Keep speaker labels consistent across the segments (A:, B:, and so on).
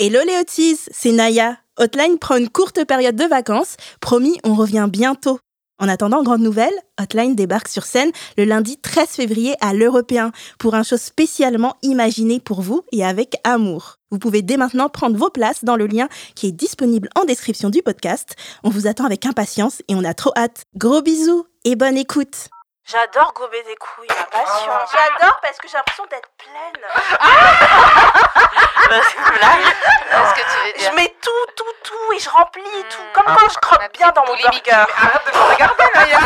A: Hello les Otis, c'est Naya. Hotline prend une courte période de vacances. Promis, on revient bientôt. En attendant, grande nouvelle, Hotline débarque sur scène le lundi 13 février à l'Européen pour un show spécialement imaginé pour vous et avec amour. Vous pouvez dès maintenant prendre vos places dans le lien qui est disponible en description du podcast. On vous attend avec impatience et on a trop hâte. Gros bisous et bonne écoute.
B: J'adore gober des couilles, ma passion.
A: J'adore parce que j'ai l'impression d'être pleine.
B: Bah, c'est une blague.
C: Qu'est-ce que tu veux dire
A: Je mets tout, tout, tout et je remplis tout. Comme
B: Ah.
A: quand je
C: La
A: croque
C: petite
A: bien dans mon
C: polémique.
A: burger.
B: Mais Arrête de me regarder, Naya.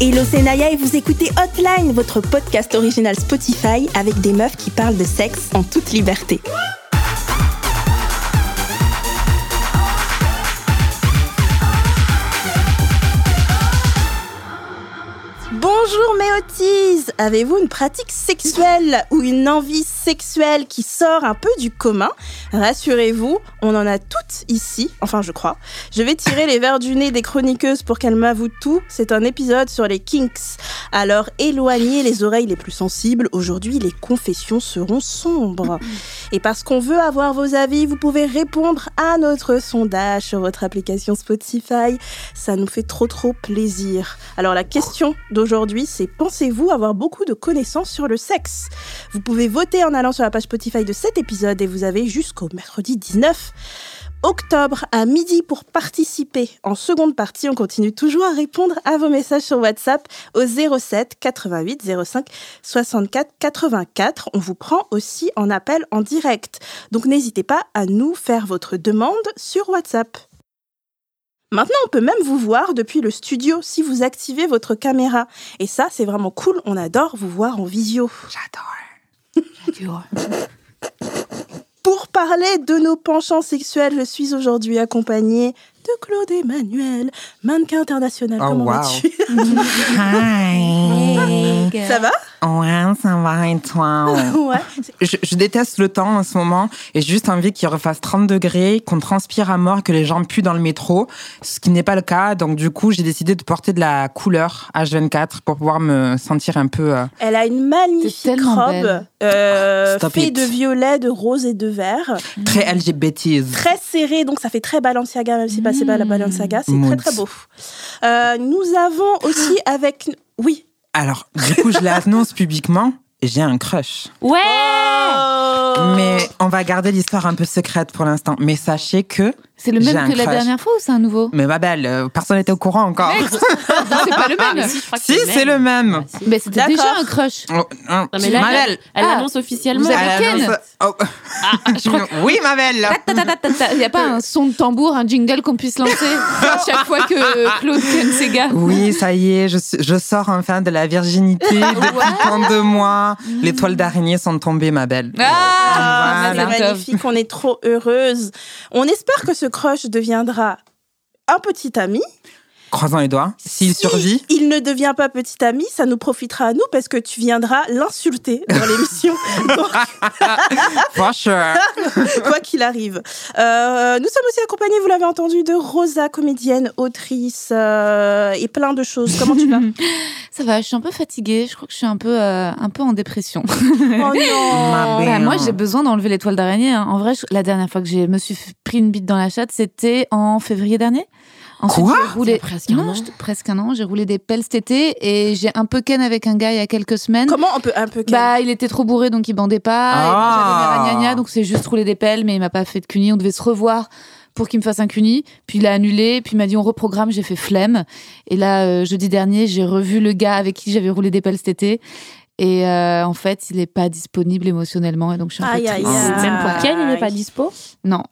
A: Hello, c'est Naya et vous écoutez Hotline, votre podcast original Spotify avec des meufs qui parlent de sexe en toute liberté. Bonjour mes Otis Avez-vous une pratique sexuelle ou une envie sexuelle qui sort un peu du commun Rassurez-vous, on en a toutes ici, enfin je crois. Je vais tirer les verres du nez des chroniqueuses pour qu'elles m'avouent tout. C'est un épisode sur les kinks. Alors éloignez les oreilles les plus sensibles. Aujourd'hui, les confessions seront sombres. Et parce qu'on veut avoir vos avis, vous pouvez répondre à notre sondage sur votre application Spotify. Ça nous fait trop trop plaisir. Alors la question d'aujourd'hui, c'est pensez-vous avoir beaucoup de connaissances sur le sexe Vous pouvez voter en allant sur la page Spotify de cet épisode et vous avez jusqu'au mercredi 19 octobre à midi pour participer. En seconde partie, on continue toujours à répondre à vos messages sur WhatsApp au 07 88 05 64 84. On vous prend aussi en appel en direct. Donc n'hésitez pas à nous faire votre demande sur WhatsApp. Maintenant, on peut même vous voir depuis le studio si vous activez votre caméra. Et ça, c'est vraiment cool. On adore vous voir en visio. Pour parler de nos penchants sexuels, je suis aujourd'hui accompagnée de Claude Emmanuel, mannequin international.
D: Oh,
A: Comment
D: wow.
A: vas-tu
D: Hi.
A: Mmh. Ça va
D: Ouais, ça va et toi
A: Ouais.
D: je, je déteste le temps en ce moment et j'ai juste envie qu'il refasse 30 degrés, qu'on transpire à mort, que les gens puent dans le métro, ce qui n'est pas le cas. Donc du coup, j'ai décidé de porter de la couleur H24 pour pouvoir me sentir un peu... euh,
A: Elle a une
C: T'es
A: magnifique
C: tellement
A: robe
C: belle.
A: euh,
D: Stop
A: faite
D: it.
A: de violet, de rose et de vert,
D: très LGBTise.
A: très serrée, donc ça fait très Balenciaga, même si bah, c'est pas la Balenciaga, c'est très
D: Moult.
A: très beau. Euh, nous avons aussi avec... Oui.
D: Alors, du coup, je l'annonce publiquement, j'ai un crush.
C: Ouais
D: Mais on va garder l'histoire un peu secrète pour l'instant. Mais sachez que...
C: C'est le
D: J'ai
C: même
D: un
C: que la
D: crush.
C: dernière fois ou c'est un nouveau
D: Mais ma belle, euh, personne n'était au courant encore.
C: Mec, Non, c'est pas le même.
D: Ah, si, c'est le même.
C: Mais c'était
A: D'accord.
C: déjà un crush.
D: Oh, oh,
E: Non, mais là,
D: ma
E: elle-
D: belle.
E: elle
C: Ah.
E: l'annonce officiellement.
C: Vous avez-
D: Elle
C: Ken.
D: annonce- oh.
A: Ah,
D: Oui, ma belle.
C: Il n'y a pas un son de tambour, un jingle qu'on puisse lancer à chaque fois que Claude ken ses gars.
D: Oui, ça y est, je, suis- je sors enfin de la virginité
A: Ah,
D: depuis tant de mois.
A: Mm.
D: Les toiles d'araignée sont tombées, ma belle.
C: Ah,
A: Ah,
D: Voilà.
A: C'est
C: Mazel Tov.
A: magnifique, on est trop heureuse. On espère que ce crush deviendra un petit ami.
D: Croisons les doigts. S'il survit,
A: Il ne devient pas petit ami, ça nous profitera à nous parce que tu viendras l'insulter dans l'émission, Donc, Ah.
D: for sure.
A: quoi qu'il arrive. Euh, nous sommes aussi accompagnés, vous l'avez entendu, de Rosa, comédienne, autrice euh, et plein de choses. Comment tu vas
C: Ça va, je suis un peu fatiguée. Je crois que je suis un peu, euh, un peu en dépression.
A: Oh
D: Ma
A: non
D: belle.
C: Bah, moi,
D: non.
C: j'ai besoin d'enlever l'étoile d'araignée. hein. En vrai, je- la dernière fois que je me suis f- pris une bite dans la chatte, c'était en février dernier. Ensuite,
D: Quoi
C: j'ai roulé...
E: presque
C: Non, je- presque un an. J'ai roulé des pelles cet été et j'ai un peu ken avec un gars il y a quelques semaines.
A: Comment on peut un peu
C: bah, il était trop bourré donc il bandait pas. Et moi,
D: Ah.
C: J'avais l'air à gna gna, donc c'est juste roulé des pelles, mais il m'a pas fait de cuni. On devait se revoir pour qu'il me fasse un cuni. Puis il a annulé. Puis il m'a dit on reprogramme. J'ai fait flemme. Et là, euh, jeudi dernier, j'ai revu le gars avec qui j'avais roulé des pelles cet été. Et euh, en fait, il est pas disponible émotionnellement. Et donc je suis un peu
A: Aïe, aïe,
C: triste.
D: aïe.
E: Même pour Ken, il n'est pas dispo.
C: Non.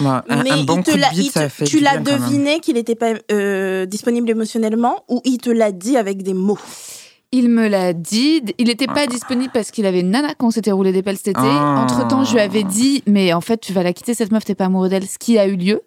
D: Bon, un,
A: mais
D: un bon
A: il te
D: coup de
A: l'a- il
D: bite,
A: te-
D: ça fait
A: tu
D: du
A: l'as
D: bien quand même.
A: deviné qu'il n'était pas euh, disponible émotionnellement ou il te l'a dit avec des mots
C: Il me l'a dit. Il n'était pas disponible parce qu'il avait une nana qu'on s'était roulé des pelles cet été.
D: Ah.
C: Entre temps, je lui avais dit, mais en fait, tu vas la quitter, cette meuf, t'es pas amoureux d'elle, ce qui a eu lieu.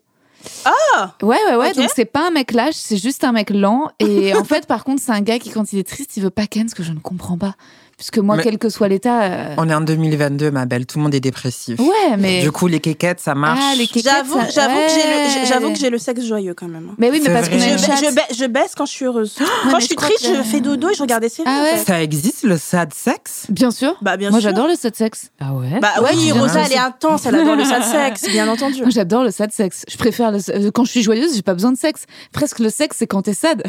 A: Ah
C: Ouais, ouais, ouais.
A: Ok.
C: Donc, c'est pas un mec lâche, c'est juste un mec lent. Et en fait, par contre, c'est un gars qui, quand il est triste, il veut pas Ken, ce que je ne comprends pas. Puisque moi,
D: Mais-
C: quel que soit l'état. euh,
D: On est en 2022, ma belle. Tout le monde est dépressif.
C: Ouais, mais.
D: Du coup, les quéquettes, ça marche.
C: Ah, les kékettes,
A: J'avoue,
C: ça-
A: j'avoue que j'ai le- j'ai-
C: ouais.
A: j'avoue que j'ai le sexe joyeux quand même. hein.
C: Mais oui, mais
D: C'est
C: parce qu'on
A: Je,
D: vrai.
C: a une
A: ba-
C: chatte.
A: je, ba- je baisse quand je suis heureuse. quand
C: mais
A: je
C: je
A: suis
C: crois
A: triste,
C: que-
A: je fais dodo et je regarde des séries.
C: Ah
A: en
C: ouais.
A: fait.
D: Ça existe le sad sexe
C: Bien sûr.
A: Bah bien
C: Moi,
A: sûr.
C: j'adore le sad sex. Ah ouais
A: Bah oui,
D: tu viens
A: Rosa,
D: de-
A: elle est intense, elle adore le sale sexe, bien entendu.
C: Moi, J'adore le sad sex. Je préfère le... euh, quand je suis joyeuse, j'ai pas besoin de sexe. Presque le sexe, c'est quand t'es sad.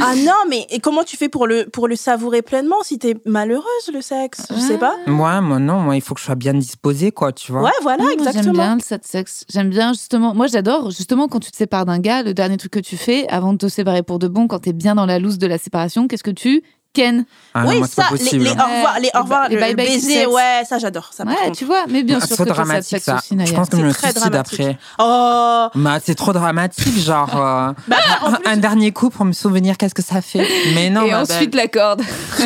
A: Ah non, mais et comment tu fais pour le, pour le savourer pleinement si t'es malheureuse, le sexe Je sais pas.
D: Moi, moi, non. Moi, il faut que je sois bien disposée, quoi, tu vois.
A: Ouais, voilà,
C: Moi, J'aime
A: exactement.
C: bien le sad sexe. J'aime bien justement. Moi, j'adore justement quand tu te sépares d'un gars, le dernier truc que tu fais avant de te séparer pour de bon, quand t'es bien dans la loose de la séparation, qu'est-ce que tu ken
D: Ah non,
A: oui,
D: moi, c'est
A: ça,
D: pas
A: les,
D: possible.
A: les au revoir, les
C: Ouais,
A: au revoir,
C: les
A: le,
C: bye-bye
A: le
C: qui
A: baiser,
C: sexent.
A: ouais, ça j'adore, ça par
C: Ouais,
A: contre.
C: tu vois. Mais bien
D: Ah,
C: sûr
D: trop
C: que t'es sad
D: dramatique
C: sexe
D: ça.
C: aussi,
D: Je
C: Naya.
D: pense que je
A: C'est
D: me
A: très
D: suicide
A: dramatique.
D: après.
A: Oh
D: Bah, c'est trop dramatique, genre euh,
A: Bah, en
D: un, un dernier coup pour me souvenir qu'est-ce que ça fait. Mais ah, ben, non,
C: Et
D: ma
C: ensuite
D: belle.
C: la corde.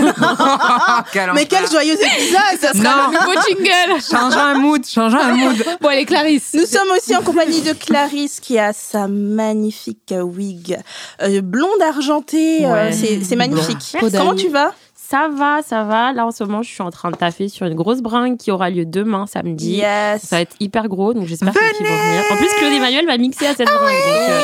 D: Quel
A: Mais
D: enfer.
A: quel joyeux épisode
C: ça
D: Non.
C: sera le nouveau jingle.
D: Changeons un mood, changeons un mood.
C: Bon, allez, Clarisse.
A: Nous sommes aussi en compagnie de Clarisse qui a sa magnifique euh, wig euh, blonde argentée. euh,
E: Ouais.
A: c'est c'est magnifique.
E: Blonde.
A: Comment tu vas
E: Ça va, ça va. Là, en ce moment, je suis en train de taffer sur une grosse bringue qui aura lieu demain, samedi.
A: Yes.
E: Ça va être hyper gros, donc j'espère que les filles vont venir. En plus, Claude Emmanuel va mixer à cette bringue. donc, euh,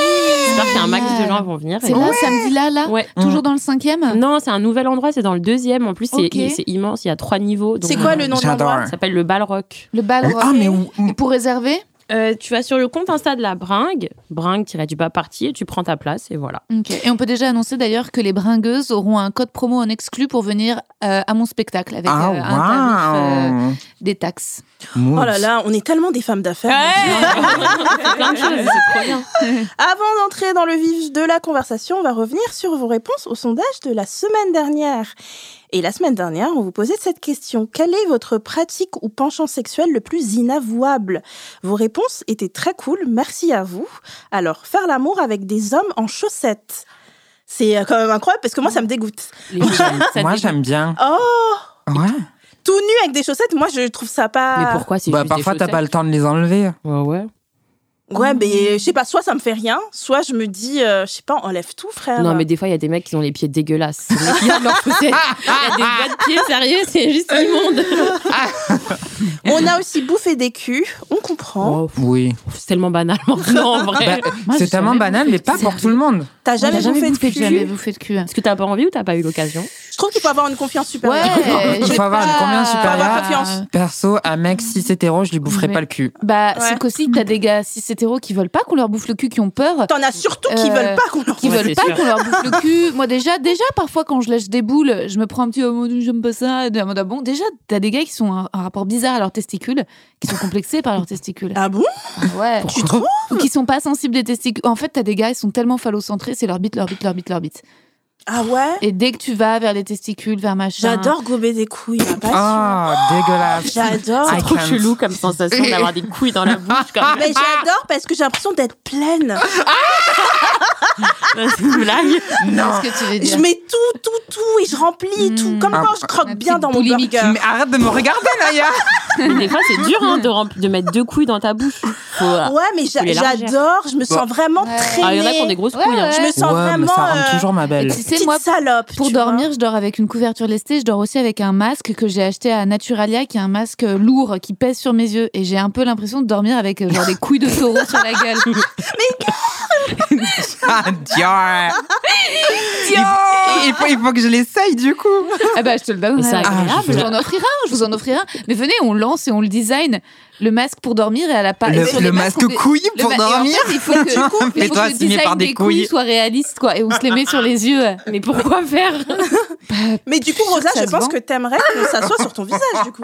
E: j'espère qu'il y a un max de gens qui vont venir.
C: C'est
E: Et-
C: là, samedi là, là.
E: Ouais.
C: Toujours dans le cinquième.
E: Non, c'est un nouvel endroit, c'est dans le deuxième. En plus, c'est
C: Ok.
E: c'est immense, il y a trois niveaux. donc- euh,
A: C'est quoi le nom de
D: J'adore.
A: l'endroit
E: Ça s'appelle le Balrock.
C: Le bal.
D: Ah mais ou- ou-
C: Et pour réserver.
E: Euh, tu vas sur le compte Insta de la bringue, bringue du bas parti, et tu prends ta place, et voilà.
C: Ok. Et on peut déjà annoncer d'ailleurs que les bringueuses auront un code promo en exclu pour venir euh, à mon spectacle avec euh, un tarif euh,
D: ah
C: des taxes.
D: wow.
A: Oh là là, on est tellement des femmes d'affaires. mon Dieu.
E: C'est plein de choses, c'est trop bien.
A: Avant d'entrer dans le vif de la conversation, on va revenir sur vos réponses au sondage de la semaine dernière. Et la semaine dernière, on vous posait cette question. Quelle est votre pratique ou penchant sexuel le plus inavouable Vos réponses étaient très cool, merci à vous. Alors, faire l'amour avec des hommes en chaussettes. C'est euh, quand même incroyable parce que moi, ça me dégoûte.
E: Les choses, ça
D: Moi
E: dé-
D: j'aime bien.
A: Oh
D: Ouais.
A: Tout nu avec des chaussettes, moi, je trouve ça pas...
E: Mais pourquoi c'est
D: Bah
E: juste des
D: parfois t'as
E: chaussettes
D: pas le temps de les enlever.
E: Ouais, ouais.
A: Ouais, mais je sais pas, soit ça me fait rien, soit je me dis, euh, je sais pas, enlève tout, frère.
E: Non, mais des fois, il y a des mecs qui ont les pieds dégueulasses. Les mecs, ils ont leurs chaussettes. Il y a des bas de pieds, sérieux, c'est juste immonde.
A: On a aussi bouffé des culs, on comprend.
E: Oh,
D: Oui. Bah, euh,
E: c'est tellement banal maintenant, en vrai. Ah bah,
C: Moi,
D: c'est
C: j'ai
D: tellement
C: jamais
D: banal, mais pas pour tout le monde.
A: T'as
C: J'ai
A: jamais, bouffé de cul
C: Jamais bouffé de cul.
E: Est-ce que t'as pas envie ou t'as pas eu l'occasion
A: Je trouve qu'il faut avoir une confiance
C: Ouais,
A: supérieure.
D: Il
C: Euh, j'ai
D: faut avoir une
C: pas-
D: confiance
A: Faut avoir
D: supérieure.
A: confiance.
D: Perso, un mec si hétéro, je lui boufferais
C: Mais-
D: pas le cul.
C: Bah,
A: Ouais.
C: c'est qu'aussi, t'as des gars cis hétéros qui veulent pas qu'on leur bouffe le cul, qui ont peur,
A: T'en as surtout qui
C: Euh,
A: veulent pas qu'on leur
C: qui
E: Ouais,
C: veulent
E: c'est
C: pas
E: sûr.
C: qu'on leur bouffe le cul. Moi, déjà, déjà, parfois, quand je lèche des boules, je me prends un petit, oh mon dieu, j'aime pas ça. Et en mode, ah bon, déjà, t'as des gars qui sont un, un rapport bizarre à leurs testicules, qui sont complexés par leurs testicules.
A: Ah bon
C: Ouais.
A: Tu trouves
C: Ou qui sont pas sensibles des testicules. En fait, t'as des gars, ils sont tellement phallocentrés, c'est leur bite, leur bite, leur bite, leur bite.
A: Ah ouais
C: Et dès que tu vas vers les testicules, vers machin.
A: J'adore gober des couilles, ma passion.
D: Ah dégueulasse.
A: J'adore.
D: I
C: Ah.
E: C'est trop
D: can't.
E: chelou comme sensation d'avoir des couilles dans la bouche. Comme...
A: Mais j'adore parce que j'ai l'impression d'être pleine.
C: Ah.
E: C'est une blague.
D: Non.
C: Qu'est-ce que tu veux
A: Je
C: dire
A: mets tout, tout, tout et je remplis
C: Mm.
A: tout. Comme
D: Ah,
A: quand je croque
C: ma
A: bien
C: petite
A: dans mon
C: boulimique.
A: burger.
D: Mais arrête de me regarder Naya.
E: Mais des fois, c'est dur hein, de, rempli- de mettre deux couilles dans ta bouche. Faut, euh,
A: Ouais, mais j'a-
E: les largères.
A: j'adore. Je me sens vraiment
C: Ouais.
A: traînée.
E: Ah, il y en a qui ont des grosses
C: Ouais,
E: couilles. hein.
A: Je me sens
D: Ouais, mais
A: vraiment.
D: ça rentre
A: euh,
D: toujours ma belle.
C: Tu sais,
A: Petite
C: moi,
A: salope.
C: Pour
A: tu
C: dormir, je dors avec une couverture lestée, je dors aussi avec un masque que j'ai acheté à Naturalia, qui est un masque euh, lourd qui pèse sur mes yeux. Et j'ai un peu l'impression de dormir avec euh, genre des couilles de taureau sur la gueule.
D: Ah, Dior. Il, il faut, il faut que je l'essaye du coup.
C: ah bah, je te le donne.
E: Mais c'est
D: Ah,
E: agréable.
D: je
C: Je vous en offrirai un, je vous en offrirai un. Mais venez, on le lance et on le design. Le masque pour dormir et à la pa- et sur
D: Le,
C: les
D: le
C: masques,
D: masque
C: on fait-
D: couille
C: Bah, le
D: pour
C: ma- et en
D: dormir.
C: fait, il faut que, il faut que
D: Fais-toi
C: le
D: assumer
C: design
D: par des
C: des couilles.
D: couilles.
C: soit réaliste, quoi. Et on se les met sur les yeux.
E: Mais pourquoi faire
A: vois. Mais du coup, Rosa,
C: ça
A: je
C: se
A: pense
C: vend.
A: que t'aimerais que ça soit sur ton visage, du coup.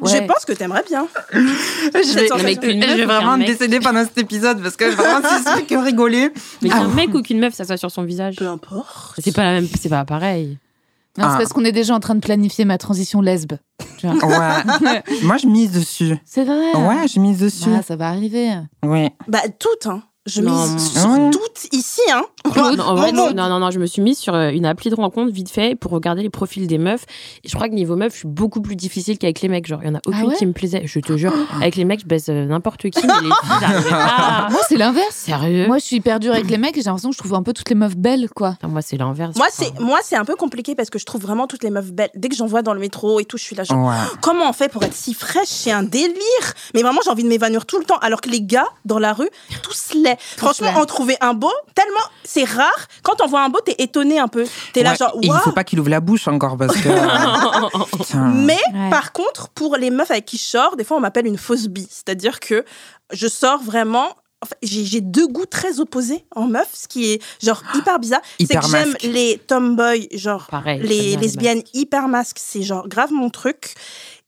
C: Ouais.
A: Je pense que t'aimerais bien.
D: Je vais,
A: Non, mais
E: qu'une meuf
D: je vais
E: ou qu'un
D: vraiment
E: mec
D: décéder pendant cet épisode parce que vraiment c'est ça qui rigoler.
E: Mais
D: Ah.
E: qu'un mec ou qu'une meuf, ça soit sur son visage.
A: Peu importe.
E: C'est pas la même,
C: Bah,
E: c'est pas pareil.
C: Non,
D: Ah.
C: c'est parce qu'on est déjà en train de planifier ma transition lesbe. Tu vois.
D: Ouais. Moi je mise dessus.
C: C'est vrai.
D: Ouais, je mise dessus.
C: Ah, ça va arriver.
D: Ouais.
A: Bah, toutes, hein. Je
E: Non,
A: mise
D: mais-
A: sur
D: Ouais.
A: toutes ici, hein.
C: Claude.
E: Non, en vrai,
A: Mon
E: non, non, non, non, je me suis mise sur euh, une appli de rencontre vite fait pour regarder les profils des meufs. Et je crois que niveau meuf, je suis beaucoup plus difficile qu'avec les mecs. Genre, il y en a aucune
C: ouais
E: qui me plaisait. Je te jure, avec les mecs, je baisse euh, n'importe qui, mais les filles, j'arrivais pas.
C: Moi, c'est l'inverse.
E: Sérieux
C: Moi, je suis hyper dure avec les mecs et j'ai l'impression que je trouve un peu toutes les meufs belles, quoi.
E: Enfin, moi, c'est l'inverse.
A: Moi,
E: Enfin,
A: c'est moi, c'est un peu compliqué parce que je trouve vraiment toutes les meufs belles. Dès que j'en vois dans le métro et tout, je suis là genre.
D: Ouais.
A: Comment on fait pour être si fraîche C'est un délire. Mais vraiment, j'ai envie de m'évanouir tout le temps. Alors que les gars dans la rue, tous laids. Franchement,
C: laids.
A: en trouver un beau, tellement c'est rare. Quand on voit un beau, t'es étonné un peu. T'es là
D: Ouais,
A: genre
D: et Il faut
A: waouh.
D: pas qu'il ouvre la bouche encore parce que. Putain.
A: Mais
C: Ouais.
A: par contre, pour les meufs avec qui je sors, des fois on m'appelle une fausse bille. C'est-à-dire que je sors vraiment. en fait, j'ai j'ai deux goûts très opposés en meuf, ce qui est genre hyper bizarre. C'est
D: Hyper
A: que j'aime
D: masque.
A: les tomboys, genre
E: Pareil. j'aime bien
A: les lesbiennes
E: mecs.
A: hyper masques, c'est genre grave mon truc.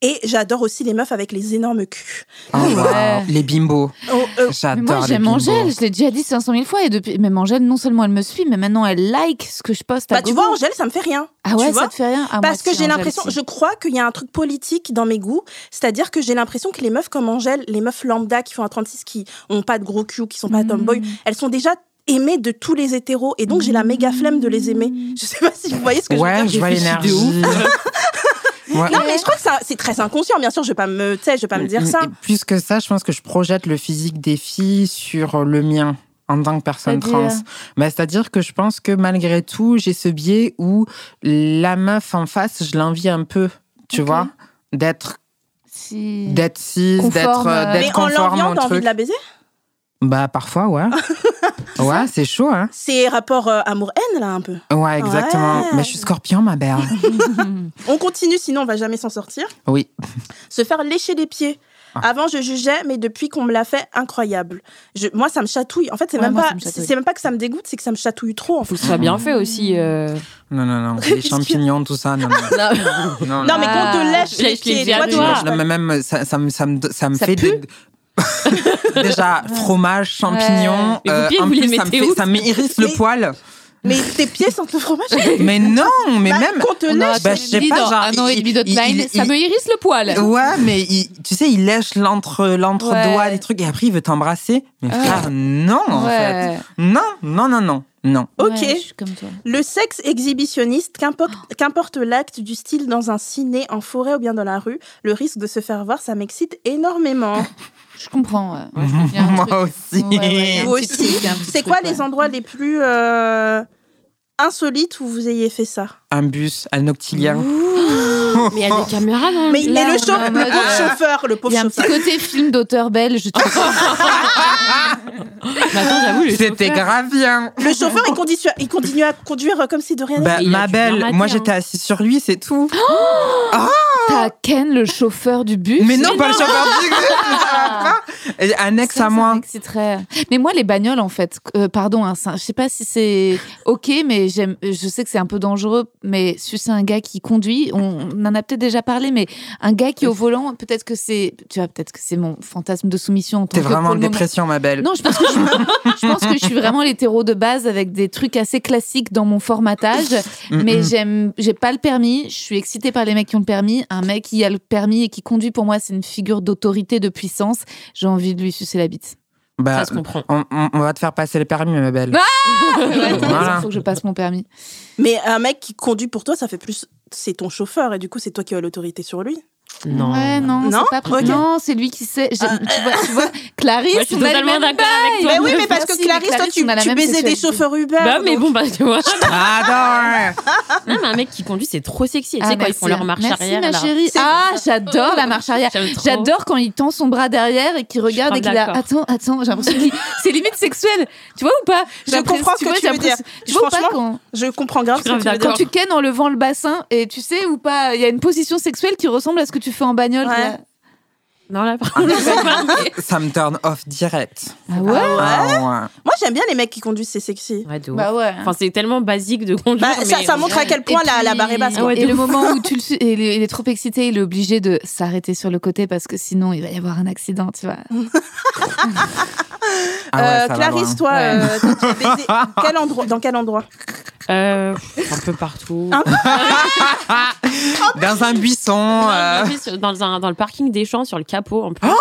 A: Et j'adore aussi les meufs avec les énormes culs.
D: Oh, wow.
C: Ouais.
D: Les bimbos.
A: Oh, euh,
C: Mais
D: J'adore
C: moi,
D: les
C: j'aime
D: bimbos.
C: Angèle, je l'ai déjà dit 500 000 fois. Et depuis, même Angèle, non seulement elle me suit, mais maintenant elle like ce que je poste à
A: bah, tu
C: gogo.
A: vois, Angèle, ça me fait rien.
C: Ah ouais,
A: tu vois
C: ça te fait rien. Ah, moi,
A: Parce que
C: si,
A: j'ai
C: Angèle,
A: l'impression,
C: si.
A: je crois qu'il y a un truc politique dans mes goûts, c'est-à-dire que j'ai l'impression que les meufs comme Angèle, les meufs lambda qui font un 36, qui ont pas de gros cul, qui sont pas
C: Mmh.
A: tomboy, elles sont déjà aimées de tous les hétéros et donc j'ai la méga flemme de les aimer. Je sais pas si vous voyez ce que je veux
D: Ouais,
A: dire.
D: je vois l'énergie. Ouais.
A: Non mais je crois que ça- c'est très inconscient, bien sûr, je vais pas me, tu sais, je vais pas me dire ça.
D: Et plus que ça, je pense que je projette le physique des filles sur euh, le mien en tant que personne trans.
C: C'est-à-dire
D: Bah, C'est-à-dire que je pense que malgré tout, j'ai ce biais où la meuf en face, je l'envie un peu, tu
C: Ok.
D: vois, d'être
C: Si.
D: d'être cis,
C: Conforme,
D: d'être
C: euh,
D: euh,
A: Mais
D: d'être
A: en
D: conforme
A: l'enviant,
D: au
A: t'as envie
D: truc.
A: de la baiser
D: Bah parfois, ouais. ouais, c'est chaud, hein.
A: C'est rapport euh, amour-haine, là, un peu.
D: Ouais, exactement.
A: Ouais.
D: Mais je suis scorpion, ma belle.
A: On continue, sinon on va jamais s'en sortir.
D: Oui. Ah.
A: Se faire lécher les pieds. Avant, je jugeais, mais depuis qu'on me l'a fait, incroyable. Je, moi, ça me chatouille. En fait, c'est
C: Ouais,
A: même
C: moi,
A: pas,
C: ça me chatouille.
A: c'est même pas que ça me dégoûte, c'est que ça me chatouille trop. En
E: Faut
A: fait.
E: que ce soit bien fait aussi. euh.
D: Non, non, non. Les champignons, tout ça. Non, non. non,
A: Non, mais
C: Ah,
A: quand on te lèche
E: je
A: les
E: lèche les
A: pieds,
E: pieds à
A: toi, tu
E: toi.
A: lèches pas.
D: Non, mais même, ça, ça, me, ça, me, ça me
C: Ça
D: fait
C: pue
D: des- Déjà, fromage, champignons.
E: Mais vos pieds,
D: en
E: vous les
D: plus, ça me,
E: mettez
D: fait-
E: où
D: ça m'irrisse
A: Mais-
D: le poil.
A: Mais tes pieds sentent le fromage.
D: Mais non, mais
A: Bah,
D: même.
A: Quand on te
C: On aura
A: lèche,
D: Bah, je sais
C: dit
D: pas,
C: dans
D: genre,
C: un an et
D: il-
C: demi
D: il-
C: d'hotline,
D: il-
C: ça me hérisse le poil.
D: Ouais, mais il- tu sais, il lèche l'entre, l'entre-doigt,
C: Ouais.
D: les trucs, et après, il veut t'embrasser. Mais
C: Ouais.
D: frère, non, en fait.
C: Ouais.
D: Non, non, non, non. Non.
A: Ok.
C: Ouais, je suis comme toi.
A: le sexe exhibitionniste, qu'importe
C: Oh.
A: qu'importe l'acte du style dans un ciné, en forêt ou bien dans la rue, le risque de se faire voir, ça m'excite énormément.
C: Je comprends. ouais. Il y a un
D: Moi
C: truc.
D: aussi.
C: Ouais, ouais, il y a un
A: Vous
C: petit truc, hein, il y a un petit
A: C'est
C: truc,
A: quoi les
C: ouais.
A: endroits les plus euh, insolites où vous ayez fait ça
D: Un bus, un noctilien.
E: Mais il y a des caméras, non
A: Mais, mais
C: Là,
A: le,
C: on
A: chau-
C: est en
A: le
C: mode,
A: pauvre
C: euh,
A: chauffeur, le
C: Il y
A: pauvre
C: a un petit
A: chauffeur.
C: côté film d'auteur belge.
E: Mais attends, j'avoue, le
D: C'était
E: chauffeur-
D: grave bien.
A: Le chauffeur, il, conditionne- il continue à conduire comme si de rien n'était.
D: Bah,
E: il a
D: ma
E: dû bien
D: belle,
E: rater,
D: moi
E: hein.
D: j'étais assise sur lui, c'est tout.
C: T'as Ken, le chauffeur du bus.
D: Mais non, pas le chauffeur du bus, ça va pas. Et Un ex
C: Ça,
D: à
C: ça
D: moi.
C: m'exciterait. Mais moi, les bagnoles, en fait, euh, pardon, hein, ça- je sais pas si c'est OK, mais j'aime, je sais que c'est un peu dangereux, mais sucer un gars qui conduit, on, on en a peut-être déjà parlé, mais un gars qui est au volant, peut-être que c'est, tu vois, peut-être que c'est mon fantasme de soumission en tant
D: T'es
C: que
D: vraiment
C: pour
D: en
C: le moment-
D: dépression, ma belle.
C: Euh, Non, je pense, que je, je pense que je suis vraiment l'hétéro de base avec des trucs assez classiques dans mon formatage.
D: Mm,
C: Mais
D: mm.
C: j'aime, j'ai pas le permis. Je suis excitée par les mecs qui ont le permis. Un mec qui a le permis et qui conduit pour moi, c'est une figure d'autorité, de puissance. J'ai envie de lui sucer la bite.
D: Bah,
E: Ça se comprend.
D: on, on- on va te faire passer le permis, ma belle.
C: Il
D: Voilà.
C: faut que je passe mon permis.
A: Mais un mec qui conduit pour toi, ça fait plus. C'est ton chauffeur et du coup, c'est toi qui as l'autorité sur lui.
E: Non.
C: Ouais, non,
A: Non
C: c'est pas pr-
A: Ok.
C: Non, c'est lui qui sait. J'ai- Tu vois, tu vois, Clarisse,
E: Moi, je suis
C: on a le
E: totalement
C: même
E: d'accord avec toi.
A: Mais oui,
C: mais
A: mais parce
C: merci,
A: que
C: mais
A: Clarisse, toi,
C: Clarisse,
A: tu,
C: on a la
A: tu
C: même
A: baisais des
C: sexualité.
A: chauffeurs Uber.
E: Bah, mais
A: Ah, donc-
E: bon, bah, tu vois.
D: Ah, J'adore
E: Non, mais un mec qui conduit, c'est trop sexy. Et Tu
C: Ah,
E: sais, quand ils
C: merci.
E: font leur marche
C: Merci,
E: arrière.
C: ma
E: là.
C: chérie. Ah, j'adore
A: Oh.
C: la marche arrière.
E: J'aime trop.
C: J'adore quand il tend son bras derrière et qu'il regarde et
E: grave
C: qu'il a. Attends,
E: d'accord.
C: attends, j'ai l'impression qu'il. C'est limite sexuel. Tu vois ou pas
A: Je
C: J'ai
A: comprends ce
C: l'impression-
A: que tu
C: j'ai
A: veux dire.
C: l'impression- Tu vois ou pas
A: Franchement,
C: quand,
A: Je comprends grave
E: Je
A: ce
E: suis
A: que tu veux
E: grave
A: dire.
C: quand tu kennes en levant le bassin et tu sais ou pas Il y a une position sexuelle qui ressemble à ce que tu fais en bagnole.
A: Ouais.
C: là.
E: Non, là, par contre, c'est pas marqué.
D: hein. Ça me turn off direct.
C: Ah ouais
D: Ah
A: Moi, j'aime bien les mecs qui conduisent, c'est sexy.
E: Ouais, de ouf.
C: Bah ouais.
E: Enfin, c'est tellement basique de conduire.
A: Bah, ça,
E: mais-
A: ça montre à quel point
C: Et
A: la,
C: puis-
A: la barre est basse.
E: Ah ouais,
A: quoi.
C: et
E: de
C: le
E: ouf.
C: moment où tu le su- et il est- il est trop excité, il est obligé de s'arrêter sur le côté parce que sinon il va y avoir un accident, tu vois.
D: ouais. Ah ouais,
A: Euh,
D: ça va
A: Clarisse,
D: loin.
A: toi,
C: Ouais.
A: euh, toi, tu as baisé- quel endroit, dans quel endroit
E: Euh, un peu partout.
A: Un
D: Dans euh, un buisson.
E: Dans-
D: euh,
E: dans- dans, un- dans le parking des champs, sur le capot, en plus. Genre,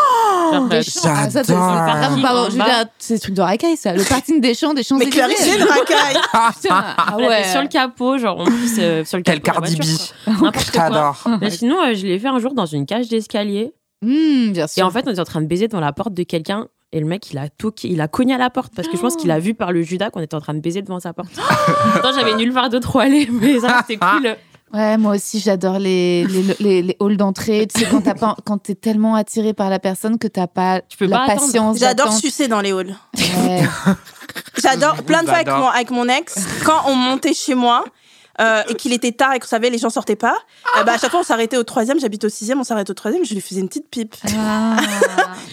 E: euh,
C: des champs. Ah, ça, c'est- c'est
D: J'adore.
C: vraiment pas bon. Je veux dire, c'est le truc de racaille, ça. Le parking des champs, des champs
A: Mais Clarisse, c'est une racaille.
C: Putain, ah
E: ouais.
C: ouais.
E: sur le capot, genre en plus euh, sur le
D: Quel
E: capot. de la
D: Cardi B.
E: voiture, quoi. N'importe quoi.
D: J'adore.
E: Mais sinon, euh, je l'ai fait un jour dans une cage d'escalier.
C: Hum, bien
E: Et
C: sûr.
E: en fait, on était en train de baiser dans la porte de quelqu'un. Et le mec, il a toqué, il a cogné à la porte parce que je pense qu'il a vu par le Judas qu'on était en train de baiser devant sa porte. Pourtant, j'avais nulle part d'autre où aller, mais ça, c'était cool.
C: Ouais, moi aussi, j'adore les, les, les, les halls d'entrée. Tu sais, quand t'as pas- quand t'es tellement attiré par la personne que t'as pas
E: Tu peux
C: la
E: pas attendre.
C: patience.
A: J'adore
C: d'attente.
A: sucer dans les halls.
C: Ouais.
A: J'adore plein de fois avec
D: J'adore.
A: mon, avec mon ex, quand on montait chez moi euh, et qu'il était tard et que vous savez, les gens sortaient pas, eh ben, à chaque fois on s'arrêtait au troisième, j'habite au sixième, on s'arrêtait au troisième, je lui faisais une petite pipe.
C: Ah.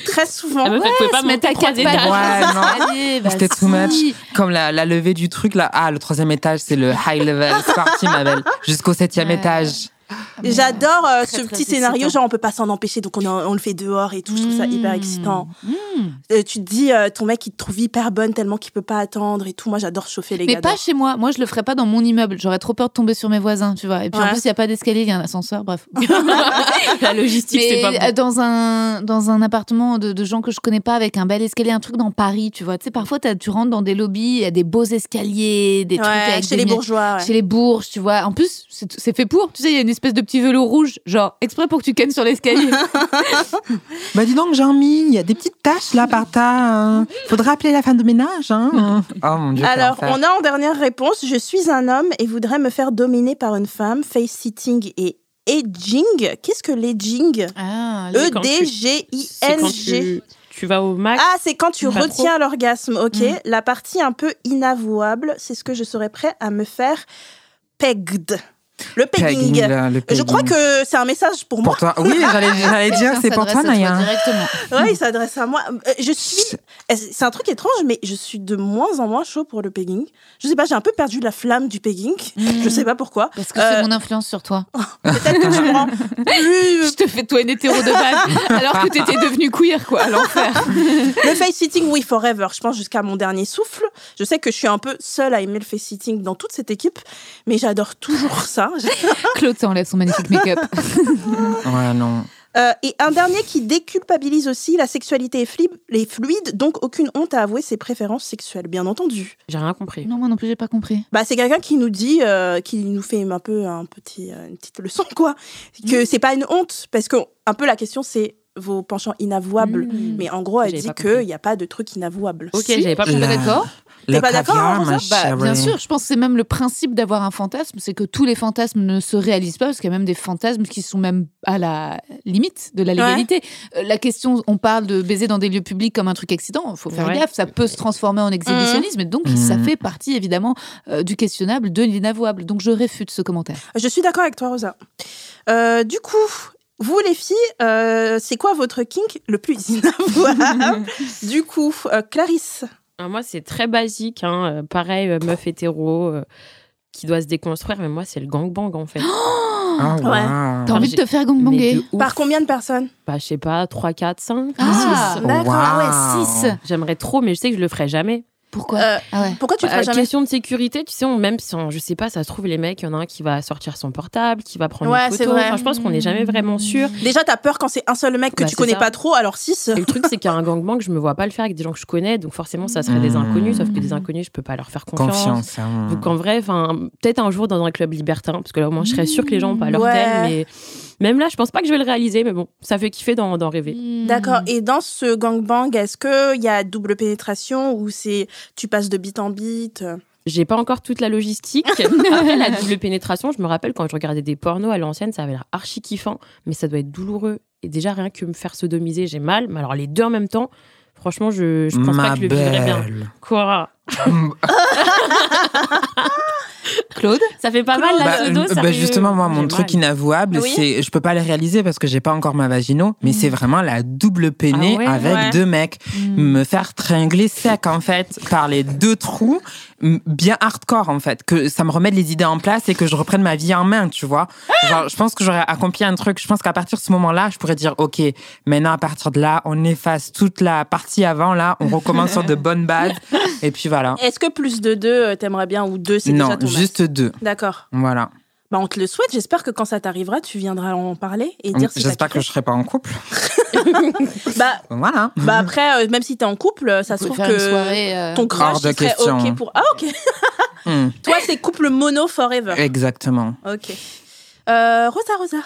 A: Très souvent.
E: La meuf, elle pouvait pas
C: se mettre
E: monter
C: à
E: trois
C: quatre pattes.
E: étages.
D: Ouais, non.
C: Allez, bah
D: C'était too
C: si.
D: much. Comme la, la levée du truc, là. Ah, le troisième étage, c'est le high level. C'est parti, ma belle. Jusqu'au septième
C: Ouais.
D: étage.
A: Et J'adore euh,
E: Très, hein.
A: ce
E: très
A: petit scénario,
E: excitant.
A: genre on peut pas s'en empêcher, donc on, en- on le fait dehors et tout, je trouve ça hyper
C: Mmh.
A: excitant.
C: Mmh.
A: Euh, tu te dis, euh, ton mec il te trouve hyper bonne tellement qu'il peut pas attendre et tout, moi j'adore chauffer les
C: Mais
A: gars.
C: pas
A: dehors.
C: chez moi. Moi, je le ferais pas dans mon immeuble. J'aurais trop peur de tomber sur mes voisins, tu vois. Et puis en
A: Ouais.
C: plus, il y a pas d'escalier, il y a un ascenseur, bref.
E: La logistique, c'est
C: Mais
E: pas bon.
C: euh, dans un dans un appartement de, de gens que je connais pas avec un bel escalier, un truc dans Paris, tu vois. Tu sais, parfois t'as- tu rentres dans des lobbies, il y a des beaux escaliers, des
A: Ouais,
C: trucs avec
A: chez
C: des
A: les
C: murs-
A: bourgeois. ouais.
C: Chez les bourges, tu vois. En plus, c'est c'est fait pour. Tu sais, il y a une espèce de petit vélo rouge, genre exprès pour que tu cannes sur l'escalier.
D: Bah, dis donc, Jean-Mi, il y a des petites tâches, là, par ta. euh, Faudra appeler la femme de ménage, hein. Oh mon dieu. quel
A: Alors,
D: enfer.
A: on a en dernière réponse Je suis un homme et voudrais me faire dominer par une femme. Face-sitting et edging. Qu'est-ce que l'edging E
C: Ah,
E: C'est quand C'est quand
A: E-D-G-I-N-G.
E: tu, tu vas au max.
A: Ah, c'est quand tu
E: Pas
A: retiens l'orgasme, ok
C: Mhm.
A: La partie un peu inavouable, c'est ce que je serais prêt à me faire pegged. Le pegging.
D: Pegging, là, le
A: Je crois
D: pegging.
A: que c'est un message pour
D: Pour
A: moi.
D: toi. Oui, j'allais j'allais dire, c'est pour toi, Naya.
C: Directement.
A: Ouais, il s'adresse à moi. Euh, Je suis. C'est un truc étrange, mais je suis de moins en moins chaud pour le pegging. Je sais pas, j'ai un peu perdu la flamme du pegging. Je sais pas pourquoi.
C: Parce que c'est
A: Euh,
C: mon influence sur toi.
A: Peut-être que tu me rends plus
C: Je te fais toi une hétéro de base, alors que t'étais devenue queer, quoi, à l'enfer.
A: Le face-sitting, oui, forever. Je pense jusqu'à mon dernier souffle. Je sais que je suis un peu seule à aimer le face-sitting dans toute cette équipe, mais j'adore toujours ça.
C: Claude, ça enlève son magnifique make-up.
D: Ouais, non.
A: Euh, et un dernier qui déculpabilise aussi, la sexualité est, flib- est fluide, donc aucune honte à avouer ses préférences sexuelles, bien entendu.
E: J'ai rien compris.
C: Non, moi non plus, j'ai pas compris.
A: Bah, c'est quelqu'un qui nous dit, euh, qui nous fait un peu un petit, euh, une petite leçon, quoi,
E: Mm.
A: que c'est pas une honte, parce que un peu la question c'est vos penchants inavouables.
E: Mmh.
A: Mais en gros, elle
E: J'avais
A: dit
E: pas
A: qu'il
E: compris.
A: n'y a pas de truc inavouable.
E: Ok, j'avais pas
C: Je suis
E: compris.
D: La-
C: d'accord.
A: T'es
D: Le
A: pas d'accord,
D: caviar,
A: Rosa
D: ma
C: Bah, bien
D: chérie.
C: sûr, je pense que c'est même le principe d'avoir un fantasme, c'est que tous les fantasmes ne se réalisent pas, parce qu'il y a même des fantasmes qui sont même à la limite de la légalité. Euh, La question, on parle de baiser dans des lieux publics comme un truc excitant, il faut faire
E: Ouais.
C: gaffe, ça peut se transformer en exhibitionnisme, et donc
D: Mhm.
C: ça fait partie évidemment euh, du questionnable, de l'inavouable. Donc je réfute ce commentaire.
A: Je suis d'accord avec toi, Rosa. Euh, du coup, vous les filles, euh, c'est quoi votre kink le plus inavouable Du coup, euh, Clarisse.
E: Ah, Moi, c'est très basique. hein. Euh, Pareil, euh, meuf hétéro euh, qui doit se déconstruire. Mais moi, c'est le gangbang, en fait.
D: Ah,
A: Ouais.
D: ouais.
C: T'as envie de
E: j'ai-
C: te faire
E: Mais
C: gangbanger
E: de ouf.
A: Par combien de personnes
E: Bah, je sais pas, 3, 4, 5.
C: Ah,
D: Wow.
A: D'accord,
C: ah ouais, 6
E: J'aimerais trop, mais je sais que je le ferai jamais.
C: Pourquoi
A: Euh,
C: Ah ouais.
A: Pourquoi tu le
E: Euh,
A: feras jamais
E: question de sécurité, tu sais, on, même si on, je sais pas, ça se trouve, les mecs, il y en a un qui va sortir son portable, qui va prendre
A: Ouais,
E: une
A: c'est
E: photo.
A: vrai.
E: Enfin, je pense qu'on n'est jamais vraiment sûr.
A: Déjà, t'as peur quand c'est un seul mec que
E: Bah,
A: tu
E: c'est
A: connais
E: ça.
A: pas trop, alors 6.
E: Et le truc, c'est qu'un gangbang, je me vois pas le faire avec des gens que je connais, donc forcément, ça serait
A: Ah.
E: des
D: Mmh.
E: inconnus, sauf que des inconnus, je peux pas leur faire confiance.
D: Confiance. hein.
E: Donc en vrai, enfin, peut-être un jour dans un club libertin, parce que là, au moins, je serais sûre que les gens ont pas leur
A: Ouais.
E: thème, mais même là, je pense pas que je vais le réaliser, mais bon, ça fait kiffer d'en d'en rêver.
C: Hmm.
A: D'accord. Et dans ce gangbang, est-ce qu'il y a double pénétration ou c'est tu passes de bite en bite euh
E: J'ai pas encore toute la logistique. Après la double pénétration, je me rappelle quand je regardais des pornos à l'ancienne, ça avait l'air archi kiffant, mais ça doit être douloureux. Et déjà, rien que me faire sodomiser, j'ai mal. Mais alors, les deux en même temps, franchement, je, je pense
D: Ma
E: pas que je le vivrais bien.
D: belle.
E: Quoi
C: Claude
E: Ça fait pas mal la
D: Bah,
E: sodo,
D: bah,
E: sérieux.
D: justement, moi,
E: J'ai
D: mon truc
E: mal.
D: inavouable,
A: Oui.
D: c'est je peux pas le réaliser parce que j'ai pas encore ma vagino, mais c'est vraiment la double peinée
E: Mm. Ah ouais
D: avec
A: Ouais.
D: deux mecs.
C: Hmm.
D: Me faire tringler sec, en fait, par les deux trous, m- bien hardcore, en fait. Que ça me remette les idées en place et que je reprenne ma vie en main, tu vois. Genre, je pense que j'aurais accompli un truc. Je pense qu'à partir de ce moment-là, je pourrais dire, OK, maintenant, à partir de là, on efface toute la partie avant, là, on recommence sur de bonnes bases. Et puis voilà.
A: Ah. Est-ce que plus de deux, euh, t'aimerais bien ou deux, c'est déjà
D: Non,
A: ton max
D: juste deux.
A: D'accord.
D: Voilà.
A: Bah, on te le souhaite. J'espère que quand ça t'arrivera, tu viendras en parler
C: Mmh,
A: et dire si t'as
D: J'espère que je
A: kiffé.
D: serai pas en couple.
A: Bah,
D: Voilà. Mm.
A: bah après, euh, même si t'es en couple, euh, ça se
C: Vous pouvez
A: trouve
C: faire une
A: que
C: soirée. euh,
A: ton crush
D: Hors de
A: il serait
D: question.
C: hein.
A: ok pour. Ah ok.
D: Hmm,
A: Toi, c'est couple mono forever.
D: Exactement.
A: Ok. Euh, Rosa, Rosa.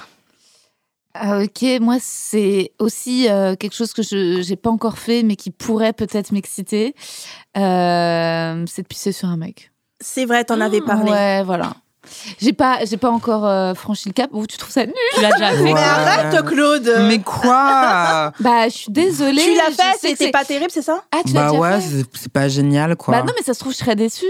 C: Ah, ok, moi c'est aussi euh, quelque chose que je j'ai pas encore fait, mais qui pourrait peut-être m'exciter. Euh, c'est de pisser sur un mec.
A: C'est vrai, t'en avais parlé.
C: Ah, Ouais, voilà. J'ai pas j'ai pas encore euh, franchi le cap. Ou tu trouves ça nul
E: Tu l'as déjà
A: Mais
E: fait.
D: Ouais.
A: arrête, Claude.
D: Mais quoi
C: Bah, je suis désolée.
A: tu l'as
C: je
A: fait,
C: sais que
A: c'était
C: c'est-
A: pas terrible, c'est ça
C: Ah, tu l'as
D: Bah
C: déjà
D: ouais,
C: fait
D: c'est- c'est pas génial quoi.
C: Bah non, mais ça se trouve je serais déçue.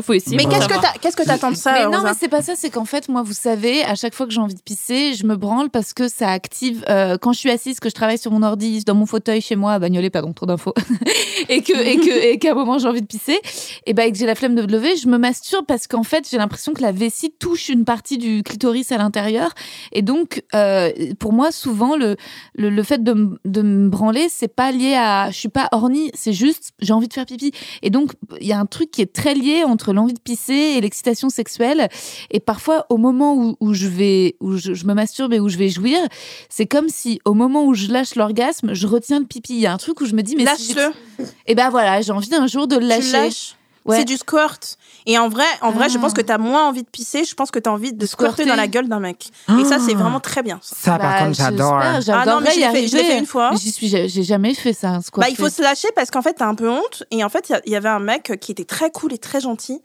E: Faut essayer.
A: Mais
E: pour
A: qu'est-ce que
E: savoir.
A: t'as- qu'est-ce que t'attends de ça
C: mais non,
A: Rosa
C: mais c'est pas ça. C'est qu'en fait, moi, vous savez, à chaque fois que j'ai envie de pisser, je me branle parce que ça active. euh, quand je suis assise, que je travaille sur mon ordi, dans mon fauteuil chez moi, à Bagnolet, pardon, trop d'infos, et que et que et qu'à un moment j'ai envie de pisser, et ben et que j'ai la flemme de me lever, je me masturbe parce qu'en fait, j'ai l'impression que la vessie touche une partie du clitoris à l'intérieur, et donc euh, pour moi, souvent le le, le fait de m- de me branler, c'est pas lié à, je suis pas horny, c'est juste j'ai envie de faire pipi. Et donc, il y a un truc qui est très lié entre l'envie de pisser et l'excitation sexuelle. Et parfois, au moment où, où je vais, où je, je me masturbe et où je vais jouir, c'est comme si, au moment où je lâche l'orgasme, je retiens le pipi. Il y a un truc où je me dis, mais si
A: Lâche-le.
C: Et ben voilà, j'ai envie un jour de le
A: Tu
C: lâcher.
A: lâches.
C: Ouais.
A: C'est du squirt. Et en vrai, en vrai, je
C: Ah.
A: pense que t'as moins envie de pisser. Je pense que t'as envie de squirter
C: squirter.
A: dans la gueule d'un mec. Et ça, c'est vraiment très bien. ça.
D: Ah Ça, par
C: Bah,
D: contre, j'adore. hein.
C: j'espère,
A: Ah non, mais
C: j'adorerais
A: je l'ai
C: y
A: fait, je l'ai fait
C: arriver.
A: une fois.
C: Mais J'y suis, j'ai j'ai jamais fait ça. un squat
A: Bah, il faut se lâcher parce qu'en fait, t'as un peu honte. Et en fait, il y a- il y avait un mec qui était très cool et très gentil.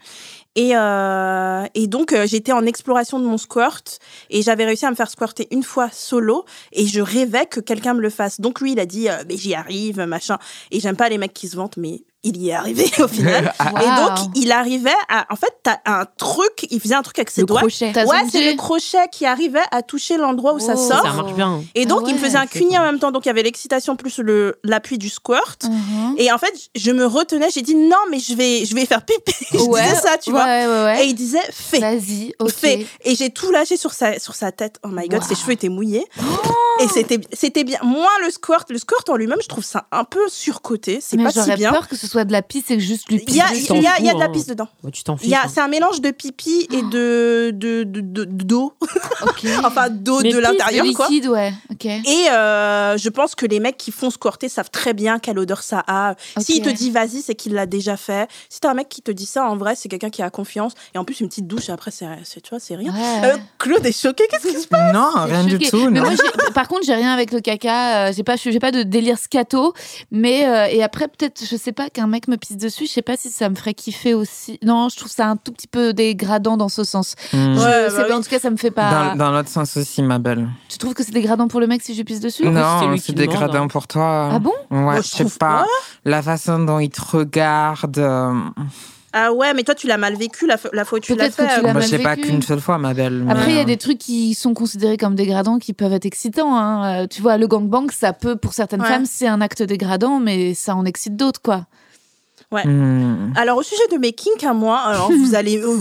A: Et, euh, et donc, euh, j'étais en exploration de mon squirt. Et j'avais réussi à me faire squirter une fois solo. Et je rêvais que quelqu'un me le fasse. Donc, lui, il a dit, euh, mais j'y arrive, machin. Et j'aime pas les mecs qui se vantent, mais il y est arrivé au final. Et
C: Ah.
A: donc, il arrivait à. En fait, t'as un truc, il faisait un truc avec ses
C: le
A: doigts.
C: crochet.
F: T'as
A: Ouais,
F: zongé.
A: c'est le crochet qui arrivait à toucher l'endroit où ça
C: Oh.
A: sort.
E: Ça marche bien.
A: Et donc,
C: Ah
A: il me
C: ouais,
A: faisait un
E: c'est
A: cuni en même temps. Donc, il y avait l'excitation plus le- l'appui du squirt.
C: Mhm.
A: Et en fait, je me retenais. J'ai dit non, mais je vais, je vais faire pipi. je disais ça, tu
C: ouais,
A: vois.
C: ouais, ouais.
A: Et il disait fais.
C: Vas-y, ok.
A: Fais. Et j'ai tout lâché sur sa, sur sa tête. Oh my god,
C: Wow.
A: ses cheveux étaient mouillés.
C: Oh.
A: Et c'était, c'était bien. Moins le squirt. Le squirt en lui-même, je trouve ça un peu surcoté. C'est
C: Mais
A: pas si
C: j'aurais
A: bien.
C: peur que ce soit de la pisse et que juste lui
A: Il y a,
E: Tu
A: il
C: pisse.
E: t'en
A: y a- il y a
E: fous,
A: de la
E: hein.
A: pisse dedans.
E: Ouais, tu t'en
A: Il
E: fiches.
A: y a-
E: hein.
A: C'est un mélange de pipi et de de- de- de- d'eau,
C: Ok.
A: enfin d'eau
E: Mais
A: de
E: pisse,
A: l'intérieur,
C: Le
A: quoi.
C: liquide, ouais. Ok.
A: Et euh, je pense que les mecs qui font squirter savent très bien quelle odeur ça a.
C: Ok.
A: S'il te dit vas-y, c'est qu'il l'a déjà fait. Si t'as un mec qui te dit ça, en vrai, c'est quelqu'un qui a confiance. Et en plus, une petite douche après, c'est, c'est, tu vois, c'est rien.
C: Ouais.
A: Euh, Claude est choqué, qu'est-ce qui se passe
D: Non, rien
C: Je suis
D: du
C: choquée.
D: tout.
C: Mais
D: non.
C: moi, j'ai- euh, par contre, j'ai rien avec le caca. euh, J'ai pas, je suis- j'ai pas de délire scato. Mais euh, et après, peut-être, je sais pas qu'un mec me pisse dessus. Je sais pas si ça me ferait kiffer aussi. Non, je trouve ça un tout petit peu dégradant dans ce sens.
D: Hmm.
A: Ouais,
C: Je sais
A: bah
C: pas,
A: oui.
C: En tout cas, ça me fait pas.
D: Dans, dans l'autre sens aussi, ma belle.
C: Tu trouves que c'est dégradant pour le mec si je pisse dessus
E: c'est lui
D: Non,
E: qui
D: c'est
E: demande,
D: dégradant
E: hein.
D: pour toi.
C: Ah bon
D: Ouais,
A: Moi,
D: je
A: je
D: sais
A: trouve
D: pas. La façon dont il te regarde. euh,
A: Ah ouais, mais toi, tu l'as mal vécu la, f- la fois où tu l'as
C: Peut-être que
A: fait. euh.
C: tu l'as-
D: bah,
C: mal
D: je l'ai pas
C: vécu.
D: qu'une seule fois, ma belle.
C: Après, il y a
D: mais, euh,
C: des trucs qui sont considérés comme dégradants qui peuvent être excitants. hein. Euh, Tu vois, le gangbang, ça peut, pour certaines
A: Ouais.
C: femmes, c'est un acte dégradant, mais ça en excite d'autres, quoi.
A: ouais.
D: hmm.
A: Alors, au sujet de mes kinks à moi, alors vous allez euh,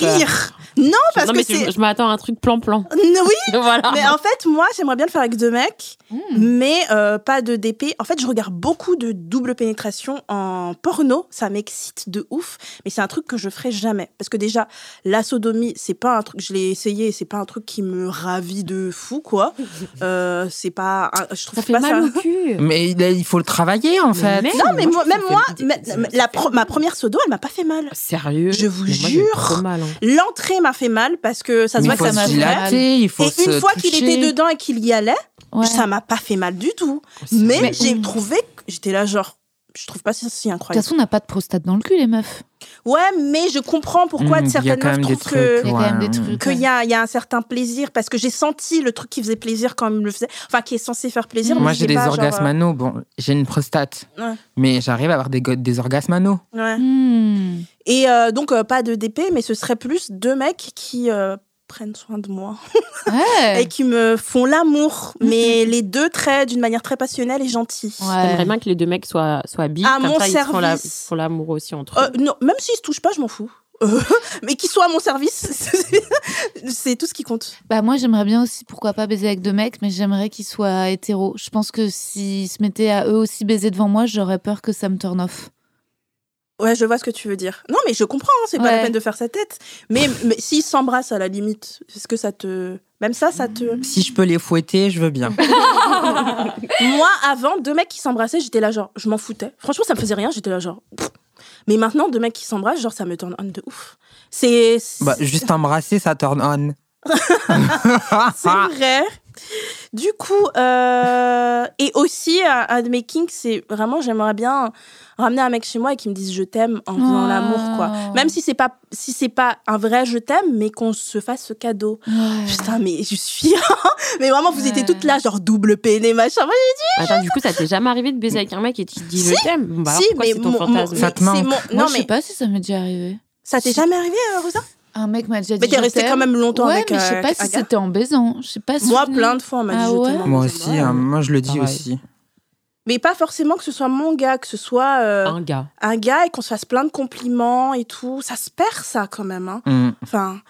A: rire. Non, parce
E: Non,
A: que
E: mais
A: c'est.
E: je je m'attends à un truc plan-plan.
A: Oui,
E: Voilà.
A: Mais en fait, moi, j'aimerais bien le faire avec deux mecs,
E: Hmm.
A: mais euh, pas de DP. En fait, je regarde beaucoup de double pénétration en porno. Ça m'excite de ouf, mais c'est un truc que je ferai jamais. Parce que déjà, la sodomie, c'est pas un truc. Je l'ai essayé, et c'est pas un truc qui me ravit de fou, quoi. Euh, c'est pas. un- je trouve
E: Ça fait
A: pas
E: mal au cul.
D: Mais il, il faut le travailler, en fait.
E: merde.
A: Non, mais moi, même
E: Ça fait
A: moi,
E: des-
A: ma,
E: ça-
A: ma-
E: ça
A: la
E: fait-
A: pro- ma première sodo, elle m'a pas fait mal.
E: Sérieux
A: Je vous
E: Mais moi, j'ai eu
A: jure. euh,
E: trop mal, hein.
A: L'entrée m'a fait mal parce que ça se voit
D: Mais il faut
A: que ça
D: se
A: m'a fait mal.
D: dilater, il faut
A: Et
D: se
A: une fois qu'il
D: euh, toucher.
A: était dedans et qu'il y allait,
C: Ouais.
A: ça m'a pas fait mal du tout.
D: Oh,
E: C'est-
A: Mais,
C: Mais-
A: j'ai trouvé que j'étais là genre je trouve pas ça si
C: De toute
A: incroyable.
C: façon, on n'a pas de prostate dans le cul, les meufs.
A: Ouais, mais je comprends pourquoi
D: Mm, il y a
A: certaines
D: quand
A: meufs
D: même des
A: trouvent
D: trucs.
A: que
C: Il y a quand même des
D: ouais.
C: trucs.
A: qu'il
C: ouais.
A: y a, il y a un certain plaisir parce que j'ai senti le truc qui faisait plaisir quand il me le faisait, enfin qui est censé faire plaisir.
C: Mmh.
D: Moi,
A: mais
D: j'ai
A: c'est
D: des
A: pas, genre,
D: orgasmes anaux. Bon, j'ai une prostate.
A: Ouais.
D: Mais j'arrive à avoir des, go- des orgasmes anaux.
A: euh, ouais.
C: Hmm.
A: Et euh, donc euh, pas de DP, mais ce serait plus deux mecs qui euh, prennent soin de moi
C: Ouais. Mmh.
A: et qui me font l'amour, mais les deux très d'une manière très passionnelle et gentille.
E: J'aimerais
C: Ouais.
E: bien que les deux mecs soient, soient bi.
A: À
E: comme
A: mon
E: ça, ils se font la-
A: service.
E: font l'amour aussi entre
A: Euh,
E: eux.
A: non, même s'ils se touchent pas, je m'en fous. Euh, mais qu'ils soient à mon service, c'est tout ce qui compte.
C: Bah moi j'aimerais bien aussi pourquoi pas baiser avec deux mecs mais j'aimerais qu'ils soient hétéros. Je pense que s'ils se mettaient à eux aussi baiser devant moi, j'aurais peur que ça me turn off.
A: Ouais, je vois ce que tu veux dire. Non, mais je comprends, hein, c'est pas la
C: Ouais.
A: peine de faire sa tête. Mais, mais s'ils s'embrassent à la limite, est-ce que ça te. Même ça, ça te.
D: Si je peux les fouetter, je veux bien.
A: Moi, avant, deux mecs qui s'embrassaient, j'étais là, genre, je m'en foutais. Franchement, ça me faisait rien, j'étais là, genre. pff. Mais maintenant, deux mecs qui s'embrassent, genre, ça me tourne on de ouf. C'est.
D: Bah, juste embrasser, ça turn on.
A: C'est
C: Ah.
A: vrai. Du coup, euh, et aussi, un, un de mes kinks, c'est vraiment, j'aimerais bien ramener un mec chez moi et qu'il me dise je t'aime en faisant
C: Oh.
A: l'amour, quoi. Même si c'est pas, si c'est pas un vrai je t'aime, mais qu'on se fasse ce cadeau. Putain, mais je suis. hein. mais vraiment, vous étiez
C: Ouais.
A: toutes là, genre double peiné, machin. Moi,
E: Attends, du coup, ça t'est jamais arrivé de baiser avec un mec et tu te dis
A: Si.
E: je t'aime Bon, bah, alors
A: si,
E: pourquoi
A: mais
E: c'est ton
A: mon-
E: fantasme
A: mon-
D: Ça te
A: mais
D: manque.
A: c'est mon-
C: non,
A: Non,
C: je sais
A: mais
C: pas si ça m'est déjà arrivé.
A: ça t'est jamais arrivé, euh, Rosa
C: Un mec m'a déjà dit.
A: Mais t'es
C: je
A: restée
C: t'aime.
A: quand même longtemps
C: Ouais,
A: avec
C: mais je
A: euh,
C: sais pas
A: un
C: si
A: gars.
C: c'était en baisant. Je sais pas.
A: Moi, plein de fois, on m'a dit
C: Ah
A: je
C: ouais
A: t'aime. en
D: Moi
A: faisant
D: aussi,
A: l'amour.
D: hein, moi je le dis
E: Pareil.
D: aussi.
A: Mais pas forcément que ce soit mon gars, que ce soit. euh,
E: Un gars.
A: un gars et qu'on se fasse plein de compliments et tout. Ça se perd, ça, quand même. hein.
D: Mm.
A: Enfin,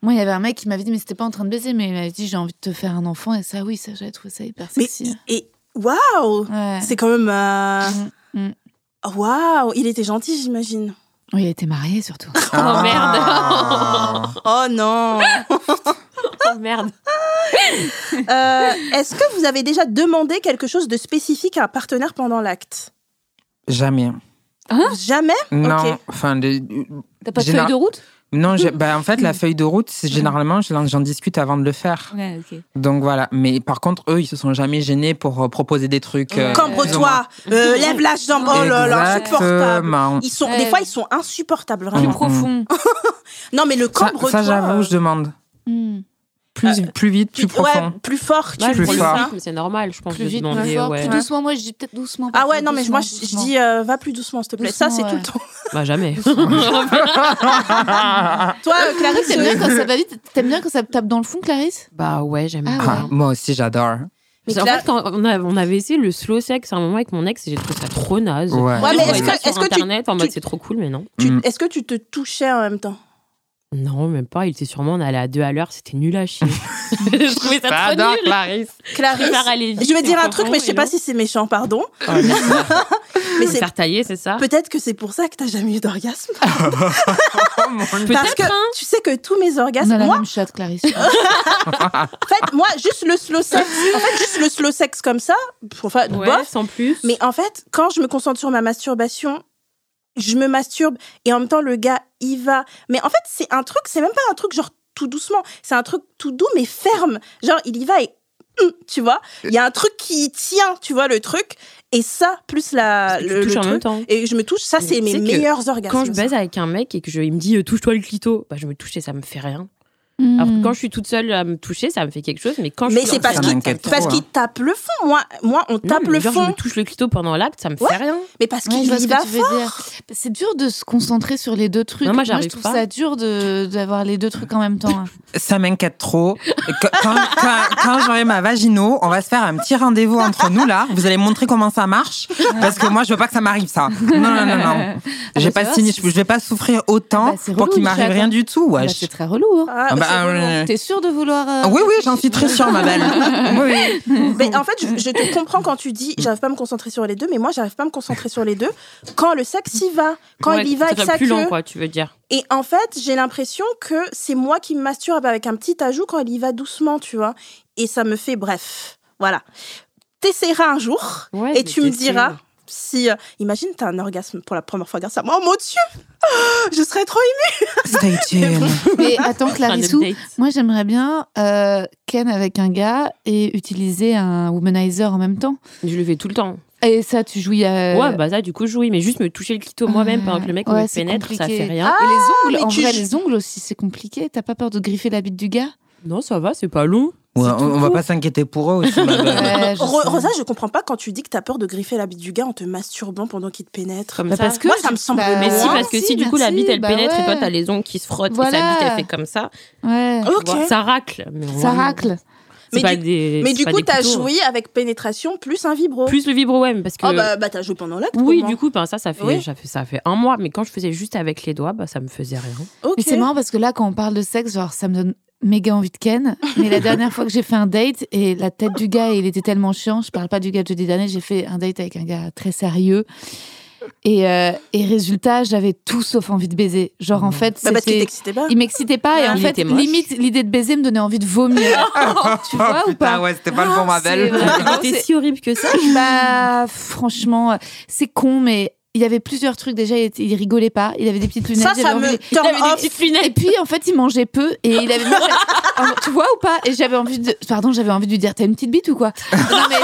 C: Moi, il y avait un mec qui m'avait dit, mais c'était pas en train de baiser, mais il m'avait dit, j'ai envie de te faire un enfant. Et ça, oui, ça, j'avais trouvé ça hyper
A: mais.
C: sexy.
A: Et. Waouh
C: Ouais.
A: C'est quand même. euh,
C: Mm, mm.
A: Waouh Il était gentil, j'imagine.
C: Oui, il était marié surtout.
E: Oh, merde.
D: merde
A: Oh non
E: Oh merde.
A: Euh, Est-ce que vous avez déjà demandé quelque chose de spécifique à un partenaire pendant l'acte
D: Jamais. Hein?
A: Jamais
D: Non, enfin, de-
C: T'as pas de
D: Général-
C: feuille de route
D: non j'ai- bah, en fait, la feuille de route, c'est généralement, je- j'en discute avant de le faire.
C: Ouais, ok.
D: Donc voilà. Mais par contre, eux, ils se sont jamais gênés pour euh, proposer des trucs. euh, plus ou moins.
A: Cambre-toi euh, Lève la jambe Oh là là, insupportable
D: Exactement. Euh.
A: ils sont, Des
C: Ouais.
A: fois, ils sont insupportables,
C: Plus
A: vraiment.
D: Mm.
C: profond.
A: Oh. Non, mais le
D: Ça,
A: cambre-toi.
D: ça, j'avoue,
A: euh,
D: je demande.
C: Mm.
D: Plus, plus vite, plus
A: tu-
D: profond.
A: Ouais, plus fort, tu hein.
E: Ouais,
D: Plus
E: pour
D: fort.
E: le rythme, c'est normal, je pense,
C: Plus
E: de
C: vite,
E: demander,
C: plus fort,
E: ouais.
C: plus doucement. Moi, je dis peut-être doucement.
A: Ah
C: parfois,
A: ouais, non, mais moi, je,
C: doucement,
A: je
C: doucement.
A: dis euh, va plus doucement, s'il te plaît. Ça, c'est
C: Doucement,
A: tout le temps.
E: Bah, jamais.
A: Toi, euh, Clarisse,
C: T'aimes
A: euh,
C: bien quand ça va vite T'aimes bien quand ça tape dans le fond, Clarisse
E: bah, ouais, j'aime
C: Ah,
E: bien.
D: Ah, moi aussi, j'adore.
A: Mais
E: Parce qu'en
A: Cla-
E: fait, quand on, a- on avait essayé le slow sex à un moment avec mon ex, et j'ai trouvé ça trop naze.
D: Ouais. Ouais,
E: Après,
A: mais
E: on
A: est-ce
E: voyait
A: que-
E: ça
A: est-ce
E: sur
A: que tu-
E: internet en mode
A: tu-
E: c'est trop cool, mais non.
A: tu-
D: Mm.
A: Est-ce que tu te touchais en même temps
E: Non, même pas. Il était sûrement, on allait à deux à l'heure, c'était nul à chier. je trouvais ça trop
D: J'adore,
E: nul.
D: Clarisse.
A: Clarisse,
E: préfère aller vite,
A: je vais dire un
E: c'est
A: truc,
E: profond
A: mais je sais
E: et
A: pas
E: long.
A: si c'est méchant, pardon.
E: Oh, d'accord.
A: Mais
E: Se
A: c'est
E: faire tailler, c'est ça
A: peut-être que c'est pour ça que t'as jamais eu d'orgasme.
D: Oh, mon Dieu.
A: Parce que
E: hein.
A: tu sais que tous mes
C: On a
A: orgasmes,
C: la
A: moi,
C: même chatte, Clarisse.
A: en fait, moi, juste le slow sex, en fait, juste le slow sex comme ça, pff, enfin,
E: Ouais,
A: bof.
E: sans plus.
A: Mais en fait, quand je me concentre sur ma masturbation, je me masturbe et en même temps le gars y va. Mais en fait, c'est un truc, c'est même pas un truc genre tout doucement, c'est un truc tout doux mais ferme. Genre il y va et hum, tu vois, il y a un truc qui tient, tu vois le truc et ça plus la
E: Parce que tu
A: le,
E: touches
A: euh, le
E: en
A: truc
E: même temps.
A: et je me touche, ça
E: Mais
A: c'est
E: tu
A: mes
E: sais que
A: meilleurs orgasmes.
E: Quand je
A: ça.
E: baise avec un mec et que je, il me dit euh, touche-toi le clito, bah je me touche et ça me fait rien.
C: Mm.
E: Alors que quand je suis toute seule à me toucher, ça me fait quelque chose, mais quand je
A: mais
E: suis
A: c'est
E: enceinte,
A: parce
D: ça
A: qu'il
D: m'inquiète
A: parce
D: trop,
A: qu'il
D: hein.
A: tape le fond. Moi moi on
E: Non,
A: tape
E: mais
A: le
E: genre, je
A: fond,
E: me touche le clito pendant l'acte, ça me
A: Ouais.
E: fait rien.
A: mais parce
C: Ouais,
A: qu'il
C: je vois
A: y
C: ce
A: va
C: que tu veux dire. Bah, C'est dur de se concentrer sur les deux trucs.
E: Non, moi,
C: je
E: j'arrive
C: trouve
E: pas.
C: ça dur de- d'avoir les deux trucs en même temps. hein.
D: Ça m'inquiète trop. Et que- Quand, quand, quand j'aurai ma vagino, on va se faire un petit rendez-vous entre nous là. Vous allez me montrer comment ça marche. Parce que moi, je veux pas que ça m'arrive ça. Non, non, non, non.
C: Ah,
D: J'ai
C: bah,
D: pas
C: ça
D: signé.
C: va,
D: Je je vais pas souffrir autant
C: Bah, c'est
D: pour
C: relou,
D: qu'il
C: une
D: m'arrive
C: chatte,
D: rien
C: hein.
D: du tout.
C: Bah,
D: wesh.
C: c'est très relou. hein.
A: Ah,
D: Ah bah,
A: c'est relou.
D: euh,
C: T'es sûr de vouloir euh,
D: oui, oui, j'en suis très sûre, ma belle. Oui, oui.
A: Mais en fait, je, je te comprends quand tu dis j'arrive pas à me concentrer sur les deux, mais moi j'arrive pas à me concentrer sur les deux quand le sexe y va, quand
E: Ouais,
A: il y va
E: ça
A: avec
E: fait
A: sa
E: plus
A: queue.
E: long, quoi, tu veux dire.
A: Et en fait, j'ai l'impression que c'est moi qui me masturbe avec un petit ajout quand il y va doucement, tu vois. Et ça me fait bref. Voilà. T'essaieras un jour
E: Ouais,
A: et
E: mais
A: tu me
E: t'essayes.
A: diras si. euh, imagine, t'as un orgasme pour la première fois grâce à moi. Oh mon Dieu Je serais trop émue.
D: Stay tuned.
C: Mais attends,
E: Un
C: Clarissou,
E: update.
C: moi j'aimerais bien euh, Ken avec un gars et utiliser un womanizer en même temps.
E: Je le fais tout le temps.
C: Et ça, tu jouis à.
E: Ouais, bah ça, du coup, je jouis. Mais juste me toucher le clito moi-même pendant que le mec
C: Euh, Ouais,
E: me
C: c'est
E: pénètre, ça
C: compliqué. Ah.
E: fait rien.
C: et les
A: mais
C: ongles, en
A: tu
C: vrai,
A: joues-
C: les ongles aussi, c'est compliqué. T'as pas peur de griffer la bite du gars
E: Non, ça va, c'est pas long.
D: Ouais,
E: C'est
D: on,
E: tout
D: on va
E: court.
D: pas s'inquiéter pour eux aussi, ma belle.
E: Ah,
C: Ouais, je
A: Ro-
C: sais.
A: Rosa, je comprends pas quand tu dis que t'as peur de griffer la bite du gars en te masturbant pendant qu'il te pénètre.
E: Comme
C: Bah,
E: ça.
C: parce que
A: Moi, ça me semble
C: bah,
E: Mais si,
A: Ouais.
E: parce que si du coup la
C: merci,
E: bite elle
C: bah
E: pénètre et toi
C: ouais.
E: t'as les ongles qui se frottent et
C: Voilà.
E: sa bite elle fait comme ça,
C: Ouais.
E: tu
A: Ok.
E: vois, ça racle. Mais
C: Ça
E: vraiment,
C: racle.
E: c'est
A: Mais
E: pas
A: du-
E: des-
A: Mais
E: c'est
A: du
E: pas
A: coup,
E: des
A: t'as
E: couteaux.
A: joué avec pénétration plus un vibro.
E: Plus le vibro, ouais, mais parce que.
A: Ah bah, bah t'as joué pendant l'acte.
E: oui,
A: pour
E: du coup, ben, ça, ça fait,
A: Oui.
E: ça, fait, ça fait un mois. Mais quand je faisais juste avec les doigts, bah, ça me faisait rien.
A: moi. Ok.
C: Mais c'est marrant parce que là, quand on parle de sexe, genre, ça me donne méga envie de Ken. Mais la dernière fois que j'ai fait un date et la tête du gars, il était tellement chiant. Je parle pas du gars de jeudi dernier. J'ai fait un date avec un gars très sérieux. Et, euh, et résultat, j'avais tout sauf envie de baiser. Genre, en fait,
A: Bah, parce qu'il
C: c'était-
A: t'excitait pas.
C: il m'excitait pas et en
E: Il
C: fait,
E: était moche.
C: limite, l'idée de baiser me donnait envie de vomir. tu vois ou
D: Oh, Putain,
C: pas
D: ouais, c'était pas le bon
C: Ah, c'est
D: Mabel.
A: Bah,
C: vrai. Non,
E: C'était
C: c'est-
E: si horrible que ça.
C: Bah, franchement, c'est con, mais il y avait plusieurs trucs. Déjà, il, était- il rigolait pas. Il avait des petites lunettes.
A: Ça,
C: j'avais
A: ça
C: envie
A: me
C: de-
A: turn
C: avait des
A: off.
E: petites lunettes.
C: Et puis, en fait, il mangeait peu et il avait. En- tu vois ou pas Et j'avais envie de. Pardon, j'avais envie de lui dire T'as une petite bite ou quoi Non, mais.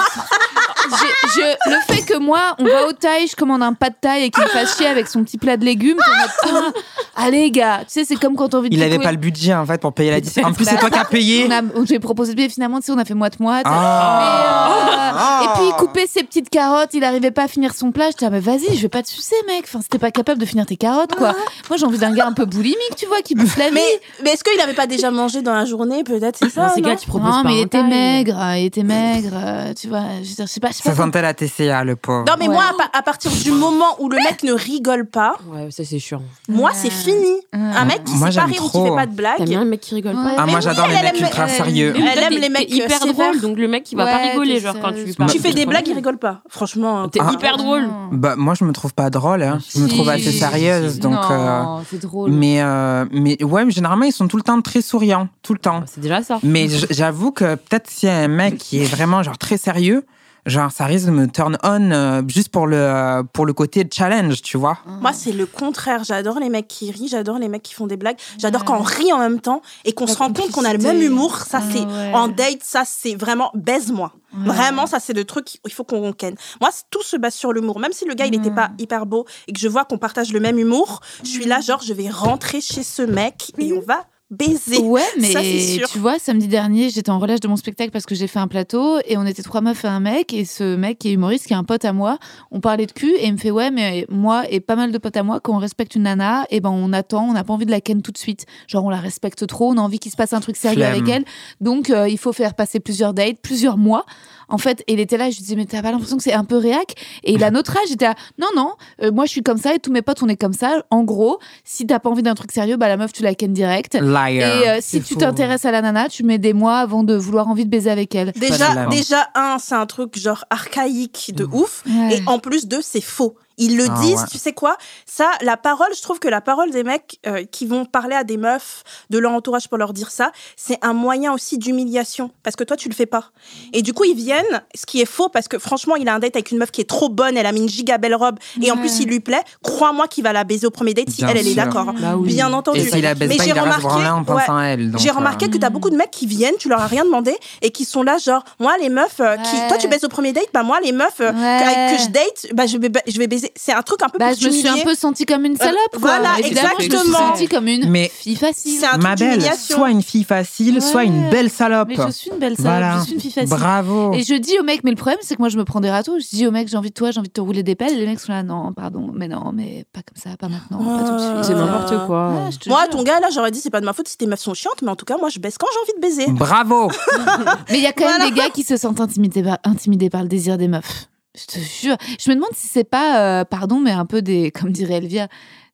C: j'ai- je- le fait que moi, on va au taille, je commande un pas de taille et qu'il me fasse chier avec son petit plat de légumes. pour me- Putain, allez, gars, tu sais, c'est comme quand t'as envie de.
D: Il avait
C: picoler-
D: pas le budget en fait pour payer la distance. En plus, c'est toi qui as payé.
C: on a, j'ai proposé de payer, finalement, tu sais, on a fait moite-moite.
D: Ah.
C: Mais, euh, Et puis il coupait ses petites carottes, il arrivait pas à finir son plat. Je disais, ah, mais vas-y, je vais pas te sucer, mec. Enfin, c'était pas capable de finir tes carottes, quoi.
D: Ah.
C: Moi, j'ai envie d'un gars un peu boulimique, tu vois, qui bouffe la vie.
A: Mais, mais est-ce qu'il avait pas déjà mangé dans la journée Peut-être, c'est ça.
E: Non, ces
A: non
E: gars, tu proposes
C: non,
E: pas
C: mais il
E: un
C: était
E: taille.
C: maigre, euh, il était maigre, euh, tu vois. Je veux dire, je sais pas, je sais
D: Ça
C: pas.
D: sentait la TCA, le pauvre.
A: Non, mais
C: Ouais.
A: moi, à, pa- à partir du moment où le mec ne rigole pas,
E: Ouais, ça c'est chiant.
A: moi,
C: Ouais.
A: c'est fini. Un mec qui
D: Moi,
A: sait pas
D: j'aime
A: rire ou Ah, qui
D: trop. hein.
A: fait pas de blagues.
E: T'aimes bien le mec qui rigole pas
D: Ah,
A: Mais
D: moi,
A: oui,
D: j'adore les
A: elle
D: mecs
A: aime-
D: ultra
A: elle-
D: sérieux.
A: elle aime
E: T'es-
A: les mecs
E: t'es hyper
A: sévères.
E: drôle, donc le mec qui va pas
C: Ouais,
E: rigoler,
C: t'es
E: genre quand tu lui
C: sérieuse.
E: parles.
A: Tu fais des
E: comprends
A: blagues,
E: bien.
A: il rigole pas. Franchement. hein.
E: T'es
D: Ah.
E: hyper drôle.
D: Bah, moi, je me trouve pas drôle. hein. Je me
C: Si.
D: trouve assez sérieuse. Donc, euh,
C: non, oh c'est drôle.
D: Mais, euh, mais ouais, mais généralement, ils sont tout le temps très souriants. Tout le temps.
E: Bah, C'est déjà ça.
D: Mais
C: Mm.
D: j- j'avoue que peut-être si un mec qui est vraiment genre très sérieux, genre ça risque de me turn on euh, juste pour le, euh, pour le côté challenge, tu vois.
C: Ah.
A: Moi, c'est le contraire. J'adore les mecs qui rient, j'adore les mecs qui font des blagues. J'adore
C: Ouais.
A: quand on rit en même temps et qu'on
C: La
A: se rend compte qu'on a le même
C: complicité.
A: humour. Ça,
C: Ah,
A: c'est
C: ouais.
A: en date, ça, c'est vraiment baise-moi.
C: Ouais.
A: Vraiment, ça, c'est le truc, il faut qu'on ken. Moi, c'est- tout se base sur l'humour. Même si le gars, il n'était
C: Mm. Mm.
A: pas hyper beau et que je vois qu'on partage le même humour, je suis là, genre, je vais rentrer chez ce mec et on va baiser.
C: Ouais, mais
A: Ça, c'est sûr.
C: tu vois, samedi dernier, j'étais en relâche de mon spectacle parce que j'ai fait un plateau et on était trois meufs et un mec. Et ce mec qui est humoriste, qui est un pote à moi, on parlait de cul et il me fait Ouais, mais moi et pas mal de potes à moi, quand on respecte une nana, et ben on attend, on n'a pas envie de la ken tout de suite. Genre, on la respecte trop, on a envie qu'il se passe un truc sérieux
D: Flemme.
C: avec elle. Donc, euh, il faut faire passer plusieurs dates, plusieurs mois. En fait, et il était là, je lui disais, mais t'as pas l'impression que c'est un peu réac Et il a notre âge, j'étais à, non, non, euh, moi je suis comme ça et tous mes potes on est comme ça. En gros, si t'as pas envie d'un truc sérieux, bah la meuf tu la ken direct. Et
D: Liar.
C: euh, si
E: c'est
C: tu
D: hein.
E: faux.
C: t'intéresses à la nana, tu mets des mois avant de vouloir envie de baiser avec elle.
D: Pas de
A: Déjà,
D: blague.
A: déjà un, c'est un truc, genre, archaïque
D: Mm.
A: de ouf. Et
C: Ouais.
A: en plus de, c'est faux. Ils le
D: Ah
A: disent,
D: ouais.
A: tu sais quoi Ça, la parole, je trouve que la parole des mecs euh, qui vont parler à des meufs de leur entourage pour leur dire ça, c'est un moyen aussi d'humiliation. Parce que toi, tu le fais pas. Et du coup, ils viennent, ce qui est faux, parce que franchement, il a un date avec une meuf qui est trop bonne, elle a mis une giga belle robe, et en
C: Ouais.
A: plus, il lui plaît. Crois-moi qu'il va la baiser au premier date si
D: Bien
A: elle, elle est
D: sûr.
A: d'accord. hein.
E: Bah oui.
A: Bien entendu.
D: Et s'il la baisse
A: Mais
D: pas,
A: j'ai
D: il va se
A: remarqué-
D: branler en pensant à elle. donc,
A: J'ai
D: euh,
A: remarqué que t'as
C: Mm.
A: beaucoup de mecs qui viennent, tu leur as rien demandé, et qui sont là, genre, moi, les meufs, euh, qui,
C: Ouais.
A: toi, tu baises au premier date, bah, moi, les meufs, euh,
C: Ouais.
A: que, que je date, bah, je, vais, ba- je vais baiser. C'est un truc un peu
C: Bah,
A: pour
C: je me suis un
A: t'humilier.
C: peu sentie comme une salope. quoi.
A: euh, voilà,
C: Évidemment, Je me suis
A: exactement. Mmh.
C: sentie comme une
D: Mais-
C: fille facile.
A: C'est un
D: Ma
A: truc
D: belle,
A: d'humiliation.
D: soit une fille facile, soit une
C: Ouais.
D: belle salope.
C: Mais je suis une belle salope,
D: Voilà.
C: je suis une fille facile.
D: Bravo.
C: Et je dis au mec, mais le problème, c'est que moi, je me prends des râteaux. Je dis au mec, j'ai envie de toi, j'ai envie de te rouler des pelles. Et les mecs sont là, non, pardon, mais non, mais pas comme ça, pas maintenant, pas tout de suite.
E: C'est n'importe quoi.
C: Ouais, je te
A: Oh. Moi,
C: jure.
A: ton gars, là, j'aurais dit, c'est pas de ma faute si tes meufs sont chiantes, mais en tout cas, moi, je baisse quand j'ai envie de baiser.
D: Bravo.
C: Mais il y a quand même
A: Voilà.
C: des gars qui se sentent intimidés par, intimidés par le désir des meufs. Je te jure. Je me demande si c'est pas, euh, pardon, mais un peu des, comme dirait Elvia,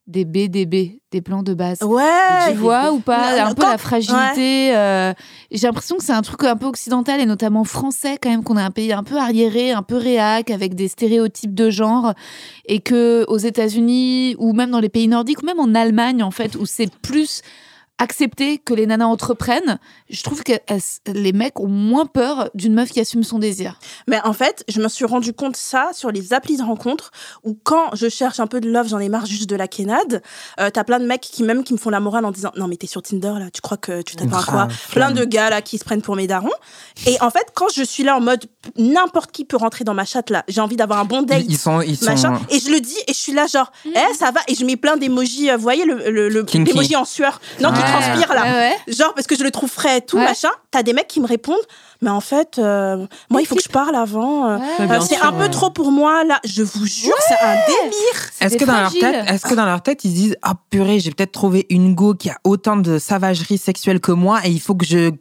C: des BDB, des plans de base.
A: Ouais.
C: Tu vois ou pas
A: Non,
C: Un
A: non,
C: peu
A: quand-
C: la fragilité. euh, J'ai l'impression que c'est un truc un peu occidental et notamment français quand même, qu'on est un pays un peu arriéré, un peu réac, avec des stéréotypes de genre, et que aux États-Unis ou même dans les pays nordiques ou même en Allemagne en fait, où c'est plus accepté que les nanas entreprennent, je trouve que elles- les mecs ont moins peur d'une meuf qui assume son désir.
A: Mais en fait, je me suis rendu compte ça sur les applis de rencontre où quand je cherche un peu de love, j'en ai marre juste de la quénade. euh, t'as plein de mecs qui même qui me font la morale en disant non mais t'es sur Tinder là, tu crois que tu t'attends à quoi
D: Grave.
A: Plein de gars là qui se prennent pour mes darons. Et en fait, quand je suis là en mode n'importe qui peut rentrer dans ma chatte là, j'ai envie d'avoir un bon date.
D: Ils sont, ils sont.
A: Machin, et je le dis, et je suis là, genre,
C: Mm.
A: eh, ça va, et je mets plein d'émojis, euh, vous voyez, le, le, le-
D: Kinky.
A: l'émoji en sueur, non, qui
D: Ouais.
A: transpire là,
C: Ouais, ouais.
A: Genre parce que je le trouve frais et tout,
C: Ouais.
A: machin. T'as des mecs qui me répondent, mais en fait, euh, moi, il faut que je parle avant. euh,
C: Ouais.
E: Ouais,
A: euh,
E: bien
A: c'est
E: sûr,
A: un peu
E: ouais.
A: trop pour moi, là. Je vous jure, c'est un délire.
C: C'est
D: Est-ce
C: des
D: que, dans leur
C: fragiles.
D: tête, est-ce que dans leur tête, ils se disent Ah purée, j'ai peut-être trouvé une go qui a autant de savagerie sexuelle que moi et il faut que je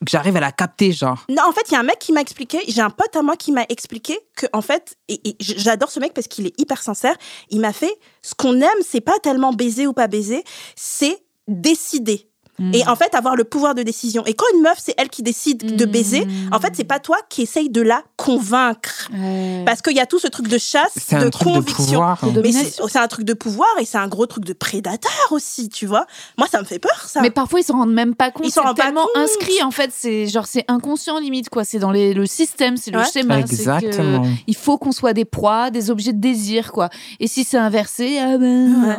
D: que j'arrive à la capter, genre
A: Non, en fait, il y a un mec qui m'a expliqué, j'ai un pote à moi qui m'a expliqué que, en fait, et, et j- j'adore ce mec parce qu'il est hyper sincère. Il m'a fait, ce qu'on aime, c'est pas tellement baiser ou pas baiser, c'est décider.
D: euh,
C: Mm.
A: Et en fait, avoir le pouvoir de décision. Et quand une meuf, c'est elle qui décide de
C: Mm.
A: baiser,
C: Hmm.
A: en fait, c'est pas toi qui essaye de la convaincre. Parce qu'il y a tout ce truc de chasse,
D: C'est
A: de
D: un truc de
A: conviction.
D: pouvoir.
C: De
A: mais
C: domination.
A: c'est c'est un truc de pouvoir et c'est un gros truc de prédateur aussi, tu vois. Moi, ça me fait peur, ça.
C: Mais parfois ils s'en rendent même pas compte.
A: Ils s'en
C: C'est
A: rendent pas
C: tellement
A: compte.
C: inscrit en fait. C'est genre c'est inconscient limite quoi. C'est dans les- le système, c'est le
A: Ouais.
C: schéma. c'est que
D: Exactement.
C: Il faut qu'on soit des proies, des objets de désir quoi. Et si c'est inversé, ah ben.
A: Ouais.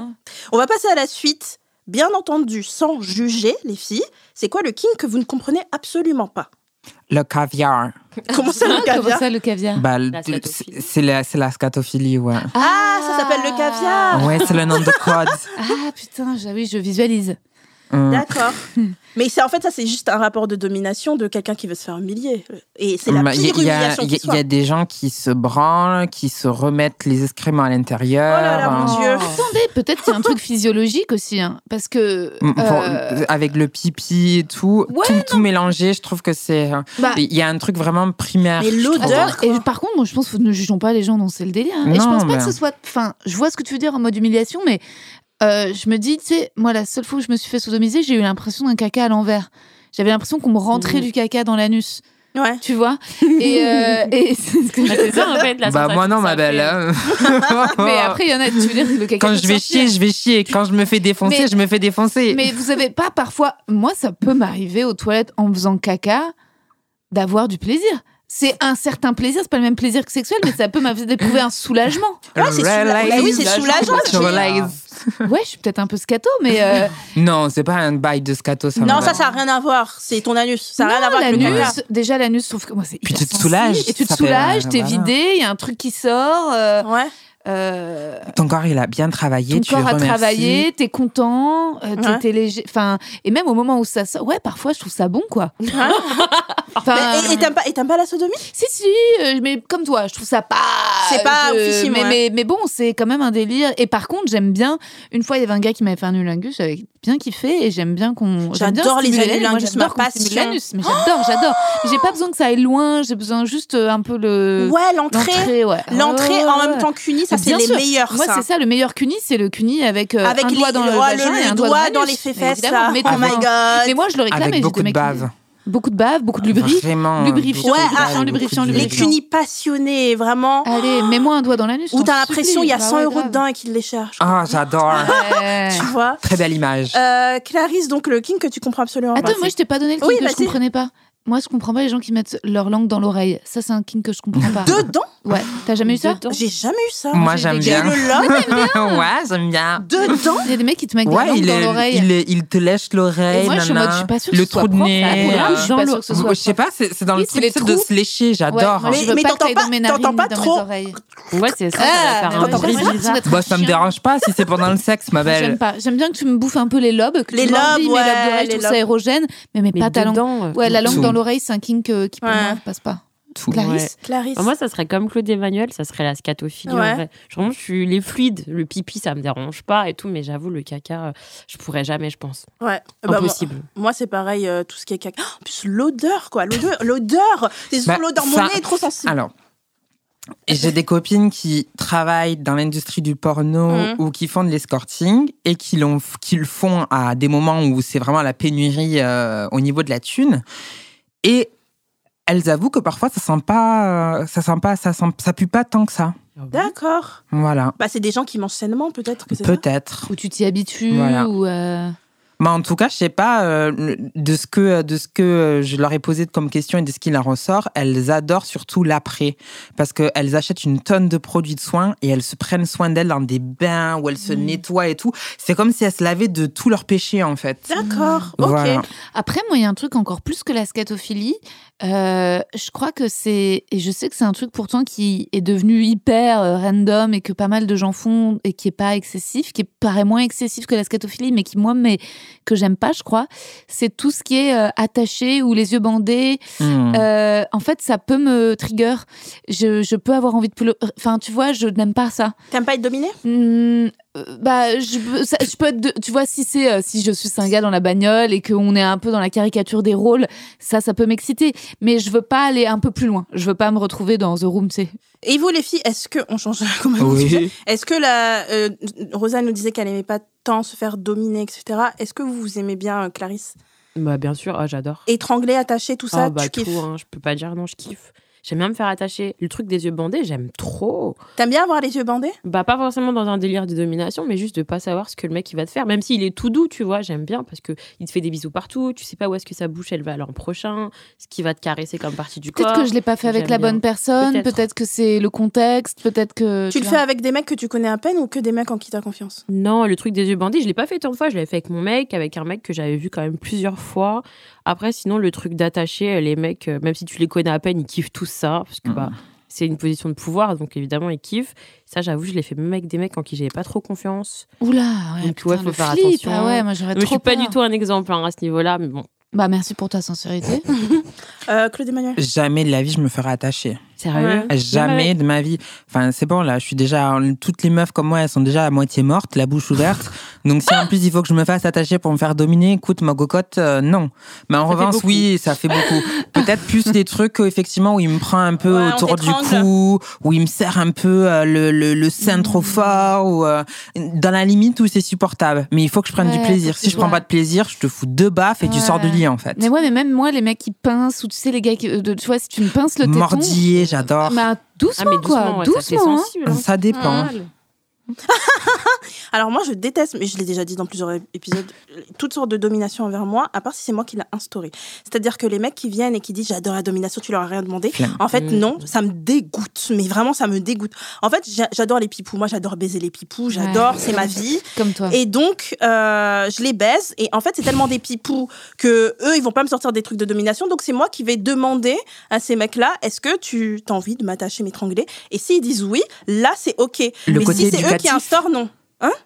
A: On va passer à la suite. Bien entendu, sans juger, les filles, c'est quoi le king que vous ne comprenez absolument pas
D: Le caviar.
A: Comment ça, le
C: Hein, Comment
A: caviar
C: ça le caviar
D: Bah, le-
E: La scatophilie.
D: c'est la, c'est la scatophilie, ouais.
A: Ah, ça s'appelle le caviar.
D: Ouais, c'est le nom de code.
C: Ah putain, j'ai- oui, je visualise.
D: Hum.
A: D'accord. Mais c'est en fait ça, c'est juste un rapport de domination de quelqu'un qui veut se faire humilier. Et c'est la
D: Bah,
A: pire
D: Il y, a- il y a-
A: humiliation
D: il y
A: qui
D: a- il y
A: soit.
D: a des gens qui se branlent, qui se remettent les excréments à l'intérieur.
A: Oh là là, mon
D: hein.
A: Dieu.
C: Attendez, peut-être c'est un truc physiologique aussi, hein, parce que.
D: Mm, pour-
C: euh,
D: Avec le pipi et tout,
C: Ouais,
D: tout, tout mélangé, je trouve que c'est. hein,
C: Bah.
D: Il y a un truc vraiment
C: Ah,
D: primaire.
A: Mais
D: je
A: l'odeur,
D: trouve.
C: Attends, et par contre, moi, je pense que ne jugeons pas les gens dont c'est le délire. hein. et je
D: Non,
C: pense pas
D: mais-
C: que ce soit. Enfin, je vois ce que tu veux dire en mode humiliation, mais euh, je me dis, tu sais, moi, la seule fois où je me suis fait sodomiser, j'ai eu l'impression d'un caca à l'envers. J'avais l'impression qu'on me rentrait
E: Mhm.
C: du caca dans l'anus,
A: Ouais.
C: tu vois. Et, euh, et c'est ce que je
E: C'est ça en fait la
D: Bah, moi
E: sensation
D: non,
E: que
D: ma
E: ça
D: belle.
E: fait.
D: hein.
C: Mais après, il y en a, tu veux dire, le caca.
D: Quand
C: peut
D: je vais
C: sortir.
D: chier, je vais chier. Quand je me fais défoncer,
C: Mais-
D: je me fais défoncer.
C: Mais vous avez pas parfois, moi ça peut m'arriver aux toilettes en faisant caca d'avoir du plaisir. C'est un certain plaisir, c'est pas le même plaisir que sexuel, mais ça peut m'arriver d'éprouver un soulagement.
A: Ouais, c'est soula-
D: Relax.
A: Mais oui, c'est soulageant,
D: Je relaxe.
C: Ouais, je suis peut-être un peu scato, mais euh,
D: Non, c'est pas un bail de scato, ça.
A: Non,
D: madame.
A: ça, ça n'a rien à voir. C'est ton anus. Ça n'a rien à voir avec le caviar.
C: l'anus, déjà l'anus, sauf que moi c'est.
D: Puis
C: hyper
D: tu te
C: sensible.
D: soulages,
C: Et tu te
D: ça fait- euh,
C: soulages, t'es
D: voilà.
C: vidé, il y a un truc qui sort. euh,
A: Ouais.
C: euh,
D: Ton corps, il a bien travaillé.
C: ton
D: tu le
C: corps a
D: remercies.
C: travaillé, t'es content, euh, t'es-
A: Ouais.
C: t'es léger. Enfin, et même au moment où ça sort, ouais, parfois je trouve ça bon, quoi. Enfin,
A: Hein Ah, Mais- et- Et t'aimes pas, et t'aimes pas la sodomie
C: Si, si, euh, mais comme toi, je trouve ça pas.
A: C'est pas hein.
C: je-
A: officieux,
C: mais,
A: ouais.
C: mais, mais bon, c'est quand même un délire. Et par contre, j'aime bien. Une fois, il y avait un gars qui m'avait fait un nulingus, j'avais bien kiffé et j'aime bien qu'on. j'aime bien
A: J'adore les
C: stimuler l'anus. Moi,
A: anulingus,
C: j'adore
A: ma
C: qu'on stimule
A: passion. Oh
C: l'anus, mais j'adore, j'adore. Mais J'ai pas besoin que ça aille loin, j'ai besoin juste euh, un peu le.
A: Ouais, l'entrée.
C: L'entrée, ouais.
A: L'entrée en même
C: Ouais.
A: temps qu'uni, ça, c'est
C: Bien
A: les
C: sûr.
A: meilleurs.
C: Moi,
A: ça.
C: c'est ça, le meilleur cuni, c'est le cuni avec, euh,
A: Avec
C: un
A: les-
C: doigt dans le,
A: ouais,
C: vagin et un
A: doigt,
C: doigt, dans
A: dans les
C: l'anus.
A: fesses.
C: Évidemment,
A: ça.
C: mais
A: Oh my
C: comment-
A: god.
C: Mais moi, je le réclame et
D: Avec
C: j'ai
D: beaucoup
C: des
D: de
C: mecs qui-
D: bave.
C: Beaucoup de bave, beaucoup de lubri.
D: Vraiment.
C: Lubrifiant, ah,
D: beaucoup de
A: lubrifiant,
D: bave,
C: lubrifiant,
D: beaucoup de
A: Les
C: lubrifiant.
A: cunis passionnés, vraiment.
C: Allez, mets-moi un doigt dans l'anus.
A: Où
C: Ah, t'en
A: t'as l'impression il y a 100
C: supplie. Bah ouais,
A: euros
C: grave.
A: dedans et qu'ils les chargent.
D: Ah, j'adore.
C: Ouais.
A: Tu vois
D: Très belle image.
A: Euh, Clarisse, donc le king que tu comprends absolument pas.
C: Attends, moi je t'ai pas donné le
A: Oui,
C: truc que je
A: vas-y.
C: comprenais pas. Moi, je comprends pas les gens qui mettent leur langue dans l'oreille. Ça, c'est un king que je comprends pas.
A: Dedans
C: Ouais, t'as jamais eu ça
E: Dedans.
A: J'ai jamais eu ça.
D: Moi,
C: j'ai
D: j'aime
C: des
A: J'ai
D: bien.
A: le love
D: ouais, j'aime bien.
A: dedans.
C: Il y a des mecs qui te mettent
D: Ouais,
C: leur langue
D: il,
C: dans
D: est-
C: l'oreille.
D: il, est- il te lèche
C: Et
D: l'oreille.
C: moi, je suis en mode,
D: nana.
C: je suis pas sûre que
D: Le
C: ce soit
D: trou de
C: propre, ça,
D: nez.
C: la couleur, je suis
D: dans
C: pas
D: le-
C: sûre que ce soit
D: Je sais pas, c'est c'est dans
C: Oui,
D: le
C: c'est
D: truc
C: les
D: tu sais, de
C: trous.
D: se lécher. J'adore.
C: Ouais, moi, je
A: Mais-
C: veux
A: mais
C: pas que
A: t'entends
C: t'ailles
A: pas-
C: dans mes
A: t'entends
C: narines,
A: pas
C: ni dans
A: trop.
C: mes oreilles.
E: Ouais, c'est ça.
C: Ah,
E: ça doit faire
C: mais
E: un
C: moi,
E: bruit
C: j'ai l'impression
E: bizarre.
C: d'être un
D: bah, ça me
C: chien.
D: dérange pas si c'est pendant le sexe, ma
C: J'aime
D: belle.
C: pas. J'aime bien que tu me bouffes un peu les lobes, que
A: Les
C: tu mordis
A: lobes,
C: mes
A: ouais,
C: lobes d'oreille, je
A: les
C: trouve
A: lobes.
C: ça érogène, mais, mais
E: Mais
C: pas ta langue.
E: dedans, euh,
C: Ouais, la langue
D: Tout.
C: dans l'oreille, c'est un king que- qui pour
A: Ouais.
C: moi passe pas.
D: Tout.
C: Clarisse
A: Clarisse.
E: Bah, Moi, ça serait comme Claude Emmanuel, ça serait la scatophilie
A: Ouais.
E: en vrai. Je- Vraiment, je suis les fluides, le pipi, ça me dérange pas et tout, mais j'avoue, le caca, euh, je pourrais jamais, je pense.
A: ouais.
E: Ah
A: Bah, moi,
E: Impossible.
A: moi, c'est pareil, euh, tout ce qui est caca. En plus, l'odeur, quoi. L'odeur. L'odeur. C'est sur
D: Bah,
A: l'odeur. Mon
D: ça-
A: nez est trop sensible.
D: Alors, j'ai des copines qui travaillent dans l'industrie du porno
C: Mm.
A: Mhm.
D: ou qui font de l'escorting et qui, l'ont- qui le font à des moments où c'est vraiment la pénurie euh, au niveau de la thune. Et elles avouent que parfois ça sent pas, euh, ça sent pas, ça sent, ça pue pas tant que ça.
A: D'accord.
D: Voilà,
A: Bah, c'est des gens qui mangent sainement, peut-être que c'est ça.
D: peut-être.
C: Où tu t'y habitues,
D: Voilà.
C: ou. euh,
D: Mais Bah, en tout cas, je sais pas euh, le- de ce que de ce que euh, je leur ai posé comme question et de ce qu'il en ressort. Elles adorent surtout l'après parce que elles achètent une tonne de produits de soins et elles se prennent soin d'elles dans des bains où elles se nettoient et tout. C'est comme si elles se lavaient de tous leurs péchés en fait.
A: D'accord. Ah, Ok.
D: Voilà.
C: Après, moi, il y a un truc encore plus que la scatophilie. Euh, je crois que c'est. Et je sais que c'est un truc pourtant qui est devenu hyper euh, random et que pas mal de gens font et qui est pas excessif, qui paraît moins excessif que la scatophilie, mais qui, moi, mais que j'aime pas, je crois. C'est tout ce qui est euh, attaché ou les yeux bandés.
D: Hmm.
C: Euh, en fait, ça peut me trigger. Je, je peux avoir envie de. pleu- Enfin, tu vois, je n'aime pas ça.
A: T'aimes pas être dominé
C: Hmm, euh, bah, je, peux- ça- je peux être, de- tu vois, si c'est, euh, si je suis singa dans la bagnole et qu'on est un peu dans la caricature des rôles, ça, ça peut m'exciter. Mais je veux pas aller un peu plus loin. Je veux pas me retrouver dans The Room, tu sais.
A: Et vous, les filles, est-ce que. On change complètement de sujet. Est-ce que la. euh, Rosa nous disait qu'elle aimait pas tant se faire dominer, etc. Est-ce que vous, vous aimez bien euh, Clarisse
E: Bah, bien sûr, ah, j'adore.
A: Étrangler, attacher, tout ça,
E: ah, bah,
A: tu kiffes.
E: tout, hein, je peux pas dire non, je kiffe. J'aime bien me faire attacher. Le truc des yeux bandés, j'aime trop.
A: T'aimes bien avoir les yeux bandés
E: Bah, pas forcément dans un délire de domination, mais juste de pas savoir ce que le mec il va te faire. Même s'il est tout doux, tu vois, j'aime bien parce que il te fait des bisous partout, tu sais pas où est-ce que sa bouche elle va l'an prochain, ce qui va te caresser comme partie du corps.
C: Peut-être que je l'ai pas fait avec
E: j'aime
C: la
E: bien.
C: bonne personne.
E: Peut-être.
C: Peut-être que c'est le contexte. Peut-être que.
A: Tu le
C: vois.
A: fais avec des mecs que tu connais à peine ou que des mecs en qui t'as confiance
E: Non, le truc des yeux bandés, je l'ai pas fait tant de fois. Je l'avais fait avec mon mec, avec un mec que j'avais vu quand même plusieurs fois. Après, sinon, le truc d'attacher, les mecs, euh, même si tu les connais à peine, ils kiffent tout ça. Parce que bah, c'est une position de pouvoir, donc évidemment, ils kiffent. Ça, j'avoue, je l'ai fait même avec des mecs en qui j'avais pas trop confiance.
C: Oula, ouais,
E: Donc, tu vois,
C: putain,
E: faut
C: le
E: faire
C: flip.
E: attention.
C: Ah ouais, moi j'aurais
E: Mais je
C: trop
E: suis pas
C: peur.
E: du tout un exemple hein, à ce niveau-là, mais bon,
C: Bah merci pour ta sincérité.
A: euh, Claude Emmanuel
D: Jamais de la vie, je me ferai attacher.
E: sérieux.
D: Ah, Jamais
E: Ouais.
D: de ma vie. Enfin, c'est bon, là, je suis déjà. Toutes les meufs comme moi, elles sont déjà à moitié mortes, la bouche ouverte. Donc, si en plus, il faut que je me fasse attacher pour me faire dominer, écoute, ma cocotte, euh, non. Mais en
E: Ça fait
D: revanche,
E: beaucoup.
D: oui, ça fait beaucoup. Peut-être plus des trucs, euh, effectivement, où il me prend un peu
A: Ouais, on
D: autour du
A: t'étrangle.
D: cou, où il me serre un peu euh, le, le, le sein trop fort, ou euh, dans la limite où c'est supportable. Mais il faut que je prenne
C: Ouais,
D: du plaisir.
C: faut que
D: Si
C: tu
D: je prends
C: vois.
D: pas de plaisir, je te fous deux baffes et tu
C: Ouais.
D: sors du lit, en fait.
C: mais ouais, mais même moi, les mecs qui pincent ou tu sais les gars, qui, euh, de- tu vois, si tu me pinces le téton.
D: Mordillé, j'adore.
C: Bah, doucement,
E: Ah, mais doucement,
C: quoi,
E: ouais, ça, c'est
C: doucement. hein.
E: sensible, hein.
D: Ça dépend.
C: Ah.
A: Alors moi, je déteste, mais je l'ai déjà dit dans plusieurs ép- épisodes, toutes sortes de domination envers moi, à part si c'est moi qui l'ai instauré. C'est-à-dire que les mecs qui viennent et qui disent j'adore la domination, tu leur as rien demandé.
D: Flemme.
A: En fait,
E: Mm.
A: non, ça me dégoûte, mais vraiment, ça me dégoûte. En fait, j'a- j'adore les pipous. Moi, j'adore baiser les pipous. J'adore,
C: Ouais.
A: c'est ma vie.
C: Comme toi.
A: Et donc, euh, je les baise. Et en fait, c'est tellement des pipous que eux, ils vont pas me sortir des trucs de domination. Donc, c'est moi qui vais demander à ces mecs-là, est-ce que tu t'as envie de m'attacher, m'étrangler Et s'ils disent oui, là, c'est ok.
D: Le
A: mais
D: côté
A: si c'est eux qui
D: éducatif.
A: instaurent, non.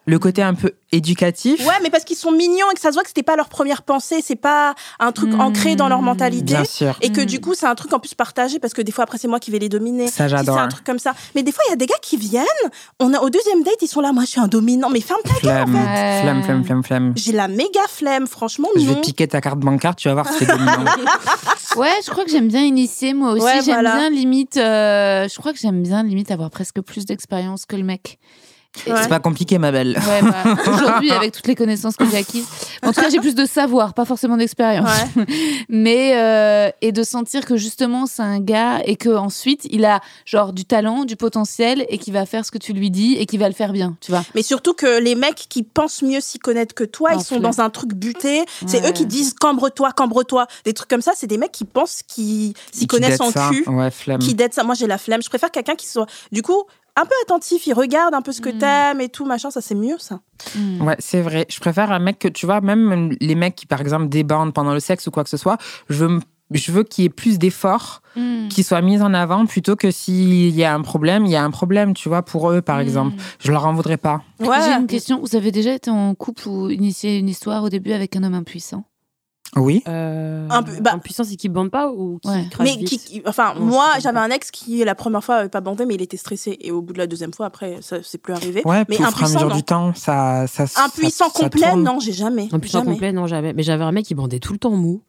D: le côté un peu éducatif.
A: Ouais, mais parce qu'ils sont mignons et que ça se voit que c'était pas leur première pensée, c'est pas un truc
C: Mmh.
A: ancré dans leur mentalité.
D: Bien sûr.
A: Et que
C: Mmh.
A: du coup, c'est un truc en plus partagé parce que des fois, après, c'est moi qui vais les dominer.
D: Ça,
A: Si c'est
D: j'adore.
A: un truc comme ça. Mais des fois, il y a des gars qui viennent, on a, au deuxième date, ils sont là, moi, je suis un dominant, mais ferme ta gueule.
D: Flemme,
C: fait.
D: flemme, flemme, flemme, flemme.
A: J'ai la méga flemme, franchement,
D: Je vais
A: non.
D: te piquer ta carte bancaire, tu vas voir, c'est dominant.
C: Ouais, je crois que j'aime bien initier, moi aussi.
A: Ouais,
C: j'aime
A: voilà.
C: bien limite. euh, je crois que j'aime bien limite avoir presque plus d'expérience que le mec. Et-
A: Ouais.
D: C'est pas compliqué, ma belle.
C: Ouais, bah, aujourd'hui, avec toutes les connaissances que j'ai acquises. En tout cas, j'ai plus de savoir, pas forcément d'expérience. Mais, euh, et de sentir que justement, c'est un gars et que ensuite il a genre du talent, du potentiel et qu'il va faire ce que tu lui dis et qu'il va le faire bien, tu vois.
A: Mais surtout que les mecs qui pensent mieux s'y connaître que toi,
C: Ah,
A: ils sont
C: flemme.
A: dans un truc buté. C'est
C: Ouais.
A: eux qui disent cambre-toi, cambre-toi. Des trucs comme ça, c'est des mecs qui pensent qu'ils s'y
D: Qui
A: connaissent
D: date
A: en
D: ça.
A: cul.
D: Ouais, flemme.
A: qui date ça. Moi, j'ai la flemme. Je préfère quelqu'un qui soit, du coup, un peu attentif. Il regarde un peu ce que
C: Mm.
A: t'aimes et tout, machin. Ça, c'est mieux, ça. Hmm.
C: Mm.
D: Ouais, c'est vrai. Je préfère un mec que, tu vois, même les mecs qui, par exemple, débandent pendant le sexe ou quoi que ce soit, je veux, m- je veux qu'il y ait plus d'efforts
C: Mm.
D: qui soient mis en avant plutôt que s'il y a un problème, il y a un problème, tu vois, pour eux, par
C: Mm.
D: exemple. Je leur en voudrais pas.
C: J'ai
A: Ouais.
C: une question. Vous avez déjà été en couple ou initié une histoire au début avec un homme impuissant
D: Oui.
E: Euh,
A: Un peu- bah-
E: impuissant, c'est qu'ils bandent pas ou qu'ils
C: Ouais.
E: craquent
A: Mais
E: vite
A: qui, qui- enfin,
E: Non,
A: moi,
E: c'est pas
A: j'avais un ex qui, la première fois, avait pas bandé, mais il était stressé. Et au bout de la deuxième fois, après, ça, c'est plus arrivé.
D: Ouais,
A: mais
D: puis au fur et à
A: impuissant,
D: mesure
A: non.
D: du temps, ça. ça ça-
A: Impuissant
D: ça
A: complet,
D: tourne.
A: non, j'ai jamais.
E: Impuissant
A: jamais.
E: complet, non, jamais. Mais j'avais un mec qui bandait tout le temps mou.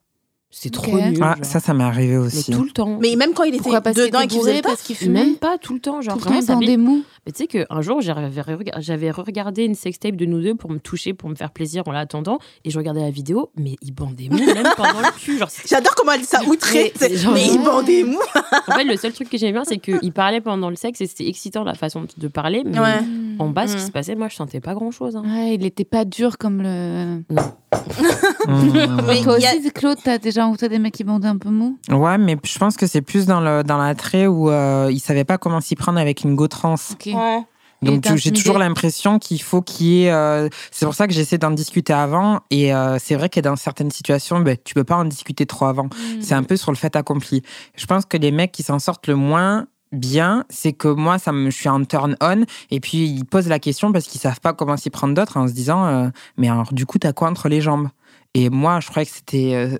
E: C'est trop
C: Ok.
E: nul.
D: Ah,
E: genre.
D: ça, ça m'est arrivé
E: Mais
D: aussi.
E: tout le temps.
A: Mais même quand il était
C: Pourquoi parce qu'il
A: dedans et
C: était
A: qu'il faisait
C: bourré,
A: le taf,
C: parce qu'il
E: Même
C: fumait
E: pas tout le temps, genre
C: Pourtant,
E: vraiment ça
C: dans
E: bip.
C: des mous.
E: Mais tu sais qu'un jour, j'avais rega- j'avais regardé une sextape de nous deux pour me toucher, pour me faire plaisir en l'attendant, et je regardais la vidéo, mais il bandait mou même pendant le cul. Genre, c'était-
A: j'adore comment elle dit ça outré.
E: Mais-
A: tu sais. Mais,
E: genre-
A: il bandait mou.
E: en fait, le seul truc que j'aimais bien, c'est qu'il parlait pendant le sexe, et c'était excitant la façon de parler, mais
A: Ouais.
E: en
C: Mmh.
E: bas, ce qui
A: Mm.
E: se passait, moi, je sentais pas grand-chose. hein.
C: Ouais, il n'était pas dur comme le.
D: Mmh.
A: Ah, Mais
C: Toi
A: il y a-
C: aussi, Claude, t'as déjà rencontré des mecs qui bandaient un peu mou
D: Ouais, mais je pense que c'est plus dans le dans l'attrait où euh, il savait pas comment s'y prendre avec une go trans.
C: Ok.
A: Ouais.
C: Il
D: Donc tu-
C: était
D: j'ai
C: intimidé.
D: toujours l'impression qu'il faut qu'il y ait. euh, c'est pour ça que j'essaie d'en discuter avant. Et euh, c'est vrai que dans certaines situations, ben, tu peux pas en discuter trop avant.
C: Mmh.
D: C'est un peu sur le fait accompli. Je pense que les mecs qui s'en sortent le moins bien, c'est que moi, ça me, je suis en turn on. Et puis ils posent la question parce qu'ils savent pas comment s'y prendre d'autres en se disant, euh, mais alors du coup, t'as quoi entre les jambes Et moi, je croyais que c'était euh,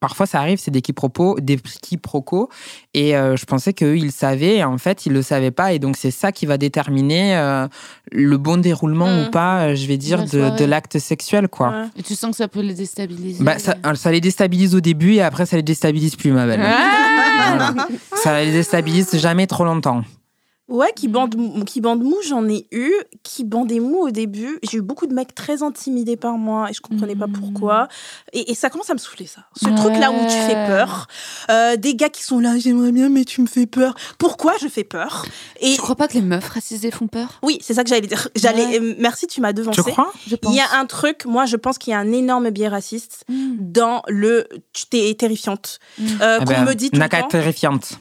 D: parfois ça arrive, c'est des quiproquos, des quiproquos. Et euh, je pensais qu'eux, ils savaient, et en fait, ils le savaient pas. Et donc, c'est ça qui va déterminer euh, le bon déroulement
A: Mm.
D: ou pas, euh, je vais dire,
C: La
D: de, de
C: soirée.
D: l'acte sexuel, quoi.
A: Ouais.
C: Et tu sens que ça peut les déstabiliser.
D: Bah, ça, ça les déstabilise au début et après, ça les déstabilise plus, ma belle.
A: Ah
D: Voilà. Ça les déstabilise jamais trop longtemps.
A: Ouais,
C: Mmh.
A: qui bande, mou- qui bande mou, j'en ai eu. Qui bandait mou au début, j'ai eu beaucoup de mecs très intimidés par moi et je comprenais pas
C: Mhm.
A: pourquoi. Et, et ça commence à me saouler, ça. Ce
C: Ouais.
A: truc-là où tu fais peur. Euh, des gars qui sont là, j'aimerais bien, mais tu me fais peur. Pourquoi je fais peur Et
C: Tu crois pas que les meufs racisées font peur
A: oui, c'est ça que j'allais dire. J'allais,
C: Ouais.
A: euh, Merci, tu m'as devancé.
D: Tu crois
C: Je pense. Mmh.
A: Il y a un truc, moi je pense qu'il y a un énorme biais raciste dans le tu t'es terrifiante.
C: Mm.
A: Euh,
D: Eh
A: qu'on
D: ben,
A: me dit tout le
D: Naka est
A: temps.
D: terrifiante.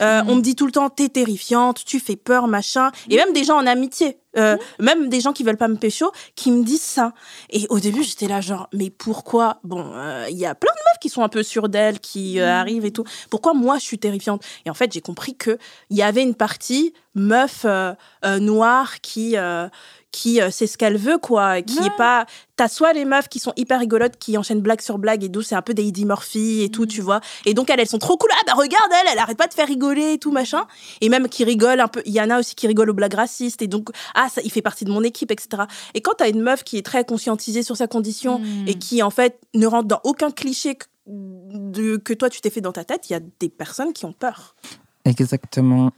A: Euh,
C: Mm.
A: On me dit tout le temps, t'es terrifiante, tu fais peur, machin. Et même des gens en amitié, euh, même des gens qui veulent pas me pécho, qui me disent ça. Et au début, j'étais là, genre, mais pourquoi Bon, euh, il y a plein de meufs qui sont un peu sûres d'elles, qui euh, arrivent et tout. Pourquoi moi, je suis terrifiante Et en fait, j'ai compris que il y avait une partie meuf euh, euh, noire qui. euh, qui euh, sait ce qu'elle veut, quoi. et Qui est pas. T'as soit les meufs qui sont hyper rigolotes, qui enchaînent blague sur blague et d'où c'est un peu des Eddie Murphy et tout, tu vois. Et donc, elles, elles sont trop cool. Ah, bah, regarde, elle, elle arrête pas de faire rigoler et tout, machin. Et même qui rigole un peu. Il y en a aussi qui rigolent aux blagues racistes. Et donc, ah, ça, il fait partie de mon équipe, etc. Et quand t'as une meuf qui est très conscientisée sur sa condition et
D: Mm.
A: qui, en fait, ne rentre dans aucun cliché que, de- que toi, tu t'es fait dans ta tête, il y a des personnes qui ont peur.
D: Exactement.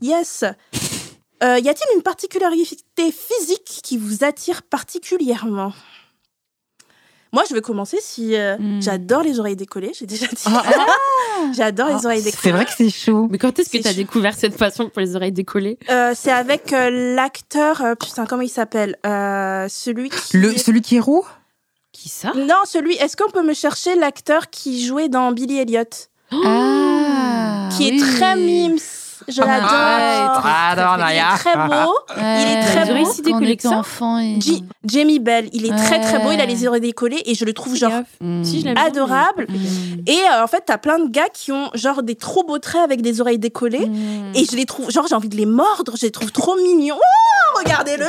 A: Yes. Euh, y a-t-il une particularité physique qui vous attire particulièrement Moi, je vais commencer si euh,
C: Mm.
A: j'adore les oreilles décollées. J'ai déjà dit. j'adore les oreilles décollées.
D: Ah, C'est vrai que c'est chaud.
E: Mais quand est-ce que
A: C'est
E: tu as
A: sûr.
E: découvert cette passion pour les oreilles décollées
A: Euh, c'est avec euh, l'acteur. euh, putain, comment il s'appelle Euh, Celui qui.
D: Le, celui qui est roux
E: Qui ça
A: Non, celui. Est-ce qu'on peut me chercher l'acteur qui jouait dans Billy Elliot
C: Ah,
A: Qui est
C: oui.
A: très mimes. Je
C: Ah,
A: l'adore.
C: ouais, très,
E: ah,
D: Adore,
A: il est
D: Naya.
A: très beau.
C: Ouais,
A: Il est très
C: les
A: beau.
C: oreilles
E: si décollées
C: Quand on
E: que
C: était
E: ça.
C: enfant et...
A: J- Jamie Bell, il est très très beau. Il a
C: Ouais.
A: les oreilles décollées et je le trouve genre
C: Mm.
E: Si, je l'aime bien, mais-
A: adorable.
C: Mm.
A: Et euh, en fait, t'as plein de gars qui ont genre des trop beaux traits avec des oreilles décollées.
C: Mm.
A: Et je les trouve, genre j'ai envie de les mordre, je les trouve trop mignons. Oh, regardez-le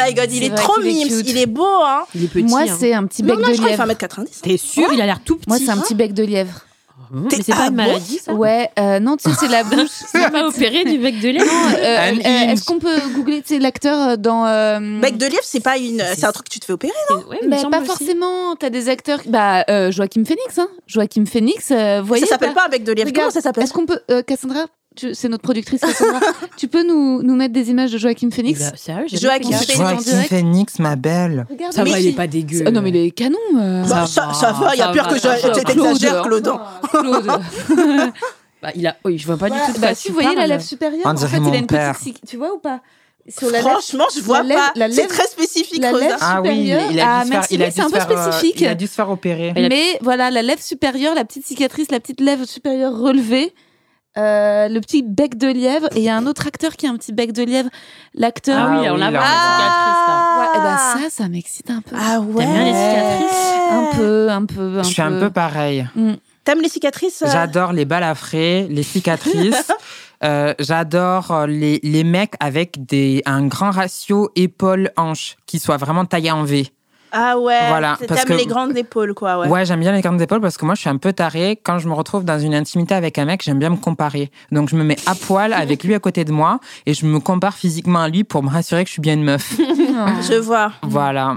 A: My god, il
C: C'est
A: est,
C: vrai
A: trop
C: qu'il est
A: mimes,
C: cute.
A: il est beau, hein
E: Il est petit.
C: Moi,
E: hein.
C: c'est un petit
A: Non,
C: bec
A: non, je
C: de
A: crois qu'il fait
C: lièvre.
A: 1m90.
E: T'es sûr Il a l'air tout petit.
C: Moi, c'est un
A: hein.
C: petit bec de lièvre.
E: Mais
A: T'es-
E: c'est pas
A: ah bon
E: une maladie, ça
C: Ouais, euh, non, tu sais, c'est la bouche.
E: C'est pas opéré du bec de lait
C: Non, euh, euh,
D: Un
C: Est-ce
D: inch.
C: qu'on peut googler tu sais, l'acteur euh, dans. euh,
A: Bec de lièvre, c'est pas une.
E: C'est-
A: C'est un truc que tu te fais opérer.
E: Ouais, il me
C: mais
E: semble
C: pas
E: aussi.
C: forcément, t'as des acteurs. Bah, euh, Joachim Phoenix, hein. Joachim Phoenix, euh, voyez.
A: ça s'appelle pas un bec de lièvre.
C: Regarde,
A: Comment ça s'appelle
C: Est-ce qu'on peut. euh, Cassandra, tu- c'est notre productrice Cassandra. tu peux nous, nous mettre des images de Joachim Phoenix
E: Bah, Sérieux, j'ai
A: Joachim
E: jamais fait
A: Phoenix.
E: gaffe.
A: en
D: Joaquin
A: direct.
D: Phoenix, ma belle.
C: Regarde,
E: Ça
A: Mais
E: va,
A: qui-
E: il est pas dégueu.
C: Ah non, mais il est canon. euh.
A: Bah,
E: ça
A: ça,
E: va,
A: ça va, il y a
E: ça
A: peur
E: va,
A: que
E: ça va.
A: je- t'exagères,
C: Claude.
A: Claude.
C: Claude.
E: Bah, il a... oui, je vois pas du tout de
C: bah,
E: quoi
C: si
E: tu
C: vous voyez la
E: parles.
C: lèvre supérieure,
D: On
C: en
D: dirait
C: fait, il
D: mon
C: a une
D: père.
C: petite. cic- Tu vois ou pas Sur la lèvre.
A: Franchement, je vois
C: lèvre-
A: pas.
C: la
A: C'est
C: lèvre-
A: très spécifique,
C: la
A: Rosa.
C: lèvre- Ah oui, Supérieur. il a dû Ah, se faire- merci, il a oui, dû c'est un se peu faire, euh, spécifique.
D: il a dû se faire opérer.
E: Et la-
C: Mais voilà, la lèvre supérieure, la petite cicatrice, la petite lèvre supérieure relevée, euh, le petit bec de lièvre. Et il y a un autre acteur qui a un petit bec de lièvre, l'acteur.
E: Ah oui, on l'a
D: là,
E: pas.
C: Ouais, eh ben
A: Ah
C: ça, ça m'excite un peu.
A: Ah ouais.
E: bien les cicatrices
C: Un peu, un peu, un
D: Je
C: peu.
D: suis un peu pareil.
A: T'aimes les cicatrices euh
D: J'adore les balafrés, les cicatrices. Euh, J'adore euh, les, les mecs avec des, un grand ratio épaule-hanche qui soit vraiment taillé en V.
A: Ah ouais.
D: Voilà,
A: c'est-
D: parce
A: T'aimes
D: que-
A: les grandes épaules, quoi.
D: Ouais,
A: Ouais.
D: j'aime bien les grandes épaules parce que moi, je suis un peu tarée. Quand je me retrouve dans une intimité avec un mec, j'aime bien me comparer. Donc, je me mets à poil avec lui à côté de moi et je me compare physiquement à lui pour me rassurer que je suis bien une meuf.
A: Je vois.
D: voilà.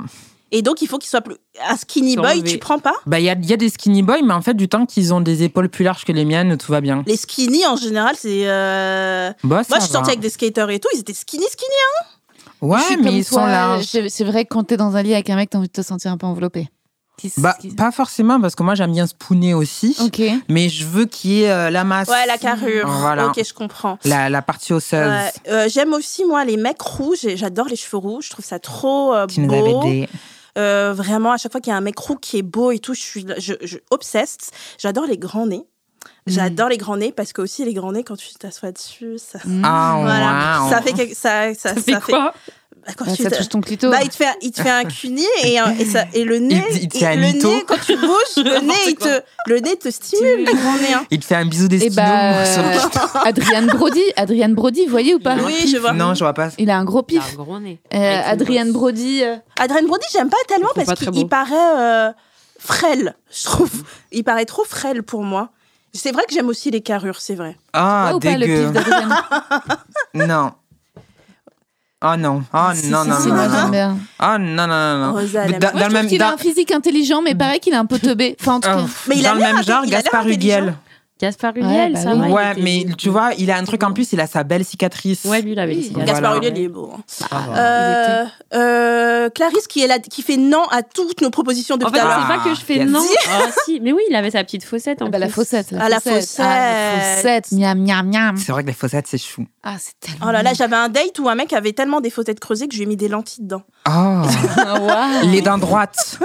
A: Et donc, il faut qu'il soit plus. Un skinny
E: Sans
A: boy,
E: lever.
A: tu prends pas
D: Bah, il y a, il y a des skinny boys, mais en fait, du temps qu'ils ont des épaules plus larges que les miennes, tout va bien.
A: Les skinny, en général, c'est. euh,
D: Bah, ça
A: Moi, je suis
D: va.
A: sortie avec des skaters et tout, ils étaient skinny, skinny.
D: Ouais,
C: Je suis
D: mais
C: comme
D: ils
C: toi,
D: sont larges.
C: C'est c'est vrai que quand t'es dans un lit avec un mec, t'as envie de te sentir un peu enveloppé. Qui s-
D: Bah,
C: qui-
D: pas forcément, parce que moi, j'aime bien spooner aussi.
C: Ok.
D: Mais je veux qu'il y ait euh, la masse.
A: Ouais, la carrure.
D: Voilà.
A: Ok, je comprends.
D: La, la partie osseuse.
A: Ouais. Euh, J'aime aussi, moi, les mecs rouges. et J'adore les cheveux rouges. Je trouve ça trop euh,
D: Tu nous avais
A: beau.
D: des.
A: Euh, vraiment, à chaque fois qu'il y a un mec roux qui est beau et tout, je suis je, je obsesse. J'adore les grands nez. J'adore les grands nez parce que aussi les grands nez, quand tu t'assois dessus, ça,
C: Hmm.
D: Ah,
A: voilà.
D: waouh.
A: ça fait quelque- ça, ça,
E: Ça fait quoi
A: Bah, quand
C: Bah,
A: tu
C: ça
A: t'as-
C: touche ton clito.
A: Bah, il te fait, il te fait un cuni et, un- et ça, et le nez,
D: Il te- il te
A: et
D: fait un
A: le
D: mytho.
A: nez, quand tu bouges, le nez, il te, le nez te stimule, le grand nez. hein.
D: Il te fait un bisou des
C: Et
D: skidoux
C: bah,
D: sur le clito.
C: Adrienne Brody, Adrienne Brody, vous voyez ou pas
A: Oui, je vois.
D: Non, je vois pas.
C: Il a un gros
E: Il a un
C: pif.
E: gros nez.
D: Ah,
C: Euh,
E: Avec une
C: Adrienne
E: grosse-
C: Brody. euh,
A: Adrien Brody, j'aime pas tellement
E: Ils sont
A: parce
E: pas très
A: qu'il
E: beaux.
A: il paraît, euh, frêle, je trouve. Il paraît trop frêle pour moi. C'est vrai que j'aime aussi les carrures, c'est vrai.
C: Ouais
D: Ah,
C: ou oh, pas le
D: dégueu.
C: pif d'Adrien
D: non. Oh non. Oh
C: Si,
D: non,
C: si,
D: non,
C: si,
D: non,
C: moi,
D: non,
C: j'aime
D: non.
C: bien.
D: Ah non, non, non, non.
A: Rosa, elle aime
D: Dans-
A: bien.
C: Moi,
D: dans le même
C: je trouve qu'il a
D: dans-
C: un physique intelligent, mais pareil qu'il est un peu teubé. Enfin, en tout
D: Ah,
C: cas,
D: pff,
A: Mais il a
D: dans le
A: l'air
D: même genre,
A: intelli- il a l'air
D: Gaspard Huguel.
E: Gaspard
C: Ouais,
E: Huliel,
C: bah
E: ça
C: oui.
E: va. il
D: Ouais,
E: était-
D: mais tu vois, il a un truc en plus, il a sa belle cicatrice.
E: Ouais, lui, il avait
C: Oui.
E: les
D: Gaspard
A: Gaspard
D: Voilà.
A: Ulliel, il est beau. hein.
D: Ah,
A: Euh, euh, Clarisse qui est là, qui fait non à toutes nos propositions
E: En
A: depuis
E: fait,
A: tout
E: c'est
A: à l'heure.
D: Ah,
E: pas que je fais
D: yes.
E: non. Ah, si. Mais oui, il avait sa petite faussette en
C: bah, la
E: plus.
C: faussette. La
A: Ah, la
C: faussette. Ah, la
A: faussette.
C: faussette. Miam, miam, miam.
D: C'est vrai que les faussettes, c'est chou.
C: Ah, c'est tellement.
A: Oh là là, j'avais un date où un mec avait tellement des faussettes creusées que je lui ai mis des lentilles dedans.
D: Oh,
C: Ah, Waouh.
D: les dents droites.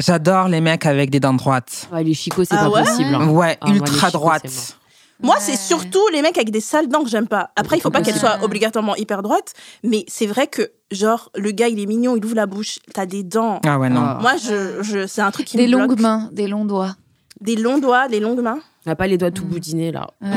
D: J'adore les mecs avec des dents droites.
E: Ouais, les chicots, c'est
A: Ah
E: pas
A: ouais
E: possible. hein.
D: Ouais,
E: Ah, moi, les
D: ultra
E: chicots, c'est
D: droites.
E: mort.
A: Moi,
C: Ouais.
A: c'est surtout les mecs avec des sales dents que j'aime pas. Après, il faut pas qu'elles soient
C: Ouais.
A: obligatoirement hyper droites, mais c'est vrai que, genre, le gars, il est mignon, il ouvre la bouche, t'as des dents.
D: Ah ouais, non.
E: Ah.
A: Moi, je, je- c'est un truc qui
C: Des
A: me
C: longues
A: bloque.
C: mains, des longs doigts.
A: Des longs doigts, des longues mains.
E: On n'a pas les doigts tout
C: Mm.
E: boudinés, là.
C: Ouais.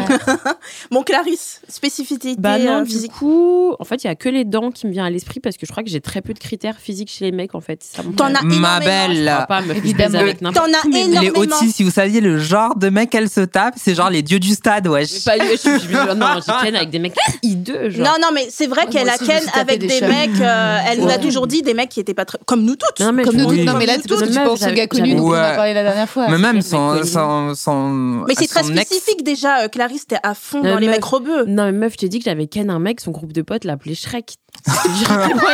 A: Bon, Clarisse, spécificité
E: Bah non,
A: euh,
E: du
A: physique.
E: coup, en fait, il y a que les dents qui me viennent à l'esprit parce que je crois que j'ai très peu de critères physiques chez les mecs, en fait. Ça me-
A: T'en as
D: Ma
A: énormément.
E: Je
D: belle.
E: crois pas, mais je
C: Évidemment.
E: baise avec n'importe
A: T'en as
D: Les
A: énormément.
D: autistes, si vous saviez le genre de mec qu'elles se tapent, c'est genre les dieux du stade,
E: Mais
D: wesh.
E: pas lui, je suis- je suis- non, je ken avec des mecs hideux, genre.
A: Non, non, mais c'est vrai
C: Ah, Moi
A: qu'elle a
C: aussi, je me
A: ken
C: suis tapé
A: avec
C: des
A: des
C: chats.
A: mecs. euh, elle nous a
E: Ouais.
A: toujours dit des mecs qui étaient pas très. Comme nous toutes.
E: Non, mais
C: Comme
E: je
C: nous
E: pense-
C: toutes. Non, mais là,
A: Comme
C: c'est parce que
A: nous
C: tu
E: toutes.
C: penses au gars
E: J'avais-
C: connu dont on a
D: Ouais.
C: parlé la dernière fois.
D: Mais même
E: mec
D: son,
E: connu.
D: son, son.
A: Mais c'est très
D: son ex-
A: spécifique déjà, euh, Clarisse, t'es à fond
E: Non,
A: dans les
E: mais-
A: mecs robeux.
E: Non, mais meuf, je t'ai dit que j'avais ken un mec, son groupe de potes l'appelait Shrek. Je te jure que moi,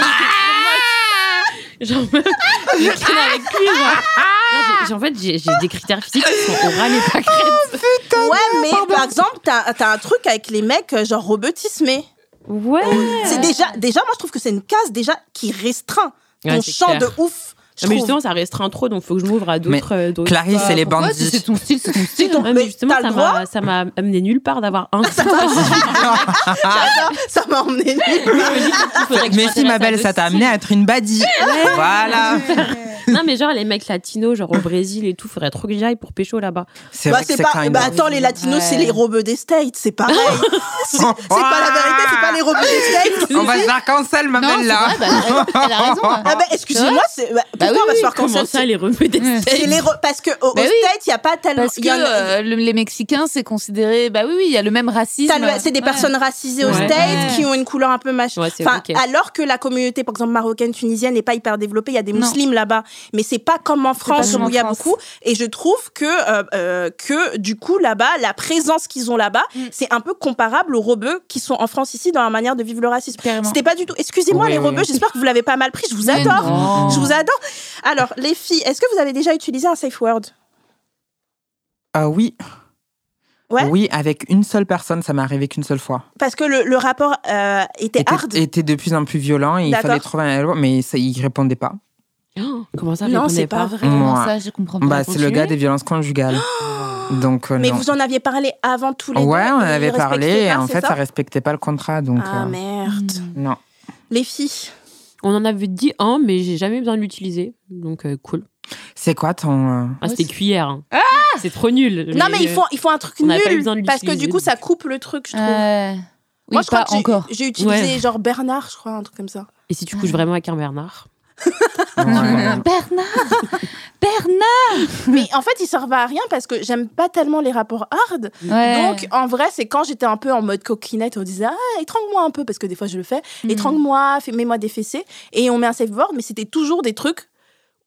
E: il était trop moche. Genre, meuf, je ken avec lui, genre. Non, j'ai- j'ai- en fait, j'ai j'ai des critères physiques qui sont orales et pas crêtes.
A: Ouais, mais par exemple, t'as t'as un truc avec les mecs euh, genre robotismés.
E: Ouais.
A: C'est déjà, déjà, moi je trouve que c'est une case déjà qui restreint ton
E: Ouais, c'est
A: champ
E: clair.
A: de ouf. Je
E: Non, mais
A: trouve.
E: justement, ça restreint trop, donc faut que je m'ouvre à d'autres. euh, d'autres-
D: Clarisse et les
C: Pourquoi Si
D: bandits.
C: C'est ton style, c'est ton style.
A: ton-
E: Ouais,
A: mais
E: mais justement,
A: t'as le
E: ça
A: droit.
E: m'a- ça m'a amené nulle part d'avoir un seul.
A: J'adore, Ah, ça m'a emmené.
C: Ah,
D: Mais si, ma belle, ça t'a amené à être une badie. Voilà.
E: Non, mais genre, les mecs latinos, genre au Brésil et tout, faudrait trop que j'aille pour pécho là-bas.
D: C'est
A: bah,
D: vrai que
A: c'est
D: c'est
A: pas,
D: kind
A: bah,
D: of.
A: attends, les latinos,
C: Ouais.
A: c'est les robeux des States, c'est pareil. c'est pas la vérité, c'est pas les robeux des States.
D: On va se faire cancel, ma
C: Non,
D: belle,
C: c'est
D: là.
C: vrai, bah, elle a- elle a raison. hein.
A: Ah bah, excusez-moi, c'est- bah, pourquoi
C: oui,
A: on va se faire
E: Comment
A: cancel
E: ça, les revenus des
C: Ouais.
A: C'est les re- Parce que au- aux
C: Bah oui.
A: States, il n'y a pas tellement.
C: Parce
A: il
C: que
A: y en a-
C: euh, le- les Mexicains, c'est considéré. Bah oui, oui, il y a le même racisme.
A: t'as le- C'est des
C: Ouais.
A: personnes racisées aux
E: Ouais.
A: States
C: Ouais.
A: qui ont une couleur un peu machin.
E: Ouais, c'est
A: Enfin,
E: ok.
A: alors que la communauté, par exemple, marocaine, tunisienne n'est pas hyper développée, il y a des
C: Non.
A: musulmans là-bas, mais c'est pas comme en France
C: comme
A: où
C: en
A: il y a
C: France.
A: beaucoup. Et je trouve que, euh, euh, que du coup, là-bas, la présence qu'ils ont là-bas,
C: Mm.
A: c'est un peu comparable aux rebeux qui sont en France ici dans la manière de vivre le racisme.
C: Carrément.
A: C'était pas du tout. Excusez-moi,
D: Oui,
A: les
D: oui.
A: rebeux, j'espère que vous l'avez pas mal pris, je vous
C: Mais
A: adore.
C: non.
A: Je vous adore. Alors, les filles, est-ce que vous avez déjà utilisé un safe word
D: Ah oui.
A: Ouais.
D: Oui, avec une seule personne, ça m'est arrivé qu'une seule fois.
A: Parce que le, le rapport euh, était
D: Était-
A: hard.
D: Était de plus en plus violent et il
A: D'accord.
D: fallait trouver un loi, mais ça, il répondait pas.
E: Oh, Comment ça,
A: Non,
E: répondez
A: c'est pas vrai.
C: Comment
D: Moi.
C: ça, je comprends pas.
D: Bah, c'est le
E: continuer
D: gars des violences conjugales. Donc, euh,
A: Mais
D: non.
A: vous en aviez parlé avant tous les deux.
D: Ouais, on en
A: et
D: avait
A: vous
D: parlé
A: respectiez
D: et
A: pas,
D: en
A: c'est
D: fait,
A: ça
D: ça respectait pas le contrat. Donc,
A: Ah
D: euh,
C: Hmm.
A: merde.
D: non.
A: Les filles.
E: On en avait dit un, mais j'ai jamais eu besoin de l'utiliser. Donc, euh, cool.
D: C'est quoi ton. euh,
E: Ah, c'était
C: Ouais,
E: cuillère. hein. c'est trop nul.
A: non, mais il faut, il faut un truc
E: on n'avait pas eu
A: nul.
E: besoin de
A: Parce que du
E: l'utiliser,
A: coup,
E: donc.
A: ça coupe le truc, je
D: Euh,
A: trouve.
C: Ouais. Oui,
A: Moi, je
C: pas
A: crois que j'ai-
C: encore.
A: j'ai utilisé
E: Ouais.
A: genre Bernard, je crois, un truc comme ça.
E: Et si tu couches vraiment avec un Bernard
D: ouais.
C: Bernard Bernard
D: Hmm.
A: Mais en fait, ils servent à rien parce que j'aime pas tellement les rapports hard.
C: Ouais.
A: Donc, en vrai, c'est quand j'étais un peu en mode coquinette, on disait Ah, étrangle-moi un peu, parce que des fois, je le fais.
C: Mm.
A: Étrangle-moi, fais- mets-moi des fessées. Et on met un safe word, mais c'était toujours des trucs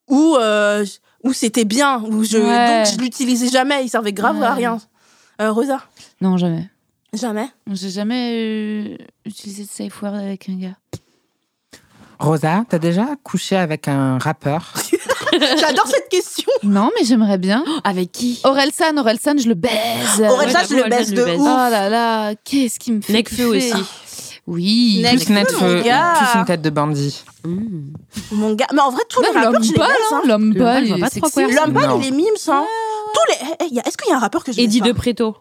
A: où, euh, j- où c'était bien, où je,
C: Ouais.
A: donc je l'utilisais jamais, il servait grave à
C: Ouais.
A: rien. Euh, Rosa
C: Non, jamais.
A: Jamais.
C: J'ai jamais euh, utilisé de safe word avec un gars.
D: Rosa, t'as déjà couché avec un rappeur
A: Ah, J'adore cette question.
C: Non, mais j'aimerais bien.
E: Oh, Avec qui
C: Orelsan, Orelsan, je le baise.
A: Aurel San,
E: ouais,
A: je le
E: j'avoue,
A: baisse
E: elle
A: de
E: le baisse.
C: Oh
A: ouf.
C: là là, qu'est-ce qui me fait
E: Necfeu
C: kiffer.
E: aussi.
C: Oui.
A: Necfeu.
D: Plus
A: Necfeu,
D: Netfeu,
A: mon gars.
D: plus une tête de bandit.
E: Mmh.
A: Mon gars. Mais en vrai, tous les
C: Même
A: rappeurs,
C: l'homme
A: je les
C: pâle,
A: baisse.
C: hein,
A: hein.
C: l'homme
E: Le pâle,
C: pâle,
E: je
C: il
E: vois
C: est
E: pas trop
C: sexy.
E: quoi.
A: L'homme pâle,
D: Non.
A: il est mime, hein. Tous les. eh, eh, y a- Est-ce qu'il y a un rappeur que je
E: Eddie
A: baisse
E: de
A: pas
E: Preto.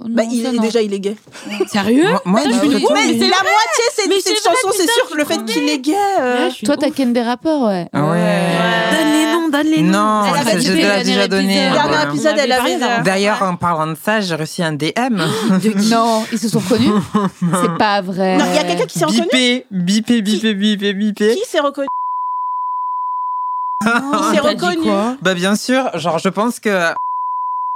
C: Oh non,
A: Bah, il
C: ça,
A: est
C: non.
A: déjà il est gay. Hein?
E: Sérieux
D: Moi,
A: Ah,
D: moi,
E: je
A: bah
D: je
C: suis
D: suis
C: une
A: Mais
E: mais
A: la
E: c'est
A: moitié c'est
E: Mais
A: de
E: c'est
A: cette
E: vrai,
A: chanson, c'est
E: putain,
A: sûr
E: je
A: que le fait
E: comprenais.
A: qu'il est gay. euh,
C: Toi, t'as Ken des rappeurs, ouais.
D: Ah Ouais.
A: Ah Ouais. Ah, bah,
D: ouais.
E: Donne les noms, donne les noms.
D: Non,
A: Elle a
D: ça, je
A: participé
D: te
A: au
D: l'ai
C: dernier
D: déjà donné. hein.
C: épisode.
A: Dernier
D: ouais.
A: épisode,
E: On
A: elle
E: avait
A: avait.
E: parlé
A: euh,
D: D'ailleurs, en parlant de ça, j'ai reçu un DM.
C: Non, ils se sont reconnus. C'est pas vrai.
A: Non, il y a quelqu'un qui s'est reconnu.
D: Bipé, bipé, bipé, bipé, bipé.
A: Qui s'est reconnu
C: Ah,
A: On
D: Ah,
A: s'est reconnus.
E: quoi
D: Bah bien sûr, genre je pense que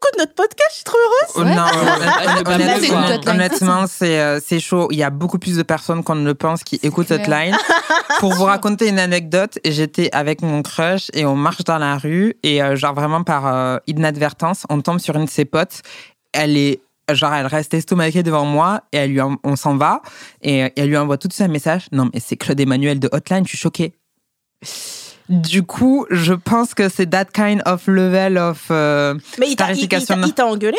A: Écoute notre podcast, je suis trop heureuse.
D: Oh,
C: Ouais.
D: non,
E: Elle peut pas
D: honnêtement,
E: me le
D: honnêtement,
C: dire.
D: honnêtement, c'est euh, c'est chaud. Il y a beaucoup plus de personnes qu'on ne le pense qui écoutent
C: clair.
D: cette line. Pour vous raconter une anecdote, j'étais avec mon crush et on marche dans la rue et euh, genre vraiment par euh, inadvertance, on tombe sur une de ses potes. Elle est genre elle reste estomaquée devant moi et elle lui en- on s'en va et euh, elle lui envoie tout de suite un message. Non mais c'est Claude Emmanuel de Hotline, je suis choquée. Du coup, je pense que c'est that kind of level of euh,
A: Mais il t'a- il- il t'a
D: Tarification.
A: il t'a engueulé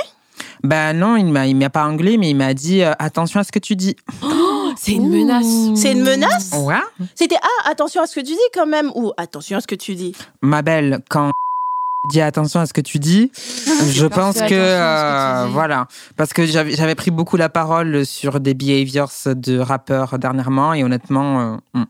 D: bah non, il m'a, il m'a pas anglais, mais il m'a dit euh, attention à ce que tu dis.
E: C'est une
C: Mm.
E: menace.
A: C'est une menace
D: Ouais.
A: C'était ah attention à ce que tu dis quand même ou attention à ce que tu dis.
D: Ma belle, quand dit attention à ce que tu dis, je
C: parce
D: pense
C: que
D: que,
C: attention à ce que tu
D: euh,
C: dis.
D: voilà, parce que j'avais, j'avais pris beaucoup la parole sur des behaviors de rappeurs dernièrement et honnêtement, euh, hmm.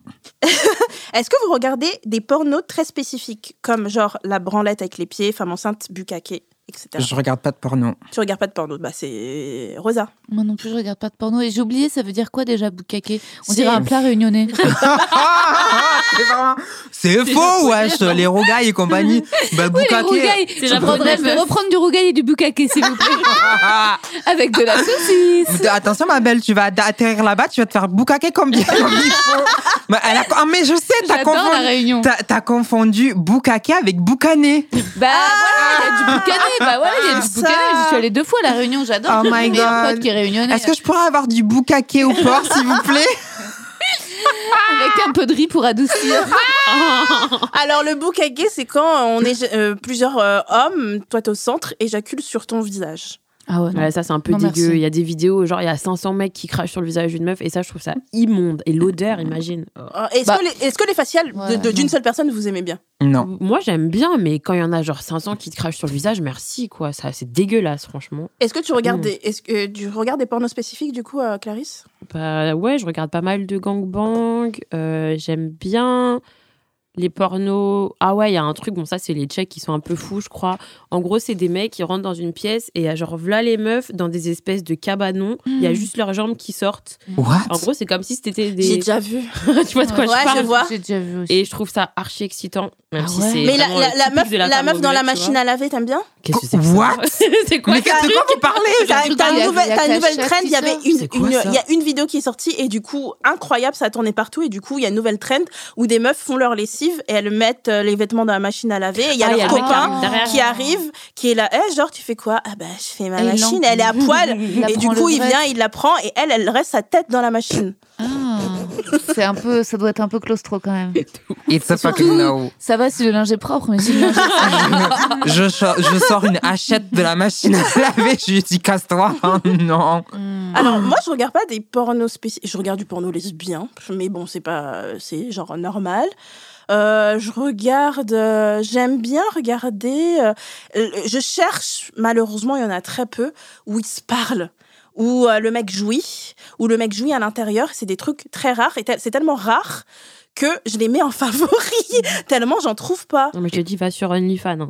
A: Est-ce que vous regardez des pornos très spécifiques comme genre la branlette avec les pieds, femme enceinte, bucaquée, etc.
D: je regarde pas de porno.
A: Tu regardes pas de porno Bah c'est Rosa.
C: Moi non plus, je regarde pas de porno. Et j'ai oublié, ça veut dire quoi déjà, boucaquet On
A: C'est-
C: dirait un plat réunionnais.
D: c'est, vraiment- c'est faux, wesh, les rougailles et compagnie. Bah, boucaquet.
E: C'est japonais,
C: Bref,
E: meuf.
C: reprendre du rougail et du boucaquet, s'il vous plaît. Avec de la saucisse.
D: Attention, ma belle, tu vas atterrir là-bas, tu vas te faire boucaquer comme bien comme il faut. Mais, elle a- ah, mais je sais, t'as
C: J'adore la
D: confondu,
C: réunion.
D: t'as- t'as confondu boucaquet avec boucané.
C: Bah voilà, il y a du boucané. Bah voilà, il y a du
A: Ça.
C: boucané. J'y suis allée deux fois à la réunion, j'adore.
D: Oh
C: J'ai
D: my
C: mon meilleur
D: God.
C: pote qui est réunionnais.
D: Est-ce que je pourrais avoir du boucaquet au port, s'il vous plaît
C: Avec un peu de riz pour adoucir.
A: Alors le bucaquée c'est quand on est euh, plusieurs euh, hommes, toi t'es au centre, éjacule sur ton visage.
C: Ah ouais, non.
E: Ouais, ça c'est un peu
C: Non,
E: dégueu.
C: merci.
E: Il y a des vidéos, genre il y a 500 mecs qui crachent sur le visage d'une meuf et ça je trouve ça immonde. Et l'odeur, imagine.
A: Euh, Est-ce
C: Bah.
A: que, les- est-ce que les faciales de-
C: Ouais,
A: de- d'une
C: non.
A: seule personne vous aimez bien
D: Non.
E: Moi j'aime bien, mais quand il y en a genre 500 qui te crachent sur le visage, merci quoi. Ça c'est dégueulasse franchement.
A: Est-ce que tu regardes
E: Non.
A: des, est-ce que euh, tu regardes des pornos spécifiques du coup, euh, Clarisse
E: Bah ouais, je regarde pas mal de gangbang. euh, j'aime bien les pornos. Ah ouais, il y a un truc, bon ça c'est les tchèques qui sont un peu fous je crois. En gros c'est des mecs qui rentrent dans une pièce et il y a genre voilà les meufs dans des espèces de cabanons. Il
A: Hmm.
E: y a
C: Mm.
E: juste leurs jambes qui sortent.
D: What
E: En gros c'est comme si c'était
A: J'ai
E: des...
A: déjà vu.
E: tu vois de quoi
A: Ouais,
E: je parle
A: je vois.
C: J'ai déjà vu aussi.
E: Et je trouve ça archi excitant, même
C: Ah
E: si
C: ouais.
E: c'est.
A: Mais la,
E: vraiment
A: la-
E: le
A: la
E: typique
A: meuf,
E: de la,
A: la
E: femme
A: meuf dans la
E: anglaise, tu
A: machine
E: vois.
A: à laver, t'aimes bien
E: Qu'est-ce que c'est que ça
D: What
E: C'est quoi
D: Mais
E: ça
D: c'est quoi vous parlez
A: Ah T'as
C: truc
A: t'as
C: dans
A: une
C: la-
A: nouvelle,
C: la
A: t'as une nouvelle
C: cachette,
A: trend. Il y
C: tout ça.
A: avait une,
E: C'est quoi,
A: une-
E: ça
A: il y a une vidéo qui est sortie et du coup incroyable, ça a tourné partout et du coup il y a une nouvelle trend où des meufs font leur lessive et elles mettent euh, les vêtements dans la machine à laver. Et il y a
E: Ah,
A: leur
E: il y a le mec
A: copain
E: qui arrive derrière.
A: qui arrive, qui est là, Eh, genre tu fais quoi Ah bah je fais ma
C: Et il
A: machine,
C: l'en-
A: elle est à poil.
C: Il la
A: Et du
C: prend
A: coup
C: le
A: il
C: reste.
A: vient, il la prend et elle, elle reste sa tête dans la machine.
C: Ah, c'est un peu, ça doit être un peu claustro quand même.
D: It's a fucking no.
C: Ça va si le linge est propre, mais si le linge est
D: Je, sors- je sors une hachette de la machine à laver, je lui dis casse-toi. Oh, non.
A: Alors moi je regarde pas des pornos spécifiques, je regarde du porno lesbien, mais bon c'est pas, c'est genre normal. Euh, je regarde, euh, j'aime bien regarder. euh, euh, je cherche, malheureusement il y en a très peu où ils se parlent, où euh, le mec jouit, où le mec jouit à l'intérieur. C'est des trucs très rares et tel- c'est tellement rare que je les mets en favori tellement j'en trouve pas.
E: Non, mais je te dis, va sur OnlyFans. hein.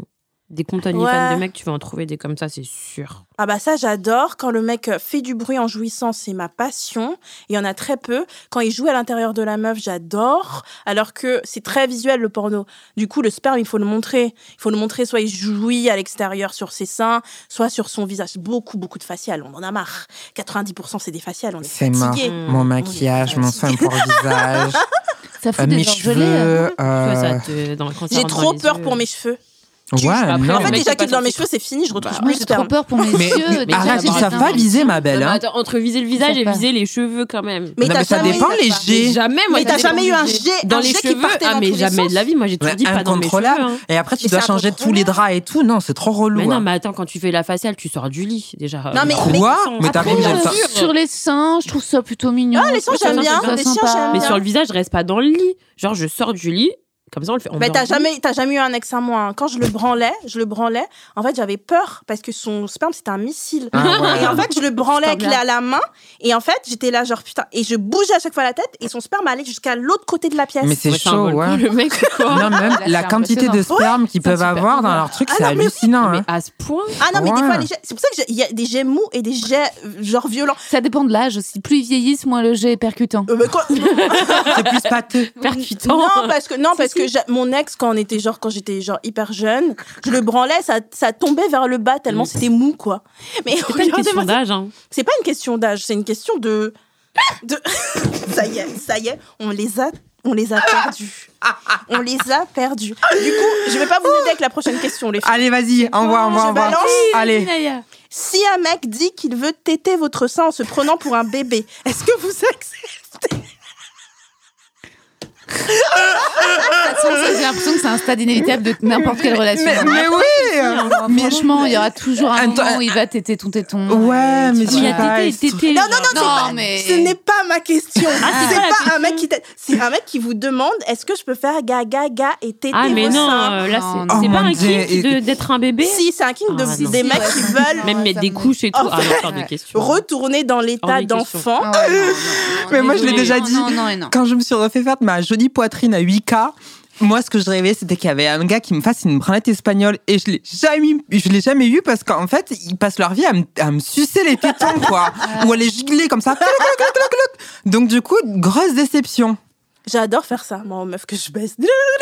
E: Des comptes OnlyFans
A: Ouais.
E: de mecs, tu vas en trouver des comme ça, c'est sûr.
A: Ah bah ça j'adore quand le mec euh, fait du bruit en jouissant, c'est ma passion. Il y en a très peu. Quand il joue à l'intérieur de la meuf, j'adore. Alors que c'est très visuel le porno. Du coup le sperme il faut le montrer. Il faut le montrer soit il jouit à l'extérieur sur ses seins, soit sur son visage. Beaucoup beaucoup de faciales, on en a marre. 90% c'est des faciales, on est,
D: C'est mort.
A: fatigué.
E: Mm.
D: Mon maquillage, mon soin pour le visage,
C: Ça fout
D: euh,
C: des
D: mes
C: orgelets.
D: cheveux.
E: Tu vois, ça
D: euh,
E: te- dans- quand ça
A: J'ai
E: rentre dans
A: trop
E: les
A: peur
E: yeux.
A: pour mes cheveux.
E: Tu-
D: Ouais,
E: après,
D: non.
A: En fait
E: mec,
A: déjà
E: c'est pas
A: que dans mes
E: censé-
A: cheveux c'est fini, je retrouve
E: Bah,
A: plus
C: Moi
A: de
C: j'ai trop
A: sperme.
C: peur pour mes
D: Mais,
C: yeux.
D: mais
C: déjà,
D: arrête, ils
C: d'avoir
D: savent
C: un
D: pas
C: enfant.
D: viser, ma
E: Non,
D: belle.
E: mais
D: hein.
E: attends, entre viser le visage
C: Faut
E: et
C: pas.
E: viser les cheveux quand même.
A: Mais
D: Non,
A: t'as
D: mais ça
A: jamais-
D: dépend les
E: Mais
D: G.
E: jamais, moi.
A: Mais t'as
E: j'ai
A: jamais eu un
E: des-
A: jet
E: dans
A: un
E: les
A: jet qui
E: cheveux
A: partait
E: Ah,
A: dans
E: mais
A: tous les
E: jamais de la
A: sens.
E: vie, moi j'ai
D: Ouais,
E: toujours dit pas dans mes cheveux.
D: incontrôlable.
E: hein.
D: Et après, tu
A: Mais
D: dois
A: c'est
D: changer tous les draps et tout. Non, c'est trop relou.
E: Mais non,
D: hein.
E: mais attends, quand tu fais la faciale, tu sors du lit déjà.
A: Non, mais-
D: Quoi Mais
C: Après,
D: t'arrives,
C: euh,
D: j'aime ça.
C: sur les seins, je trouve ça plutôt mignon.
A: Ah, les seins,
C: Je trouve
E: j'aime
C: ça
E: bien.
A: Les
C: sympa.
A: seins, j'aime
E: Mais sur le visage, je reste pas dans le lit. Genre, je sors du lit, comme ça on le fait. on
A: Mais
E: dort
A: t'as
E: du lit.
A: jamais, t'as jamais eu un ex à moi. hein. Quand je le branlais, je le branlais. En fait, j'avais peur parce que son sperme c'était un missile.
D: Ah ouais.
A: Et en fait, je le branlais avec
C: Putain,
A: la, la main. Et en fait, j'étais là genre putain. Et je bougeais à chaque fois la tête. Et son sperme allait jusqu'à l'autre côté de la pièce.
D: Mais c'est
E: Ouais, un
D: chaud, hein.
E: volcan,
D: ouais.
E: Le mec, quoi.
D: Non, mais même
C: Là, c'est
D: la quantité de
C: impressionnant.
D: sperme qu'ils
C: c'est
D: peuvent
C: super
D: avoir dans
C: fort.
D: leur truc,
A: Ah
D: c'est
A: non, mais oui.
D: hallucinant.
E: Mais
D: hein.
E: à ce point.
A: Ah non, mais des
D: Ouais.
A: fois, les jets- c'est pour ça qu'il y a des jets mous et des jets euh, genre violents.
C: Ça dépend de l'âge aussi. Plus ils vieillissent, moins le jet est percutant.
A: Euh, mais quoi
D: hein. C'est plus pâteux.
E: Percutant.
A: Non, parce que, non, parce que j'a- mon ex, quand on était genre, quand j'étais genre hyper jeune, je le branlais, ça, ça tombait vers le bas tellement
E: Mm.
A: c'était mou, quoi. Mais
E: C'est pas une question
A: regarde-moi,
E: d'âge, hein.
A: c'est pas une question d'âge, c'est une question de. de... ça y est, ça y est, on les a. On les a perdus. On les a perdus. Du coup, je vais pas vous aider avec la prochaine question, les filles.
D: Allez, vas-y, envoie,
A: Je
D: envoie, envoie.
A: balance.
D: Allez.
A: Si un mec dit qu'il veut téter votre sein en se prenant pour un bébé, est-ce que vous acceptez
C: De toute façon, ça, J'ai l'impression que c'est un stade inévitable de n'importe quelle relation.
D: Mais, mais oui
C: Mais franchement, il y aura toujours un
D: Attends, euh,
C: moment où il va téter ton téton.
D: Ouais,
C: et tu
D: mais
C: vois.
E: Il y
D: Ouais,
E: a
D: ils
E: tété,
D: sont-
E: tété.
A: Non, non, non, c'est pas-
C: mais
A: Ce n'est pas ma question.
E: Ah,
A: c'est
E: c'est pas la
A: pas un
E: question.
A: mec qui t'a- c'est un mec qui vous demande est-ce que je peux faire gaga gaga et téter
E: Ah, mais
A: vos
E: non,
A: seins
E: euh, là,
C: Non,
E: c'est
C: non.
E: c'est
D: Oh
E: pas
D: mon
E: un
D: Dieu,
E: kiff de- d'être un bébé.
A: Si, c'est un king de,
E: Ah, non.
A: des
C: Si,
A: mecs
C: ouais,
A: qui
C: non,
A: veulent
C: non.
E: Même mettre
C: ça
E: des
C: me-
E: couches et tout.
A: Oh,
E: Ah, non, hors de
C: ouais.
E: question.
A: retourner dans l'état
E: Hors de question.
A: d'enfant.
C: Ah ouais, non, non, non,
D: Mais moi, je l'ai
C: désolé.
D: déjà
C: Non,
D: dit.
C: Non, non, et non.
D: Quand je me suis refait faire de ma jolie poitrine à 8K, moi, ce que je rêvais, c'était qu'il y avait un gars qui me fasse une branlette espagnole et je l'ai jamais, je l'ai jamais eu parce qu'en fait, ils passent leur vie à me, à me sucer les tétons, quoi. ou à les gigler comme ça. Cloc, cloc, cloc, cloc, cloc. Donc, du coup, grosse déception.
A: J'adore faire ça, moi, aux meufs que je baisse.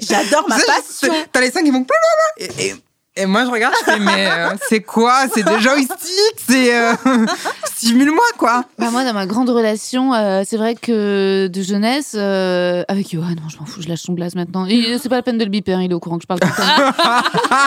A: J'adore ma
D: Tu sais,
A: passion.
D: c'est- T'as les seins qui vont. Et, et, et moi, je regarde, je fais, mais euh, c'est quoi C'est des joysticks C'est. euh, Stimule-moi, quoi.
C: Bah, moi, dans ma grande relation, euh, c'est vrai que de jeunesse, euh, avec Johan, non, je m'en fous, je lâche son glace maintenant. Et C'est pas la peine de le biper, hein, il est au courant que je parle comme ça.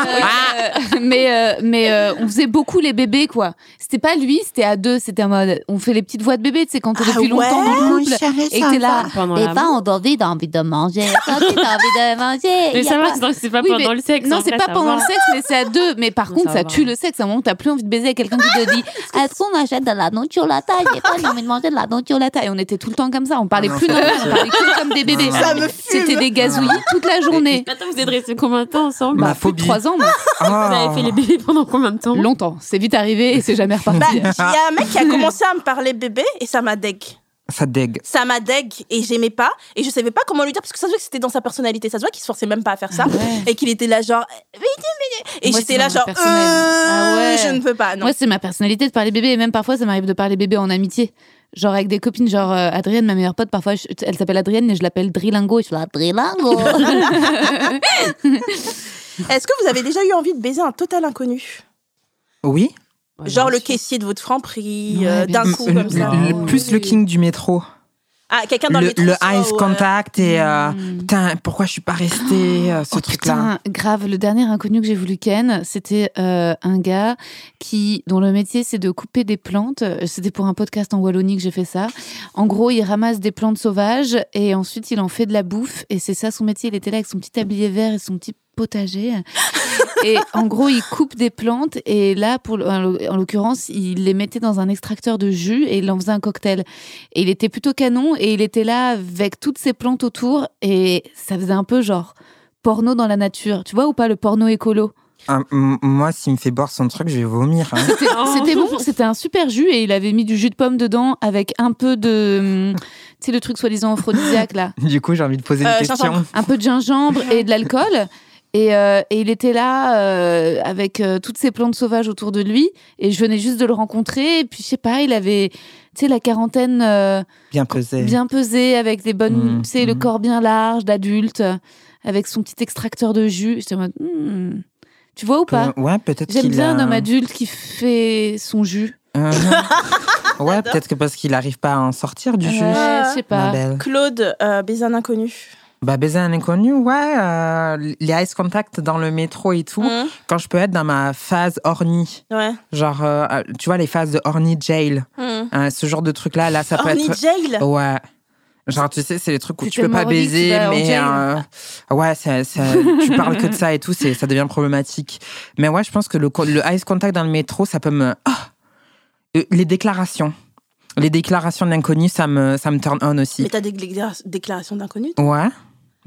C: Euh, mais euh, mais euh, on faisait beaucoup les bébés, quoi. C'était pas lui, c'était à deux, c'était en mode. On fait les petites voix de bébé, tu sais, quand t'es
A: Ah
C: depuis longtemps
A: ouais,
C: dans le couple. Et que t'es là.
E: Pendant
C: Et
E: la-
C: ben, on a envie, t'as envie de manger. T'as envie, t'as envie de manger.
E: Mais
C: Y a
E: ça
C: pas-
E: marche, donc c'est pas
C: Oui,
E: pendant
C: mais-
E: le sexe.
C: Non,
E: en
C: c'est
E: vrai,
C: pas
E: ça
C: pendant le
E: va.
C: sexe, mais c'est à deux. Mais par
E: Non,
C: contre,
E: ça
C: ça,
E: va.
C: tue le sexe. À un moment, t'as plus envie de baiser avec quelqu'un qui te dit Est-ce qu'on achète de la nourriture la taille J'ai pas envie de manger de la nourriture la taille. Et on était tout le temps comme ça. On parlait
D: Ah non,
C: plus
D: ça
C: normal,
D: me
C: on
D: fume.
C: parlait que comme des bébés.
A: Ça me fume.
C: C'était des gazouillis toute la journée.
E: Attends, vous êtes restés combien de temps ensemble
D: Ma
C: Bah, plus de
D: phobie.
C: trois ans, moi. Bah,
E: Vous
D: Oh.
E: avez fait les bébés pendant combien de temps
C: longtemps. C'est vite arrivé et c'est jamais
A: Bah,
C: reparti.
A: Il y a un mec qui a commencé à me parler bébé et ça m'a deg.
D: Ça dégue.
A: Ça m'a deg et j'aimais pas et je savais pas comment lui dire parce que ça se voit que c'était dans sa personnalité. Ça se voit qu'il se forçait même pas à faire ça et qu'il était là genre. Mais dis, mais dis. Et
C: Moi,
A: j'étais
C: c'est
A: là
C: dans ma
A: genre.
C: personnelle.
A: euh,
C: Ah ouais.
A: Je ne peux pas. Non.
C: Moi, c'est ma personnalité de parler bébé. Et même parfois, ça m'arrive de parler bébé en amitié. Genre avec des copines, genre euh, Adrienne, ma meilleure pote, parfois je- elle s'appelle Adrienne et je l'appelle Drilingo. Et je suis là, Drilingo
A: Est-ce que vous avez déjà eu envie de baiser un total inconnu
D: Oui.
E: Ouais,
A: Genre
E: bien
A: le
E: sûr.
A: caissier de votre franprix,
C: Ouais,
A: euh,
C: bien
A: d'un
C: sûr.
A: coup
D: Le-
A: comme ça.
D: le- le- plus le king du métro.
A: Ah, quelqu'un dans le,
D: Le,
A: métro,
D: le
A: soit,
D: eyes
A: ouais.
D: contact et euh,
C: Mm.
D: putain, pourquoi je suis pas restée euh, ce
C: Oh,
D: truc-là
C: putain, grave, le dernier inconnu que j'ai voulu ken, c'était euh, un gars qui, dont le métier c'est de couper des plantes. Euh, C'était pour un podcast en Wallonie que j'ai fait ça. En gros, il ramasse des plantes sauvages et ensuite il en fait de la bouffe. Et c'est ça son métier. Il était là avec son petit tablier vert et son petit potager. et en gros, il coupe des plantes et là, pour, le- en l'oc- en l'occurrence, il les mettait dans un extracteur de jus et il en faisait un cocktail. Et il était plutôt canon et il était là avec toutes ses plantes autour et ça faisait un peu genre porno dans la nature. Tu vois ou pas le porno écolo
D: Ah, m- moi, s'il me fait boire son truc, je vais vomir. hein.
C: C'était
E: Oh.
C: c'était bon, c'était un super jus et il avait mis du jus de pomme dedans avec un peu de. hum, Tu sais, le truc soi-disant aphrodisiaque là.
D: du coup, j'ai envie de poser
A: Euh,
D: une
A: j'entends.
D: question.
C: un peu de gingembre et de l'alcool. Et, euh, et il était là euh, avec euh, toutes ces plantes sauvages autour de lui. Et je venais juste de le rencontrer. Et puis, je sais pas, il avait, tu sais, la quarantaine euh,
D: Bien pesé.
C: bien pesée, avec des bonnes,
D: Mmh,
C: tu sais, le
D: mmh.
C: corps bien large, d'adulte, euh, avec son petit extracteur de jus. J'étais en mode, Hmm. tu vois ou
D: Peu-
C: pas
D: ouais, peut-être
C: J'aime
D: qu'il
C: bien
D: a-
C: un homme adulte qui fait son jus.
D: Euh, ouais, peut-être que parce qu'il n'arrive pas à en sortir du
C: Ouais,
D: jus.
C: Euh,
D: Ah, ben.
C: je sais
D: Ma
C: pas.
D: belle.
A: Claude, euh, baiser un inconnu.
D: Bah, baiser un inconnu, ouais. euh, les eyes contact dans le métro et tout.
A: Mmh,
D: Quand je peux être dans ma phase horny,
A: ouais.
D: genre, euh, tu vois, les phases de horny jail,
A: Mmh.
D: hein, ce genre de truc-là, là, ça peut
A: Horny
D: être.
A: jail.
D: Ouais. Genre, tu sais, c'est les trucs où
C: C'est
D: tu peux pas
C: tellement horrible, tu
D: baiser,
C: vas en
D: mais
C: jail.
D: euh, ouais, ça, ça- tu parles que de ça et tout, c'est, ça devient problématique. Mais ouais, je pense que le, co- le ice contact dans le métro, ça peut me. Ah Euh, Les déclarations. Les déclarations d'inconnus, ça me, ça me turn on
A: Mais
D: aussi.
A: t'as des gla- déclarations d'inconnu
D: Ouais,